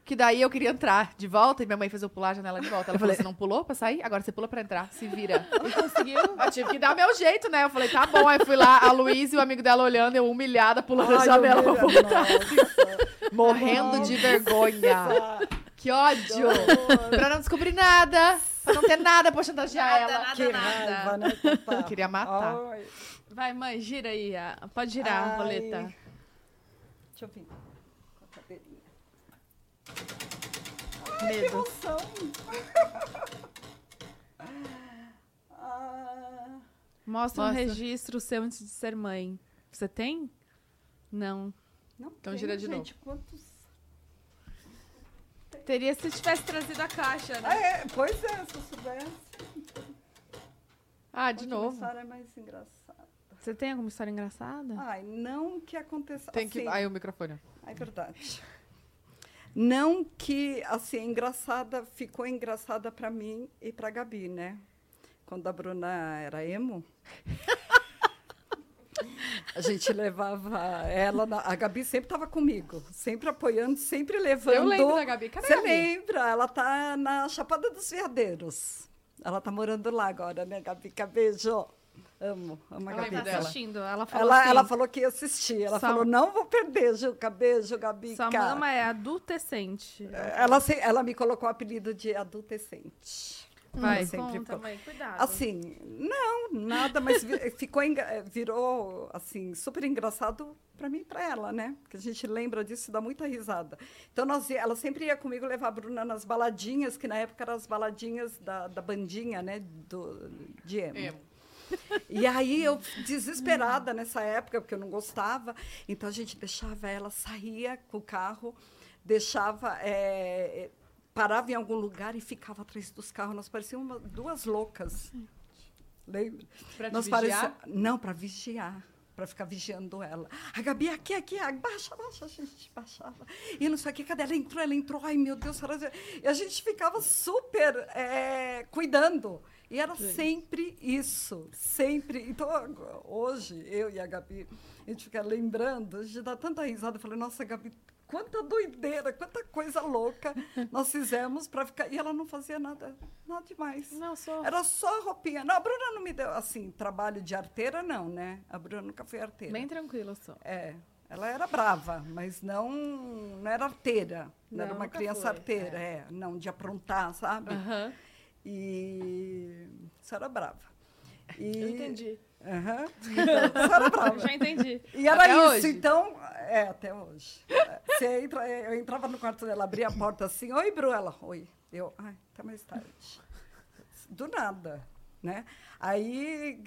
Que daí eu queria entrar de volta e minha mãe fez eu pular a janela de volta. Ela falou: você não pulou pra sair? Agora você pula pra entrar, se vira. Conseguiu. Eu tive que dar meu jeito, né? Eu falei, tá bom. Aí fui lá, a Luiz e o amigo dela olhando, eu humilhada, pulando a Ai, janela, eu vi, nossa. morrendo de vergonha. Que ódio! pra não descobrir nada, pra não ter nada pra chantagear Nada, ela. nada, Que nada. raiva, né? coitada? Eu queria matar. Ai, Vai, mãe, gira aí. a- Pode girar a Ai. roleta. Deixa eu vir. Com a cadeirinha. Ai, que emoção. um Ah, Mostra um Mostra. registro seu antes de ser mãe. Você tem? Não. não Então tem, gira de gente, Quantos... Teria se tivesse trazido a caixa, Ah, né? é, pois é, se eu soubesse. Ah, de Hoje A novo. história é mais engraçada. Você tem alguma história engraçada? Ai, não que aconteça Tem que. assim, Aí o microfone. É verdade. Não que, assim, engraçada, ficou engraçada pra mim e pra Gabi, né? Quando a Bruna era emo. A gente levava ela. na- A Gabi sempre estava comigo, sempre apoiando, sempre levando. Eu lembro da Gabi. Cadê a Você Gabi? lembra? Ela tá na Chapada dos Veadeiros. Ela tá morando lá agora, né, Gabi? Que Beijo. Amo, amo a Eu Gabi. lembro Tá dela. assistindo. Ela falou Ela, assim, ela falou que ia assistir. Ela Sua- falou, não vou perder, Juca. Beijo, Gabi. sua mama é adultecente. Ela, se- ela me colocou o apelido de adultecente. Hum, Vai, Ela conta, sempre ficou- mãe. Cuidado. Assim, não, nada, mas vi- ficou, enga- eh, virou, assim, super engraçado para mim e para ela, né? Porque a gente lembra disso e dá muita risada. Então, nós, ia- ela sempre ia comigo levar a Bruna nas baladinhas, que na época eram as baladinhas da, da bandinha, né? Do, de emo. Emo. E aí eu, desesperada nessa época, porque eu não gostava, então a gente deixava ela, saía com o carro, deixava. eh, parava em algum lugar e ficava atrás dos carros. Nós parecíamos uma- duas loucas. Lembra? Pra te Nós vigiar? parecia- Não, para vigiar. Para ficar vigiando ela. A Gabi, aqui, aqui, ah, baixa, baixa, a gente baixava. E não sei o que, cadê? Ela entrou, ela entrou, ai meu Deus, será que- E a gente ficava super eh, cuidando. E era sempre isso, sempre. Então, agora- hoje, eu e a Gabi, a gente fica lembrando, a gente dá tanta risada. Eu falei, nossa, Gabi, quanta doideira, quanta coisa louca nós fizemos para ficar. E ela não fazia nada, nada demais. Não, sou... Era só roupinha. Não, a Bruna não me deu, assim, trabalho de arteira, não, né? A Bruna nunca foi arteira. Bem tranquila, sou. É. Ela era brava, mas não, não era arteira. Não, era Não, uma nunca criança foi, arteira, é. Não, de aprontar, sabe? Aham. E. Isso era brava. E... Eu entendi. Aham. Então, isso era brava. Já entendi. E era Até isso, hoje? então. É, até hoje. Você entra, eu entrava no quarto dela, abria a porta assim, oi, Bru, ela, oi. Eu, ai, até mais tarde. Do nada, né? Aí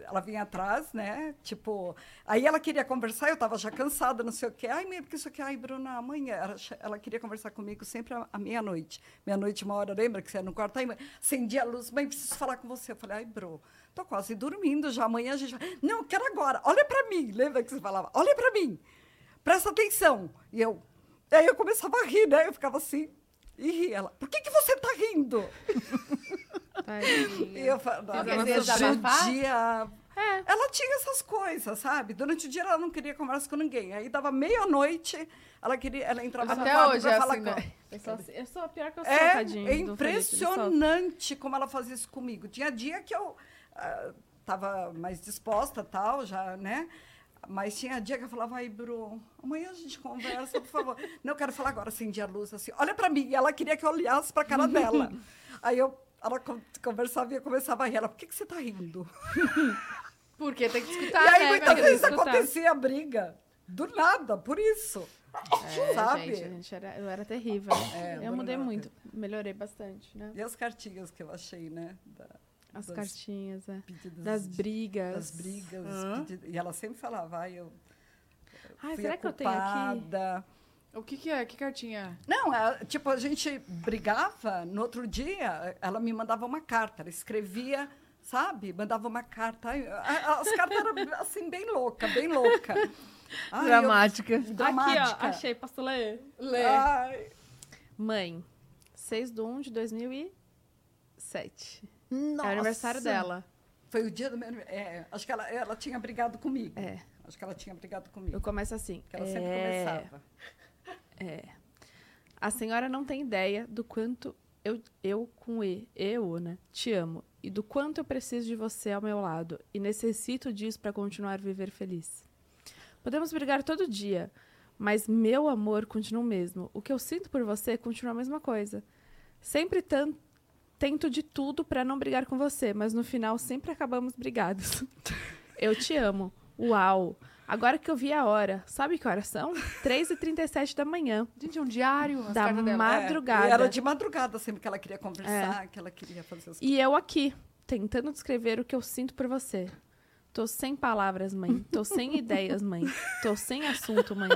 ela vinha atrás, né? Tipo, aí ela queria conversar, eu tava já cansada, não sei o quê. Ai, mãe, porque isso aqui, ai, Bruna, amanhã. Ela, cha- ela queria conversar comigo sempre à à meia-noite. Meia-noite, uma hora, lembra que você era no quarto? Ai, mãe, acendia a luz, mãe, preciso falar com você. Eu falei, ai, Bru, tô quase dormindo já, amanhã a gente vai. Não, eu quero agora, olha pra mim. Lembra que você falava, olha pra mim, presta atenção. E eu, aí eu começava a rir, né? Eu ficava assim. E ria ela, por que, que você tá rindo? E eu falava, Quer eu dizer, desabafar? judiava. É. Ela tinha essas coisas, sabe? Durante o dia ela não queria conversa com ninguém. Aí dava meia-noite, ela queria, ela entrava no Até quarto hoje pra é falar assim, com né? Eu sou, assim- eu sou a pior que eu sou, é, tadinho. do é Felipe, ele solta. impressionante como ela fazia isso comigo. Tinha dia que eu estava mais disposta, tal, já, né? Mas tinha dia que eu falava, ai, Bru, amanhã a gente conversa, por favor. Não, eu quero falar agora, acendia a luz, assim, olha para mim. E ela queria que eu olhasse para a cara dela. Aí eu, ela con- conversava e eu começava a rir. Ela, por que, que você está rindo? Porque tem que Ah, e escutar, aí, né? muitas Porque- vezes, é, escutar. acontecia a briga. Do nada, por isso. É, sabe? Gente, gente, era- eu era terrível. né? É, eu dona mudei Nora. muito. Melhorei bastante, né? E as cartinhas que eu achei, né? Da, As das cartinhas, é. pedidas Das de- brigas. das brigas. pedido- E ela sempre falava, ai, eu Ai, fui será a que eu tenho aqui? culpada, O que que é? Que cartinha? Não, é, tipo, a gente brigava, no outro dia, ela me mandava uma carta, ela escrevia, sabe? Mandava uma carta. Ai, a- a- As cartas eram, assim, bem louca, bem louca. Ai, eu- Dramática. dramática. Aqui, ó, achei, posso ler? Lê. Ai, Mãe, 6 de 1 de 2007. Nossa. É o aniversário dela. foi o dia do meu... É, acho que ela, ela tinha brigado comigo. É. Acho que ela tinha brigado Eu comigo. começo assim. Que ela sempre "É, começava. A senhora não tem ideia do quanto eu, eu com E, eu, né, te amo. E do quanto eu preciso de você ao meu lado. E necessito disso para continuar a viver feliz. Podemos brigar todo dia, mas meu amor continua o mesmo. O que eu sinto por você continua a mesma coisa. Sempre tan- tento de tudo para não brigar com você, mas no final sempre acabamos brigados. Eu te amo. Uau! Agora que eu vi a hora, sabe que horas são? 3h37 da manhã Gente, é um diário? As da cartas dela. madrugada. É, e era de madrugada sempre que ela queria conversar, que ela queria fazer as E eu aqui, tentando descrever o que eu sinto por você. Tô sem palavras, mãe. Tô sem ideias, mãe. Tô sem assunto, mãe.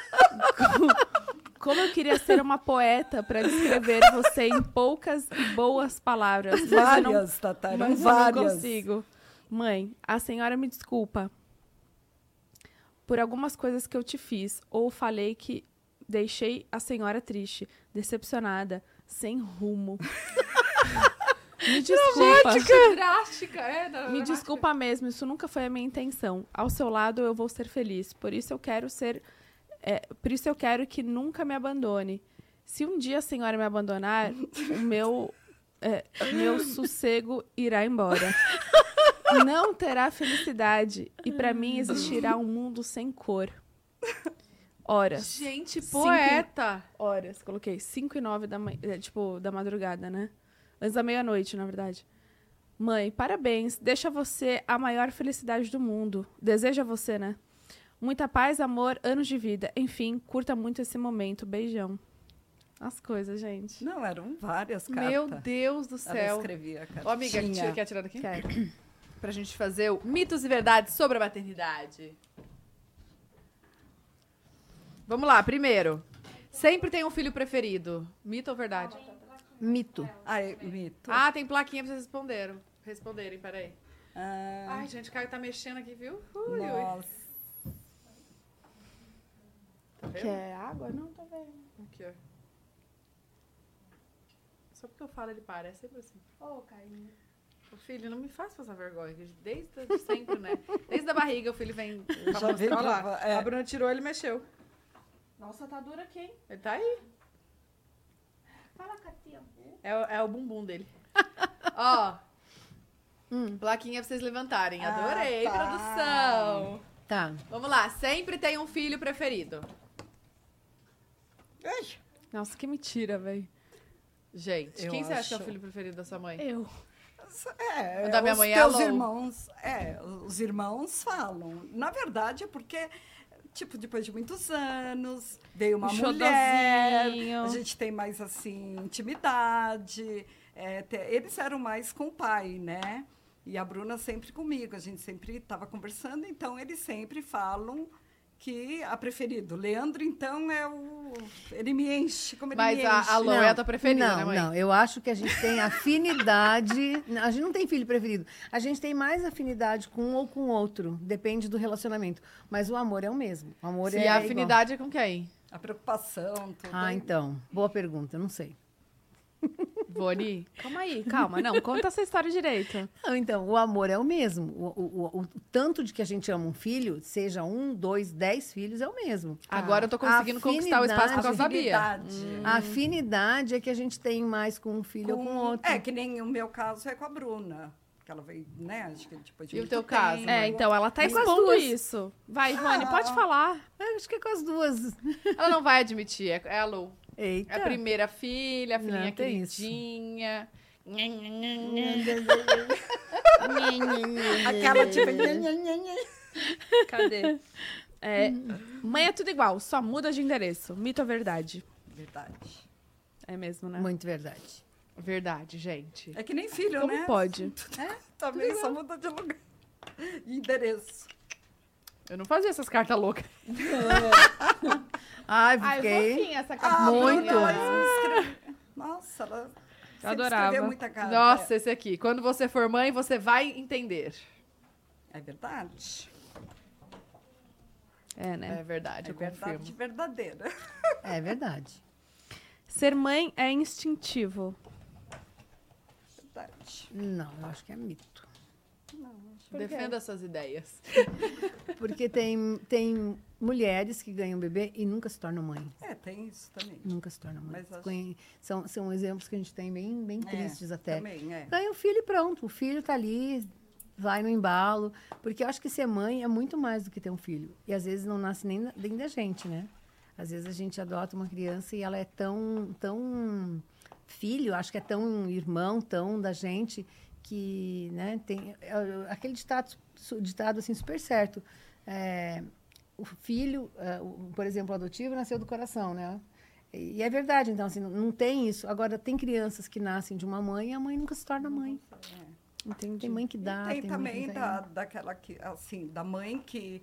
Co- Como eu queria ser uma poeta pra descrever você em poucas e boas palavras. Mas eu não, Várias, Tatá, eram mas eu não várias. consigo. Mãe, a senhora me desculpa por algumas coisas que eu te fiz ou falei que deixei a senhora triste, decepcionada, sem rumo. me desculpa. Drástica, é? da- Me dramática. desculpa mesmo, isso nunca foi a minha intenção. Ao seu lado eu vou ser feliz. Por isso eu quero ser. é, por isso eu quero que nunca me abandone. Se um dia a senhora me abandonar, o meu. é, o meu sossego irá embora. Não terá felicidade. E pra mim existirá um mundo sem cor. Horas. Gente, Cinco- poeta. Horas. Coloquei 5 e 9 da, ma- é, tipo, da madrugada, né? Antes da meia-noite, na verdade. Mãe, parabéns. Deixa você a maior felicidade do mundo. Deseja você, né? Muita paz, amor, anos de vida. Enfim, curta muito esse momento. Beijão. As coisas, gente. Não, eram várias cartas. Meu Deus do Ela céu. escrevia a carta. Ô, amiga, Tinha. tira, quer tirar daqui? Quero. Pra gente fazer o mitos e verdades sobre a maternidade. Vamos lá, primeiro. Sempre tem um filho preferido. Mito ou verdade? Mito. Ai, mito. Ah, tem plaquinha pra vocês responderam. responderem, peraí. Ah, Ai, gente, o Caio tá mexendo aqui, viu? Ui, ui. nossa. Quer água? Não, tá vendo. Tá Aqui, ó. Só porque eu falo, ele para. É sempre assim. Ô, Caio. Ô, filho, não me faz passar vergonha. que Desde sempre, né? Desde a barriga o filho vem... Eu já vi. Olha lá. já- é. A Bruna tirou, ele mexeu. Nossa, tá dura aqui, hein? Ele tá aí. Fala, Catia. É, o- é o bumbum dele. Ó. Plaquinha pra vocês levantarem. Hum. Ah, Adorei, tá. produção. Tá. Vamos lá. Sempre tem um filho preferido. Nossa, que mentira, velho. Gente, Eu quem você acha que é o acho- filho preferido da sua mãe? Eu. É, O da minha os mãe é teus low. irmãos, é, os irmãos falam. Na verdade, é porque, tipo, depois de muitos anos, veio uma Um mulher, xodozinho. a gente tem mais, assim, intimidade. é, te- eles eram mais com o pai, né? E a Bruna sempre comigo, a gente sempre estava conversando, então eles sempre falam que a preferido. Leandro, então, é o... Ele me enche, como ele Mas me a, enche. a Lou é a tua preferida, não, né, mãe? Não, eu acho que a gente tem afinidade. Não, a gente não tem filho preferido. A gente tem mais afinidade com um ou com outro. Depende do relacionamento. Mas o amor é o mesmo. O amor é E a igual. afinidade é com quem? A preocupação, tudo. Ah, então. Boa pergunta, não sei. Boni? Calma aí, calma. Não, conta essa história direito. Não, então, o amor é o mesmo. O, o- o- o tanto de que a gente ama um filho, seja um, dois, dez filhos, é o mesmo. Tá. Agora eu tô conseguindo conquistar o espaço porque eu sabia. Hum. Habilidade. A afinidade é que a gente tem mais com um filho ou com outro. É, que nem o meu caso é com a Bruna. Que ela veio, né? Acho que depois de E o muito teu tempo. caso? É, então ela tá Mas com as expondo duas. isso. Vai, Rony, Ah, pode falar. Eu Acho que é com as duas. Ela não vai admitir, é- é a Lou. Eita. É a primeira filha, a Tá. Não, filhinha tem isso. queridinha. Aquela tipo. Cadê? É, Uhum. mãe é tudo igual, só muda de endereço. Mito ou verdade? Verdade. É mesmo, né? Muito verdade. Verdade, gente. É que nem filho, Como né? pode? É, Também só muda de lugar. E endereço. Eu não fazia essas cartas loucas. Ai, Ai, fiquei. fofinha essa Ah, capinha. muito. ela escreve- Nossa, ela sempre adorava. escreveu muita carta. Nossa, esse aqui. Quando você for mãe, você vai entender. É verdade. É, né? É verdade, É eu confirmo. verdade verdadeira. É verdade. Ser mãe é instintivo. Verdade. Não, eu acho que é mito. Defenda suas ideias. Porque tem, tem mulheres que ganham bebê e nunca se tornam mãe. É, tem isso também. Nunca se tornam mãe. Mas acho- Conhe- São, são exemplos que a gente tem bem, bem É, tristes até. Também, é. Ganha o filho e pronto. O filho tá ali, vai no embalo. Porque eu acho que ser mãe é muito mais do que ter um filho. E às vezes não nasce nem, da- nem da gente, né? Às vezes a gente adota uma criança e ela é tão, tão filho, acho que é tão irmão, tão da gente, que né, tem é, é, aquele ditado, su- ditado assim, super certo. É, o filho, é, o- por exemplo, o adotivo, nasceu do coração, né? E é verdade, então, assim, não- não tem isso. Agora, tem crianças que nascem de uma mãe e a mãe nunca se torna mãe. Entendi. Tem mãe que dá, tem, Ah, tem, também mãe que da, daquela que, assim, da mãe que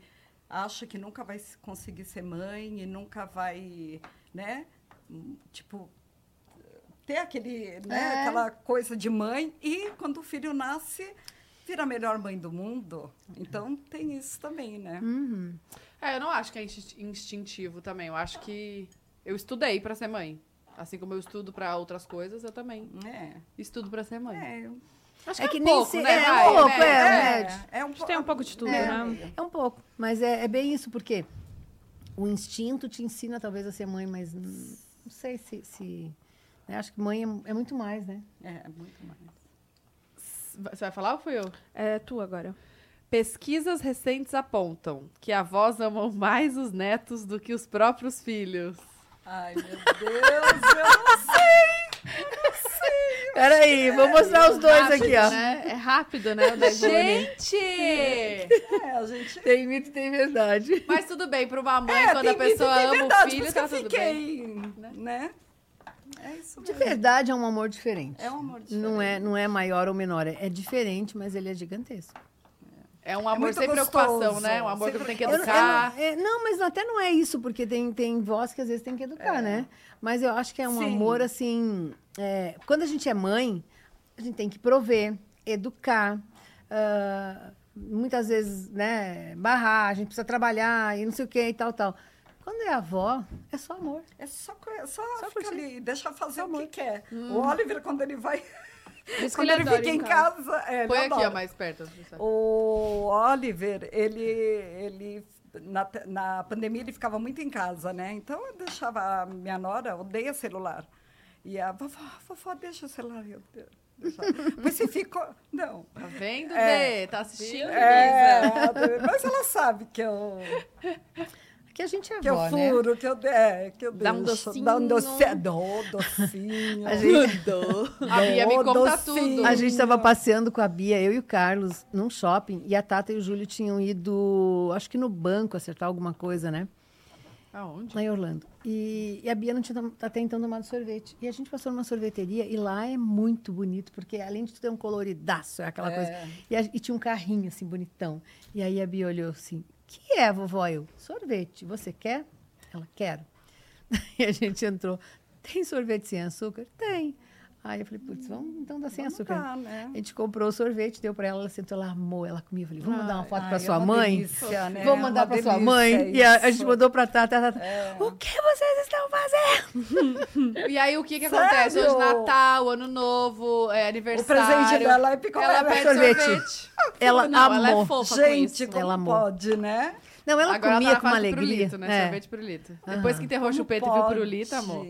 acha que nunca vai se- conseguir ser mãe e nunca vai, né? hum, Tipo, ter aquele, né, É. aquela coisa de mãe e quando o filho nasce, vira a melhor mãe do mundo. Então tem isso também, né? Hum. É, eu não acho que é insti- instintivo também. Eu acho que eu estudei pra ser mãe. Assim como eu estudo pra outras coisas, eu também É, estudo pra ser mãe. é, Acho É que um nem pouco, se- né? é, um Vai, pouco, né? é, né? é, é um, Tem um pouco de tudo, É. né? É um pouco, mas é, é bem isso, porque o instinto te ensina talvez a ser mãe, mas hum, não sei se. se né? Acho que mãe é, é muito mais, né? É, muito mais. Você vai falar ou fui eu? É tu agora. Pesquisas recentes apontam que avós amam mais os netos do que os próprios filhos. Ai, meu Deus, eu não Peraí, vou mostrar os dois aqui, ó. Né? É rápido, né? o da Ivone? Gente! sei, é, a gente... Tem mito e tem verdade. Mas tudo bem, pra uma mãe, É, quando tem a pessoa mito, tem ama o verdade, por filho, isso que tá eu tudo bem. fiquei, né? É isso De mesmo. verdade é um amor diferente. É um amor de Não é, não é maior ou menor, é é diferente, mas ele é gigantesco. É um amor muito sem gostoso. preocupação, né? Um amor Sem que não tem que preocupação. não- educar. não- é, não, mas até não é isso, porque tem, tem voz que às vezes tem que educar, né? Mas eu acho que é um É. Sim. amor, assim. é, quando a gente é mãe, a gente tem que prover, educar. ah, muitas vezes, né, barrar, a gente precisa trabalhar e não sei o que e tal, tal. Quando é avó, é só amor. É só, co- é só, fica ali, deixa fazer o que quer. O Hum. Oliver, quando ele vai. Diz que quando ele, ele adora fica ir em em casa. é, ele Põe aqui, adora. ó, mais perto. O Oliver, ele. ele na, te- na pandemia ele ficava muito em casa, né? Então eu deixava a minha nora, odeia celular. E a vovó, vovó, deixa o celular. Eu, eu, deixa. Mas você ficou. Não. Tá vendo, É. Dê? Tá assistindo, É, Isa? mas ela sabe que eu, Que a gente é que avó, eu né? furo, que eu, é, que eu Dá um deixo. docinho. Dá um docinho. Dou docinho. A gente, A Bia me Ô, conta docinho. tudo. A gente estava passeando com a Bia, eu e o Carlos, num shopping, e a Tata e o Júlio tinham ido, acho que no banco, acertar alguma coisa, né? Aonde? Lá em Orlando. E, e a Bia não tinha tom- até então tomado sorvete. E a gente passou numa sorveteria e lá é muito bonito, porque além de tudo é um coloridaço, é aquela coisa. E, a- e tinha um carrinho, assim, bonitão. E aí a Bia olhou assim, que é, vovó? Eu, sorvete. Você quer? Ela, quero. E a gente entrou, tem sorvete sem açúcar? Tem. Aí eu falei, putz, vamos então dar sem Vamos açúcar. dar, né? A gente comprou o sorvete, deu pra ela, ela sentou, ela amou, ela comia. Eu falei, vamos mandar uma foto Ai, pra é sua uma mãe? delícia, né? Vamos mandar Uma pra sua delícia mãe? E a, a gente isso. É. mandou pra Tata. Tata O que vocês estão fazendo? E aí, o que que acontece? Sério? Hoje, Natal, Ano Novo, é, O aniversário. presente dela é picolé. Ela né? pede sorvete. sorvete. Ela Não, amou. ela é fofa com Gente, isso. como Ela amou. pode, né? Não, ela Agora comia ela com uma fala alegria. Pirulito, né? É. Sorvete pirulito. Depois que enterrou o chupeta e Como viu o pode? pirulito, amor.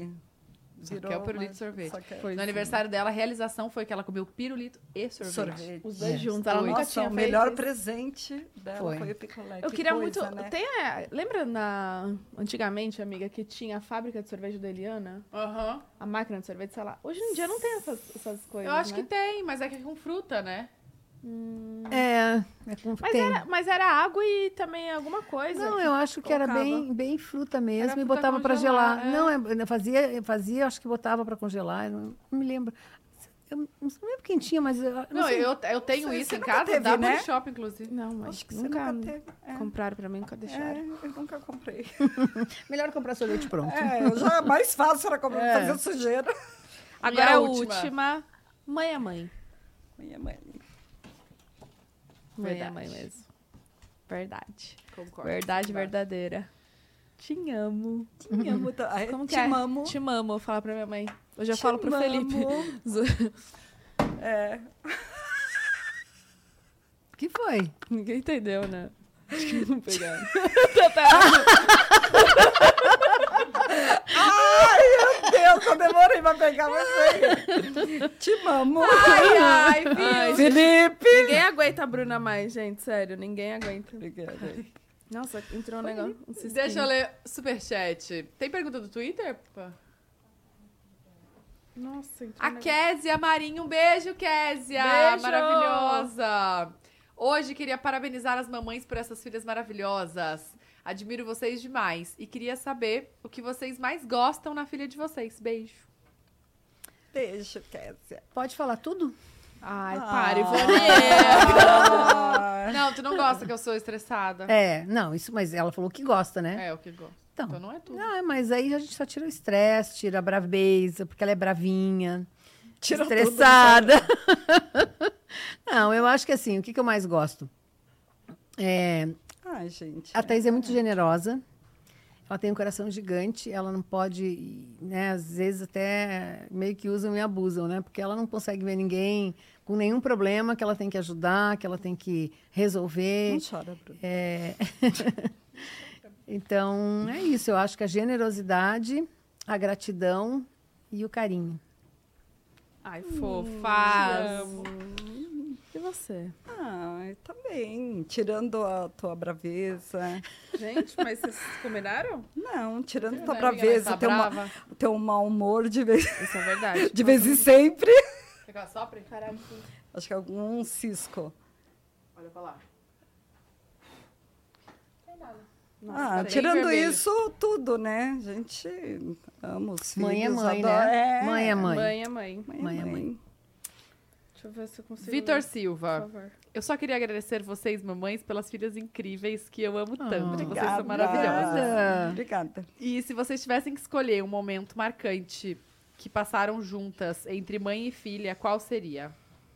Virou que é o pirulito uma- sorvete. só que é- No aniversário dela, a realização foi que ela comeu pirulito e sorvete. Sorvete. Os dois juntos. Ela nunca Nossa, tinha o feito melhor isso. presente dela É. Foi. foi, o picolé. Eu que queria coisa, muito. Né? Tem a... Lembra na... antigamente, amiga, que tinha a fábrica de sorvete da Eliana? Aham. A máquina de sorvete, sei lá. Hoje em dia não tem essas, essas coisas. Eu acho né? que tem, mas é que é com fruta, né? É, é com... Mas tem. era, mas era água e também alguma coisa. Não, eu acho que era colocava. bem, bem fruta mesmo Era e fruta botava pra congelar, gelar. é. Não, é- fazia, fazia, acho que botava pra congelar, eu não, não me lembro. Eu não lembro quem tinha, mas. Eu, não, Não, sei. eu, eu tenho Você- isso você em nunca casa, teve, da né? Body Shop, inclusive. Não, mas Acho que você nunca, nunca, teve. É, compraram pra mim, nunca deixaram. é, eu nunca comprei. Melhor comprar sorvete pronto. É, já mais fácil era comprar, fazer sujeira. Agora E a a última? última. Mãe é mãe. Minha mãe. Mãe é Verdade. mãe mesmo. Tá. Verdade. Concordo. Verdade verdadeira. Te amo. Tinha muita. Ai, Como que tá? te é? mamo. Te amo, eu falo pra minha mãe. Eu já Te falo pro mamo. Felipe. Zo- É. que foi? Ninguém entendeu, né? Não pegaram. Deus, eu demorei pra pegar você. Te mamo. Ai, ai, viu? Felipe. Ninguém aguenta a Bruna mais, gente. Sério, ninguém aguenta. Nossa, entrou um negócio. um cisquinho. Deixa eu ler superchat. Tem pergunta do Twitter? Pá. Nossa, entrou A um negócio. Késia Marinho, um beijo, Késia! Beijo! Maravilhosa! Hoje queria parabenizar as mamães por essas filhas maravilhosas. Admiro vocês demais e queria saber o que vocês mais gostam na filha de vocês. Beijo. Beijo, Kézia. Pode falar tudo? Ai, Para, Ah. pare. Ivone! Não, tu não gosta que eu sou estressada. É, não, isso, mas ela falou que gosta, né? É, o que gosto. Então. Então não é tudo. Ah, mas aí a gente só tira o estresse, tira a braveza, porque ela é bravinha, Tirou tudo. estressada. não, eu acho que assim, o que, que eu mais gosto? É, Ai, gente. a Thaís é muito generosa, ela tem um coração gigante, ela não pode, né, às vezes até meio que usam e abusam, né? Porque ela não consegue ver ninguém com nenhum problema que ela tem que ajudar, que ela tem que resolver. Não chora, Bruna. É. então, é isso. Eu acho que a generosidade, a gratidão e o carinho. Ai, fofas! E você? Ai, tá bem. Tirando a tua braveza. Gente, mas vocês combinaram? Não, tirando a tua Minha amiga vai braveza, tá teu, ma- brava. teu um mau humor de vez, Isso é verdade. de vez em sempre. Quer que ela sopre? Caralho. Acho que é algum cisco. Olha pra lá. ah, bem tirando vermelho. isso, tudo, né? A gente ama os Mãe é filhos. mãe, adora- né? É. Mãe é mãe. Mãe é mãe. Mãe é Mãe é mãe. Deixa eu ver se eu consigo. Vitor por Silva. favor. Eu só queria agradecer vocês, mamães, pelas filhas incríveis que eu amo tanto. vocês Obrigada. são maravilhosas. Obrigada. E se vocês tivessem que escolher um momento marcante que passaram juntas entre mãe e filha, qual seria?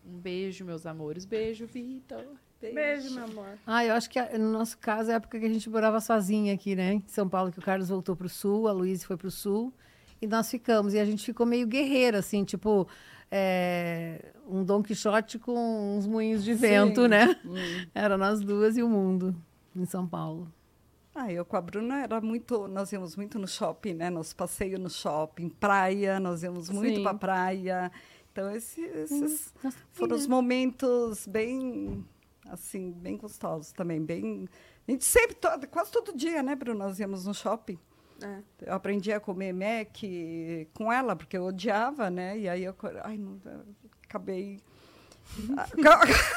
Um beijo, meus amores. Beijo, Vitor. Beijo, meu amor. Ah, eu acho que a- no nosso caso é a época que a gente morava sozinha aqui, né? Em São Paulo, que o Carlos voltou para o sul, a Luísa foi para o sul. E nós ficamos. E a gente ficou meio guerreira, assim, tipo... é, um Dom Quixote com uns moinhos de vento, né? Era nós duas e o mundo, em São Paulo. Ah, eu com a Bruna era muito. Nós íamos muito no shopping, né? Nosso passeio no shopping, praia, nós íamos muito Sim. Uhum. pra praia. Então, esse- esses Nossa, foram os momentos bem. Assim, bem gostosos também. Bem... A gente sempre, todo, quase todo dia, né, Bruna? Nós íamos no shopping. É. Eu aprendi a comer Mac com ela, porque eu odiava, né? E aí eu. co- Ai, não, eu acabei.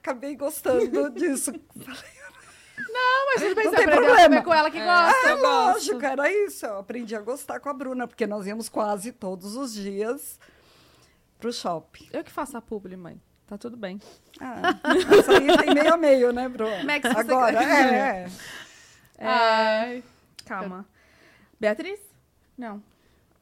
acabei gostando disso. Mas tudo bem, Não você tem aprendeu a problema. comer com ela que gosta. É lógico, era isso. Eu aprendi a gostar com a Bruna, porque nós íamos quase todos os dias pro shopping. Eu que faço a publi, mãe. Tá tudo bem. Ah, isso aí tem meio a meio, né, Bruna? Max, você- Agora, é, é. Ai. Calma. Beatriz? Não.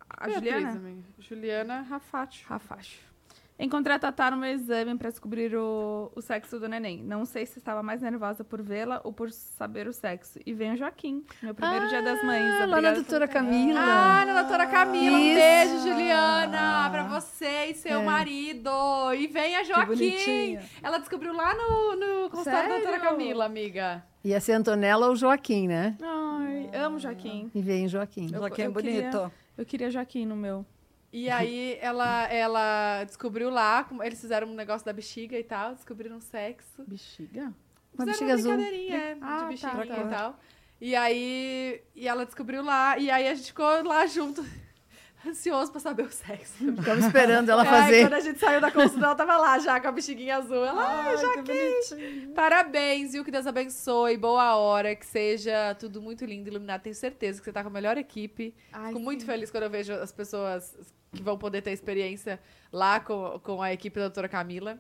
A Beatriz, Juliana? amiga. Juliana Rafacho. Rafacho. Encontrei a Tatá no meu exame pra descobrir o, o sexo do neném. Não sei se estava mais nervosa por vê-la ou por saber o sexo. E vem o Joaquim, meu primeiro dia das mães. Ah, lá na Obrigada doutora pelo- Camila. Ah, na doutora Camila. Um Isso. beijo, Juliana, pra você e seu marido. E vem a Joaquim. bonitinha. Ela descobriu lá no, no consultório da doutora Sério? Camila, amiga. Ia ser Antonella ou Joaquim, né? Ai, amo Joaquim. E veio Joaquim. Eu- Joaquim é eu queria- bonito. Eu queria Joaquim no meu. E aí ela, ela descobriu lá, como- eles fizeram um negócio da bexiga e tal, descobriram o sexo. Bexiga? Uma fizeram bexiga azul. brincadeirinha é, Ah, de tá. bexiguinha Pra e tal. E aí e ela descobriu lá, e aí a gente ficou lá junto, ansioso pra saber o sexo. Ficamos esperando ela É, fazer. quando a gente saiu da consulta, ela tava lá já com a bexiguinha azul. Ela, É, ai, já Parabéns, viu? Que Deus abençoe. Boa hora, que seja tudo muito lindo, iluminado. Tenho certeza que você tá com a melhor equipe. Ai, Fico muito feliz quando eu vejo as pessoas que vão poder ter experiência lá com, com a equipe da doutora Camila.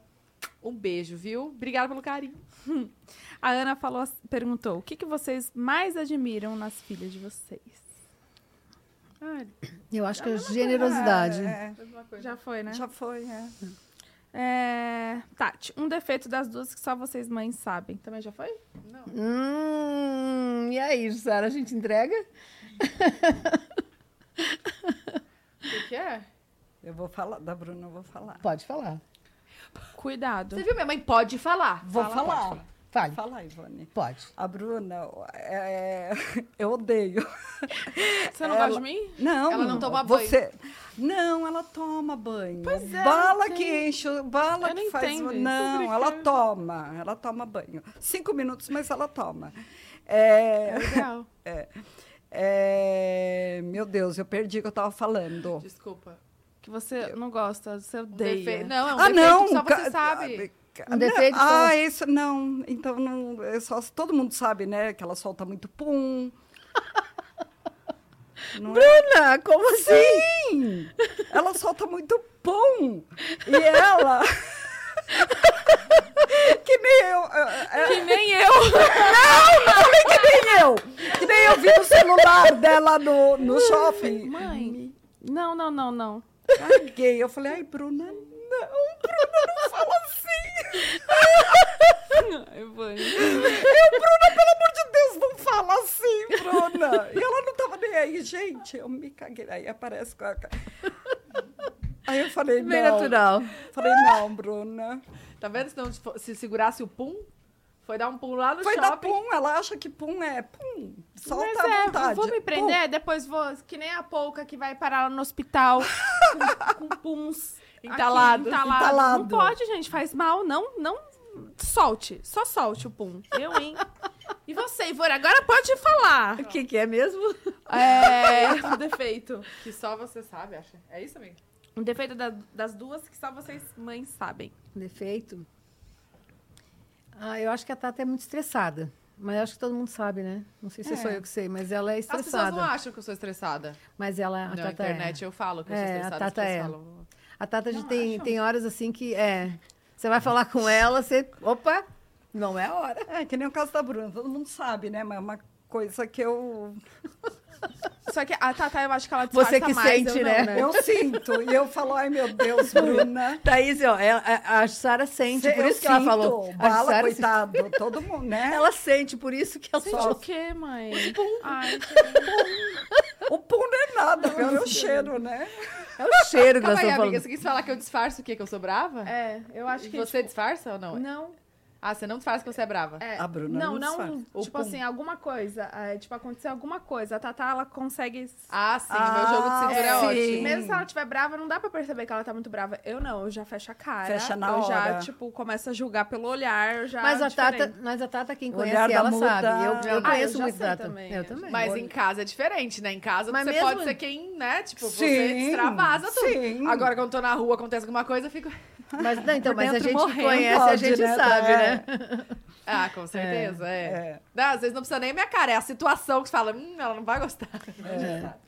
Um beijo, viu? Obrigada pelo carinho. A Ana falou, ass- perguntou: o que, que vocês mais admiram nas filhas de vocês? Eu acho que é generosidade. É, Já foi, né? já foi, é. É, Tati, um defeito das duas que só vocês mães sabem. Também já foi? Hum, e aí, Sara, a gente entrega? O que é? Eu vou falar, da Bruna eu vou falar. Pode falar. Cuidado. Você viu? Minha mãe pode falar. Vou falar. Fale, Fala, Ivone. pode. A Bruna, é, eu odeio. Você não Ela- gosta de mim? Não. Ela não toma você... banho. Não, ela toma banho. Pois é. Bala que enche, o- bala Eu que não faz. entendo isso. Não, ela toma. Ela toma banho. Cinco minutos, mas ela toma. É, Legal. é, meu Deus, eu perdi o que eu estava falando. Desculpa. Que você não gosta, você Um odeia. defe... Não, é um ah, defeito não! que só você ca- sabe. ca- Um defeito que Ah, só- isso não. Então não. é só- todo mundo sabe, né? Que ela solta muito pum. Não é? Ana, como assim? Sim! Ela solta muito pum! E ela. que nem eu. é, é, Que nem eu. que nem eu! Que nem eu vi no celular dela no, no shopping. Mãe. Não, não, não, não. Caguei. Eu falei, ai, Bruna, não, Bruna, não fala assim. Ivone. Eu, Bruna, pelo amor de Deus, não fala assim, Bruna. E ela não tava nem aí, gente. Eu me caguei. Aí aparece com a. ca- Aí eu falei, Bem não. natural. Falei, não, Bruna. Tá vendo? Se, não, fo- se segurasse o pum, foi dar um pum lá no Foi da shopping. pum, ela acha que pum é pum. Solta Mas tá à é, vontade. vou me prender, depois vou. Que nem a pouca que vai parar lá no hospital com, com puns. aqui, Entalado. entalado. Não Entalado. pode, gente, faz mal. Não, não solte. Só solte o pum. Eu, hein? E você, Ivor, agora pode falar. O que, que é mesmo? É, um defeito. Que só você sabe, acha. É isso, amiga? Um defeito da- das duas que só vocês mães sabem. Defeito? Ah, eu acho que a Tata é muito estressada. Mas eu acho que todo mundo sabe, né? Não sei se É. sou eu que sei, mas ela é As pessoas não estressada. acham que eu sou estressada. Mas ela, a na Tata internet é. eu falo que eu sou É, a estressada. as Tata pessoas é. falam. A Tata já tem, tem horas assim que é. Você vai falar com ela, você. Opa! Não é a hora. É, que nem o caso da Bruna. Todo mundo sabe, né? Mas é uma coisa que eu, Só que a Tatá, eu acho que ela disfarça Você que mais, sente, eu não, né? eu sinto. E eu falo, ai, meu Deus, Bruna. Thaís, ó, ela- a, a Sara sente, Cê- por eu isso que ela sinto, falou. a Bala, Sara coitado. Todo mundo, né? É. Ela sente, por isso que ela Sente o falou. quê, É, mãe? Ai, O pum não é nada, é o meu cheiro, né? É o cheiro que Calma nós aí, estamos amiga. falando. Você quis falar que eu disfarço o quê? Que eu sou brava? é, eu acho E que. você disfarça ou não? Hum. tipo, não, Ah, você não disfarça que você é brava. É, A Bruna não, não não, O pum. tipo assim, alguma coisa, é, tipo acontecer alguma coisa, a Tatá ela consegue Ah, sim. meu Ah, jogo de cintura é sim. ótimo. mesmo se ela estiver brava, não dá pra perceber que ela tá muito brava. Eu não, eu já fecho a cara. Fecha na eu já, hora. tipo, começo a julgar pelo olhar, eu já Mas a, diferente. Tata, mas a Tata, quem O conhece olhar da ela, muda. sabe. Eu, eu Ah, eu conheço já muito sei Tata. também, eu Eu já- também. Mas em casa é diferente, né? Em casa Mas você mesmo- pode ser quem, né? Tipo, você extravasa tudo. Sim. Agora, quando eu tô na rua, acontece alguma coisa, eu fico. Mas, não, então, Por mas a dentro gente que morrendo, conhece, a pode, gente né? sabe, É. né? Ah, com certeza, é. É. Não, às vezes não precisa nem a minha cara, é a situação que você fala, hum, ela não vai gostar.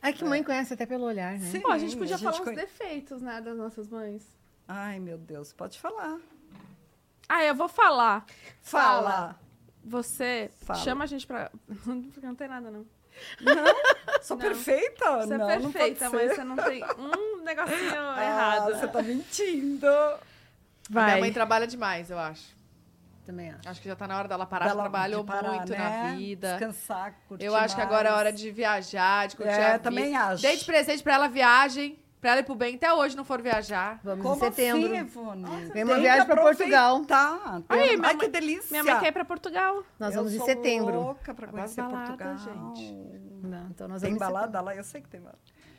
É que mãe conhece até pelo olhar, né? Pô, a gente podia a gente falar uns conhe- defeitos, né, das nossas mães. Ai, meu Deus, pode falar. Ah, eu vou falar. Fala. Você Fala. chama a gente pra... Porque não tem nada, não. Sou perfeita? Você não, é não pode perfeita, ser. mas você não tem um negocinho Ah, errado. Você tá mentindo. Minha mãe trabalha demais, eu acho. Também acho. Acho que já tá na hora dela parar, já Dela- trabalhou de parar, muito né? na vida. Descansar, curtir Eu acho que agora é mais. hora de viajar, de curtir É, a vida. também acho. Dei de presente pra ela viagem, pra ela ir pro bem, até hoje não for viajar. Vamos Como em setembro. assim, Ivone? Vem uma Tem viagem que pra Portugal. aproveitar. Tem- Aí, Ai, minha mãe- que delícia. Minha mãe quer ir pra Portugal. Nós Eu vamos em sou setembro. louca pra conhecer baladas, Portugal. Não, então nós Tem vamos em balada lá? Eu sei que tem balada.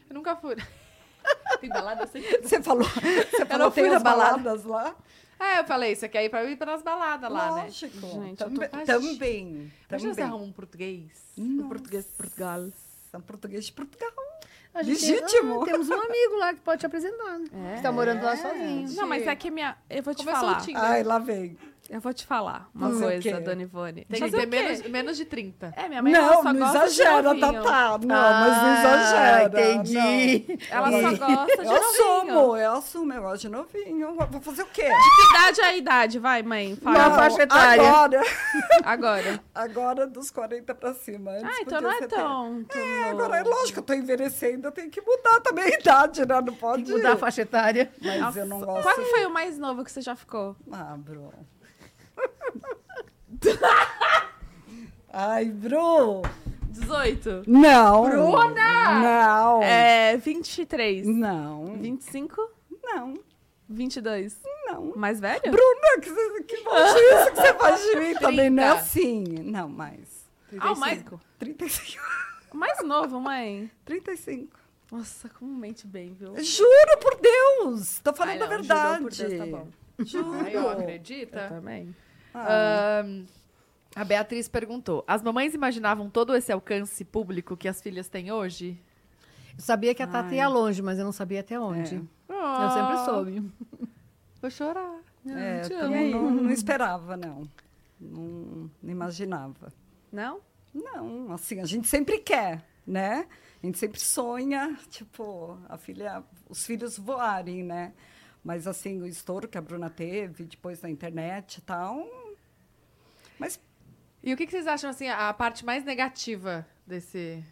Eu nunca fui. Tem balada assim? Você falou, você falou não fui tem na as balada. baladas lá? É, eu falei, você quer ir pra ir pra nas baladas lá, né? Lógico. Tá Gente, eu tô também. quase- também. Imagina você também. arruma um português. Nossa, é Português de Portugal. são português de Portugal. setembro. A gente- Legítimo. Ah, temos um amigo lá que né? É. pode te apresentar. Você tá morando lá sozinho. Não, mas é que minha... Eu vou te Começou Ah, falar. o Tinder. Ai, lá vem. Eu vou te falar uma Hum, o coisa, quê? Dona Ivone. Tem que Fazer ter o quê? menos, menos de 30. É, minha mãe ela Não, só não gosta de exagera, ovinho. Tatá. Não, mas não Ah, exagera. Entendi. não. Ela só gosta de Eu ovinho. assumo, eu assumo, eu gosto de novinho. Vou fazer o quê? Que idade é a idade? Vai, mãe, Uma fala Não. faixa etária. Agora, agora. agora dos 40 pra cima. Antes Ah, podia então não é ser tão... tão É, agora é lógico, eu tô envelhecendo, eu tenho que mudar também a idade, né? Não pode Mudar a faixa etária. Mas eu não gosto. Qual que foi o mais novo que você já ficou? Ah, Bru. Ai, Bru. 18. Não. Bruna! Não. É, 23. Não. 25? Não. 22. Não. Mais velho? Bruna, que, você- que isso que você faz de mim também, não é Trinta. assim. Não, mais. Ah, o mais, 35. mais novo, mãe. 35. Nossa, como mente bem, viu? Juro por Deus! Tô Ai, falando não, a verdade. jurou por Deus, tá bom. Aí, ó, acredita? Eu também. Ah, Ahn, a Beatriz perguntou: As mamães imaginavam todo esse alcance público que as filhas têm hoje? Eu sabia que a Tata ia longe, mas eu não sabia até onde. Eu sempre soube. Vou chorar. é, te também não, não esperava, não. Não, não imaginava. Não? Não, assim, a gente sempre quer, né? A gente sempre sonha, tipo, a filha, os filhos voarem, né? Mas assim, o estouro que a Bruna teve depois na internet e tal. Mas. E o que, que vocês acham, assim, a parte mais negativa desse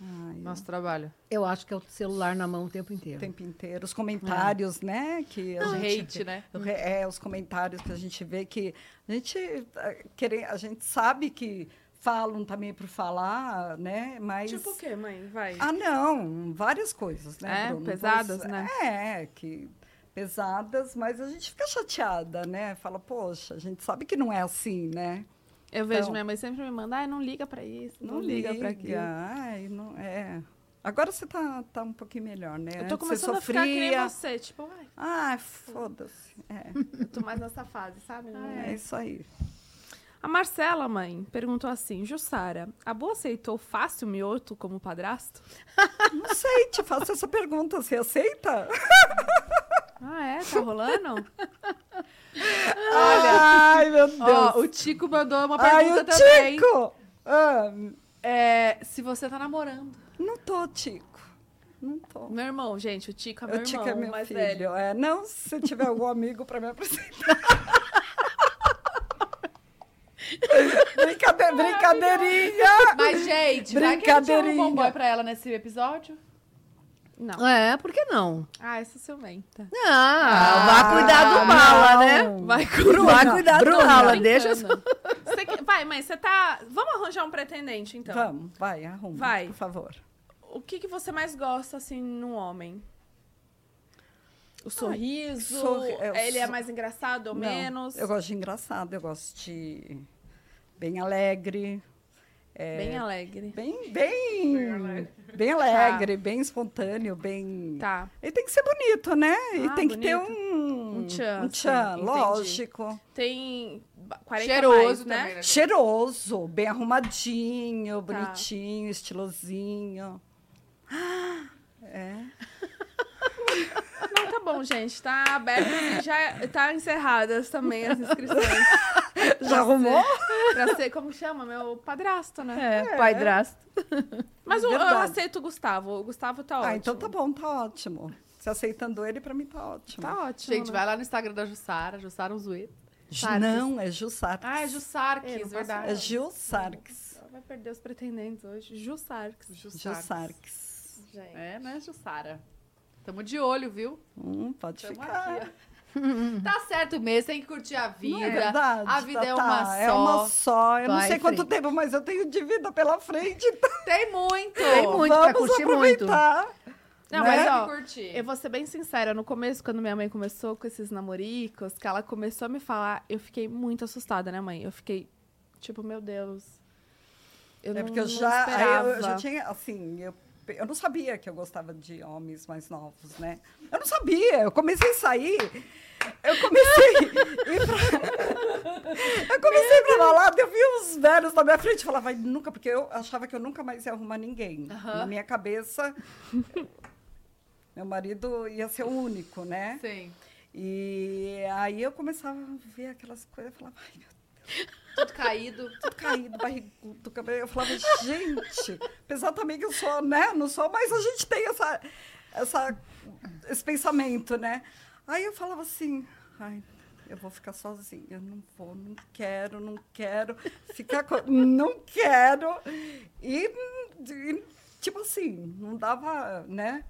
ai, nosso trabalho? Eu acho que é o celular na mão o tempo o inteiro. tempo inteiro, os comentários, né? Que a O gente É. hate, né? O re- É, os comentários que a gente vê que a gente, eh, querer, a gente sabe que falam também por falar, né? Mas. Tipo o quê, mãe? Vai. Ah, não, várias coisas, né? É, Bruno? pesadas, Pois- né? É, que pesadas, mas a gente fica chateada, né? Fala, poxa, a gente sabe que não é assim, né? Eu vejo Então. minha mãe sempre me manda, ai, não liga pra isso, não, Não, liga, pra aqui. aquilo. Ai, não é. Agora você tá, tá um pouquinho melhor, né? Eu tô Antes começando você a ficar que nem sofria. você, tipo, ai, Ai, foda-se. É, Eu tô mais nessa fase, sabe? Ah, é isso aí. A Marcela, mãe, perguntou assim: Jussara, a boa aceitou fácil o mioto como padrasto? Não sei, te faço essa pergunta, você aceita? Ah, é? Tá rolando? Ah. Olha, ai, meu Deus. Ó, o Tico mandou uma ai, pergunta o também. Tico! Ah, É, se você tá namorando. não tô, Tico. Não tô. meu irmão, gente, o Tico é meu Eu irmão, Tico é meu mais filho. velho. É, não se tiver algum amigo pra me apresentar. Brincade- brincadeirinha! Mas, gente, vai que a gente arruma um Brincadeirinha. boy pra ela nesse episódio? Não. É, por que não? Ah, essa ciumenta. Ah, vá cuidar do bala, né? Vai Vai cuidar né? do bala, brincando. deixa as Você que- Vai, mãe, você tá. Vamos arranjar um pretendente, então. Vamos, vai, arruma. Vai. Por favor. O que, que você mais gosta, assim, num homem? O sorriso? sorri- é, o Ele é so- mais engraçado ou Não, menos? Eu gosto de engraçado, eu gosto de bem alegre. é, Bem alegre. Bem, bem, bem alegre, bem espontâneo, bem. Tá. Ele tem que ser bonito, né? E Ah, tem que ter bonito. um. Um tchan, Um tchan, assim, entendi. lógico. Tem ba- 40 Cheiroso mais, né? também, né? Cheiroso, bem arrumadinho, bonitinho, estilosinho. Não, tá bom, gente. Tá aberto e já tá encerradas também as inscrições. Já arrumou? pra ser, como chama? Meu padrasto, né? É, pai drasto. Mas o- eu, Verdade. aceito o Gustavo. O Gustavo tá ótimo. Ah, então tá bom, tá ótimo. Se aceitando ele, pra mim tá ótimo. Tá ótimo. Gente, né? vai lá no Instagram da Jussara, Jussara Unzueta. Ju- Não, é Gil Sarks. Ah, é Eu não Jussarques, faço verdade. É Gil Sarks. Ela vai perder os pretendentes hoje. Ju Sarks. Gil Sarks. Gente. É, né, Jussara? Tamo de olho, viu? Hum, pode Tamo ficar. aqui, ó. tá certo mesmo, tem que curtir a vida. Não é verdade, a vida é Tatá? uma É só. uma só. Eu não Vai sei em quanto frente. tempo, mas eu tenho de vida pela frente. Então Tem muito! Tem muito, pra vamos curtir muito. aproveitar. Não, Né? mas Tem que ó, curtir. eu vou ser bem sincera. No começo, quando minha mãe começou com esses namoricos, que ela começou a me falar, eu fiquei muito assustada, né, mãe? Eu fiquei, tipo, meu Deus. Eu é não- porque eu não já, aí eu- eu, já esperava. tinha, assim, eu, eu não sabia que eu gostava de homens mais novos, né? Eu não sabia, eu comecei a sair, eu comecei a ir pra... Eu comecei pra balada, eu vi uns velhos na minha frente e falava, "Ai, nunca, porque eu achava que eu nunca mais ia arrumar ninguém. Na minha cabeça, meu marido ia ser o único, né? Sim. E aí eu começava a ver aquelas coisas, eu falava, ai meu Tudo caído. tudo caído, barrigudo, cabelo. Eu falava, gente, apesar também que eu sou, né? Não sou, mas a gente tem essa, essa, esse pensamento, né? Aí eu falava assim, ai, eu vou ficar sozinha, eu não vou, não quero, não quero ficar com. Não quero. E, e, tipo assim, não dava, né?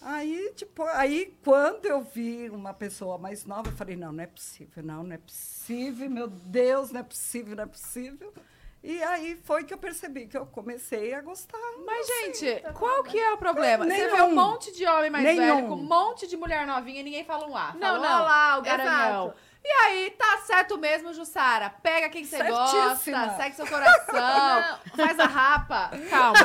Aí, tipo, aí quando eu vi uma pessoa mais nova, eu falei, não, não é possível, não, não é possível, meu Deus, não é possível, não é possível. E aí foi que eu percebi que eu comecei a gostar. Mas, gente, tá qual que é o problema? Você vê um Nenhum. monte de homem mais Nenhum. velho com um monte de mulher novinha e ninguém fala um A. Não, Fala, não. "Ó lá, o garanhão. Exato. E aí, tá certo mesmo, Jussara. Pega quem você gosta, Certíssima. segue seu coração, faz a rapa. Calma.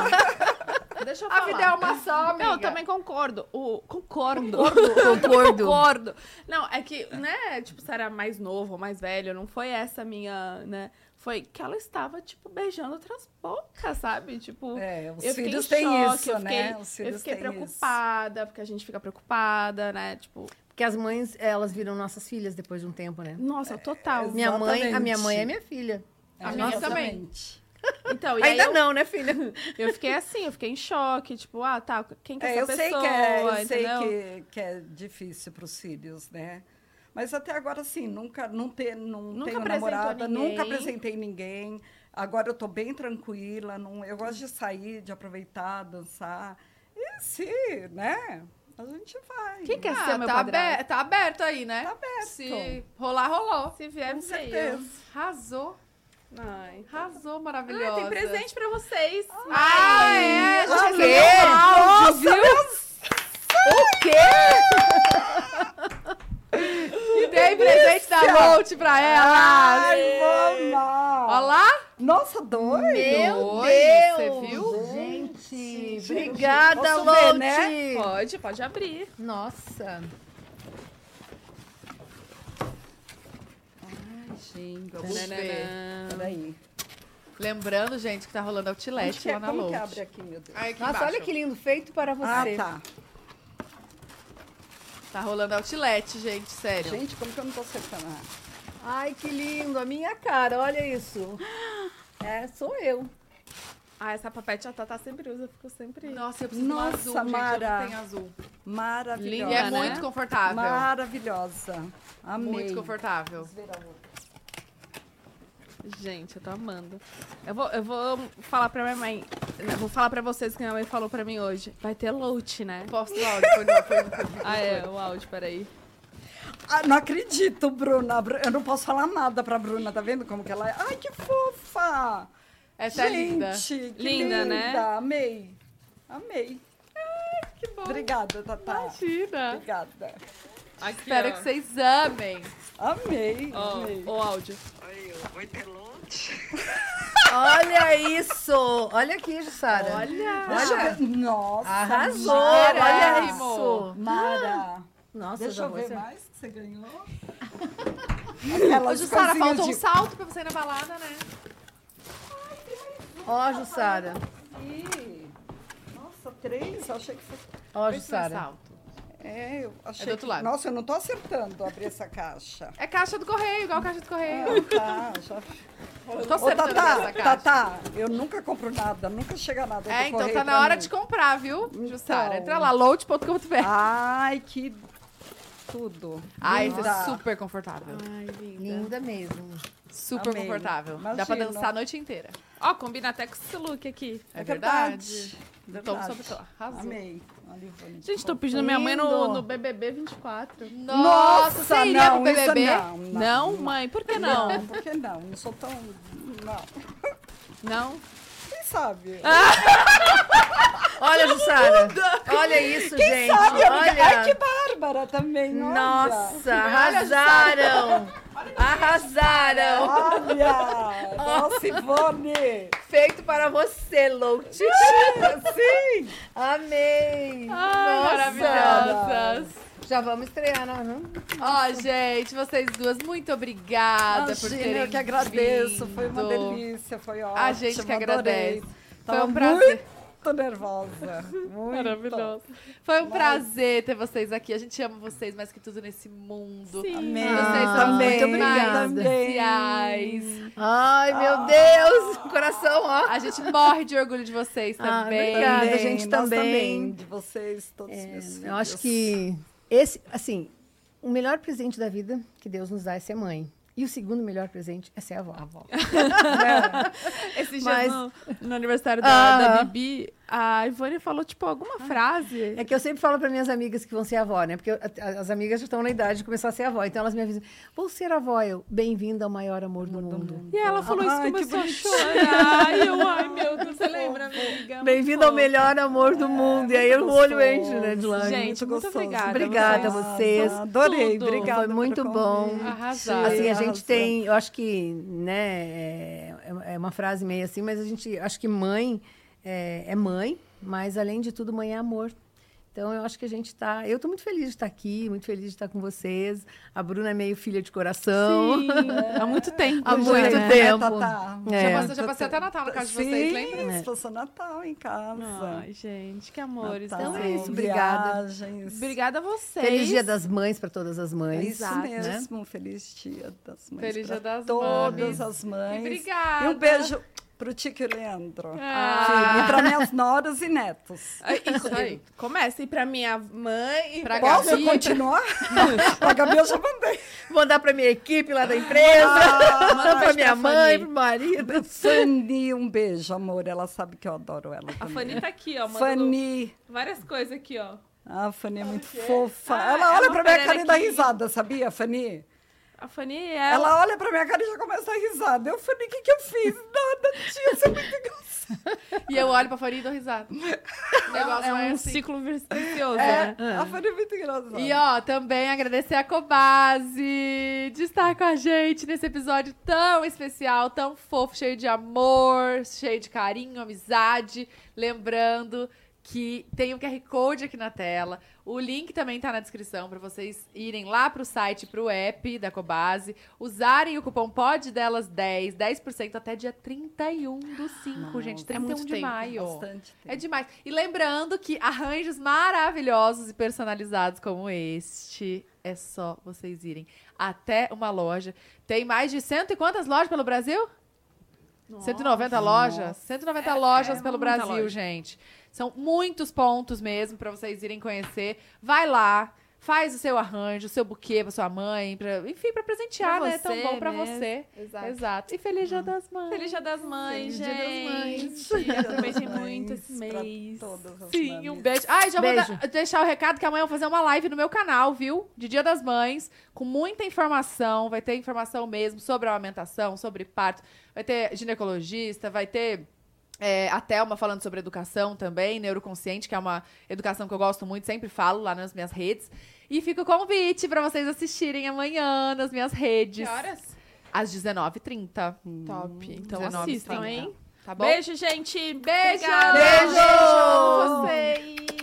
Deixa eu A falar. vida é uma só, amiga. Não, eu também concordo. O, concordo. Concordo. Concordo. Não, é que, né, tipo, se era mais novo ou mais velho, não foi essa a minha, né? Foi que ela estava, tipo, beijando outras bocas, sabe? Tipo, É, os eu fiquei filhos em têm choque, isso, eu fiquei, né? Os filhos eu fiquei têm isso. preocupada, porque a gente fica preocupada, né? Tipo, Porque as mães, elas viram nossas filhas depois de um tempo, né? nossa, total. Minha mãe, a minha Exatamente. mãe é minha filha. A minha também. É, Exatamente. Então, e aí Ainda eu, não, né, filha? eu fiquei assim, eu fiquei em choque, tipo, ah, tá, quem que é É, eu essa sei pessoa? que é, eu sei entendeu? que, que é difícil para os filhos, né? Mas até agora, assim, nunca, não ter, não Nunca tenho apresentou namorada, nunca ninguém. apresentei ninguém. Agora eu tô bem tranquila, não, eu gosto de sair, de aproveitar, dançar. E se, né? A gente vai. Quem quer Ah, ser meu tá, padrasto? aberto, tá aberto aí, né? Tá aberto. Se rolar, rolou. Se vier, é Com sei eu. certeza. Arrasou, Ai. arrasou, Ah, maravilhosa. tem presente pra vocês. Ah, é, já O recebeu quê? um áudio, viu? O quê? E dei presente da Volt pra ela. Ai, vamos! Olha lá. Nossa, dois! Deus! Você viu? Gente, obrigada, Posso ver, Lote. né? Pode, pode abrir. Nossa. Ai, gente, Vamos né, vamos ver. ver. Peraí. Né, Lembrando, gente, que tá rolando Onde Outlet que é? lá na Como que Lout. abre aqui, meu Deus? Aí aqui Nossa, embaixo. olha que lindo. Feito para Ah, você. tá. Tá rolando Outlet, gente, sério. Gente, como que eu não tô acertando? Ah. Ai, que lindo. A minha cara, olha isso. É, sou eu. Ah, essa papete a Tata sempre usa, ficou sempre. Nossa, eu preciso de um Nossa, azul, gente. Eu Mara. não tenho azul. Maravilhosa. E é Linda, né? muito confortável. Maravilhosa. Amei. Muito confortável. Gente, eu tô amando. Eu vou, eu vou falar pra minha mãe. não, Vou falar pra vocês que minha mãe falou pra mim hoje. Vai ter loot, né? Posto o áudio, foi, no- foi, no- foi, no- Ah, é, o áudio, peraí. Ah, não acredito, Bruna. Bru- Eu não posso falar nada pra Bruna, tá vendo como que ela é? Ai, que fofa! Essa Gente, é linda. Que Linda, linda, né? Amei. Amei. Que bom. Obrigada, Tatá. Imagina. Obrigada. Aqui, Espero ó. que vocês amem. Amei, Ó, amei. o áudio. Olha isso. Olha aqui, Jussara. Olha! Deixa eu ver. Nossa. Arrasou. Mara. Olha amor. isso. Mara. Nossa, Deixa já eu vou ver ser- mais que você ganhou. Aquelas Ô, Jussara, coisinhas faltou um de- salto pra você ir na balada, né? Ó, Jussara. Ih, Nossa, três? Eu achei que fosse. Ó, Pense no Jussara. um salto. É, eu achei. É do outro que- lado. Nossa, eu não tô acertando abrir essa caixa. É caixa do correio, igual caixa do Ah, correio. tá, já... Eu tô Ô, acertando essa Tatá, caixa. Tatá, eu nunca compro nada, nunca chega nada. do É, então correio tá na pra hora mim. de comprar, viu, Jussara? Então. Ah, Entra lá, load.com.br. Ai, que tudo. Ai, isso Linda. é super confortável. Ai, linda. Linda mesmo. Super Amei. confortável. Dá pra Imagino. dançar a noite inteira. Ó, combina até com esse look aqui. É, É verdade. Então, verdade. Tom Verdade. sobre tom. Arrasou. Amei. Olha, Ivone. Gente, tô pedindo minha mãe no, Lindo. no BBB 24. Nossa, Nossa, você iria pro não, isso BBB? não, não. Não, mãe, por que não? Não, por que não? Não sou tão. Não. Não? Quem sabe? Ah. Olha, Jussara. Olha isso, gente. sabe, Olha. amiga? Ai, que Bárbara também. Olha. Nossa, arrasaram. Arrasaram. Olha! Nossa, Ivone! Feito para você, Lout. Sim! Amei. Ah, Ai, maravilhosas. Já vamos estrear, né? não? não? Ó, gente, vocês duas, muito obrigada por terem Imagina, eu que agradeço. Foi uma vindo. delícia, foi ótimo. A gente que adorei. agradece. Foi Tava um prazer. muito muito nervosa. Muito. Maravilhoso. Foi um prazer ter vocês aqui. A gente ama vocês mais que tudo nesse mundo. Amém. Vocês são também. muito mais Ah, obrigada. especiais. Ai, meu Deus! O coração, ó. A gente morre de orgulho de vocês Ah, também. obrigada. Também, gente, nós É, também. De vocês, todos os meus filhos. Eu acho que esse, assim, o melhor presente da vida que Deus nos dá é ser mãe. E o segundo melhor presente é ser avó. Esses dias Mas- no, no aniversário da, da Aham. Bibi, a Ivone falou, tipo, alguma frase. É que eu sempre falo para minhas amigas que vão ser avó, né? Porque eu- a- as amigas já estão na idade de começar a ser avó. Então elas me avisam: vou ser avó, eu. Bem-vinda ao maior amor do mundo. E ela falou isso Ai, e que começou a chorar. Ai, eu, ai, meu Deus, você lembra, amiga? É Bem-vinda ao melhor amor do mundo. e aí o muito olho gostoso. enche, né, de lágrimas. Gente, muito gostoso. obrigada. Obrigada a vocês. Adorei, Tudo. obrigada. Foi muito pelo bom. convite. Arrasaram. Assim, a gente Arrasou. tem, eu acho que, né, é, é uma frase meio assim, mas a gente, acho que mãe é, é mãe, mas além de tudo, mãe é amor. Então, eu acho que a gente está. Eu estou muito feliz de estar aqui, muito feliz de estar com vocês. A Bruna é meio filha de coração. Sim, há muito tempo. Há já, muito né? tempo. Tá, tá. Já É. passou- já passei até Natal na casa de Sim, vocês, lembra? passou Natal em casa. Ai, gente, que amores. Natal, Então é isso. obrigada. viagens. Obrigada a vocês. Feliz Dia das Mães para todas as É mães. isso Exato, né? mesmo. Feliz dia das mães. Feliz pra Dia das Todas Mães. as mães. E obrigada. E um beijo pro Tico e Leandro. Ah. E para minhas noras e netos. Isso aí. Começa aí pra minha mãe. Pra Posso Gabi. continuar? a Gabi eu já mandei. Mandar para minha equipe lá da empresa, Ah, para minha mãe, para o marido. Fanny, um beijo, amor. Ela sabe que eu adoro ela A também. Fanny tá aqui, ó. Mandando Fanny. várias coisas aqui, ó. Ah, A Fanny é muito fofa. Ah, ela olha é uma pra minha pereba cara e dá aqui. risada, sabia, Fanny? A Fanny é Ela... ela. olha pra minha cara e já começa a dar risada. Eu, Fanny, o que, que eu fiz? Nada, tia, você é muito engraçada. E eu olho pra Faria e dou risada. O negócio É é um assim. ciclo vicioso, né? É, a Fanny é muito engraçada. E ó, também agradecer a Cobase de estar com a gente nesse episódio tão especial, tão fofo, cheio de amor, cheio de carinho, amizade. Lembrando que tem o QR Code aqui na tela. O link também tá na descrição para vocês irem lá pro site, pro app da Cobase, usarem o cupom POD delas 10, 10% até dia 31 do 5, gente, 31 É muito de tempo, maio. Bastante É demais. E lembrando que arranjos maravilhosos e personalizados como este, é só vocês irem até uma loja. Tem mais de cento e quantas lojas pelo Brasil? 190 lojas? 190 lojas é pelo muita Brasil, loja. gente. São muitos pontos mesmo pra vocês irem conhecer. Vai lá, faz o seu arranjo, o seu buquê pra sua mãe, pra, enfim, pra presentear, Pra né? É tão você bom pra mesmo. você. Exato. Exato. E feliz Dia das Mães. Feliz Dia das Feliz Mães, Dia das gente. Dia das Aproveitem Mães muito esse pra mês. todas as Sim, mamis. um beijo. Ai, já Beijo. vou da- deixar o recado que amanhã eu vou fazer uma live no meu canal, viu? De Dia das Mães, com muita informação. Vai ter informação mesmo sobre a amamentação, sobre parto. Vai ter ginecologista, vai ter. É, a Thelma falando sobre educação também, neuroconsciente, que é uma educação que eu gosto muito, sempre falo lá nas minhas redes. E fica o convite pra vocês assistirem amanhã nas minhas redes. Que horas? Às 19h30. Top. Então 19h30. assistam, hein? Tá bom? Beijo, gente. Beijo! Obrigada. Beijo! Amo vocês.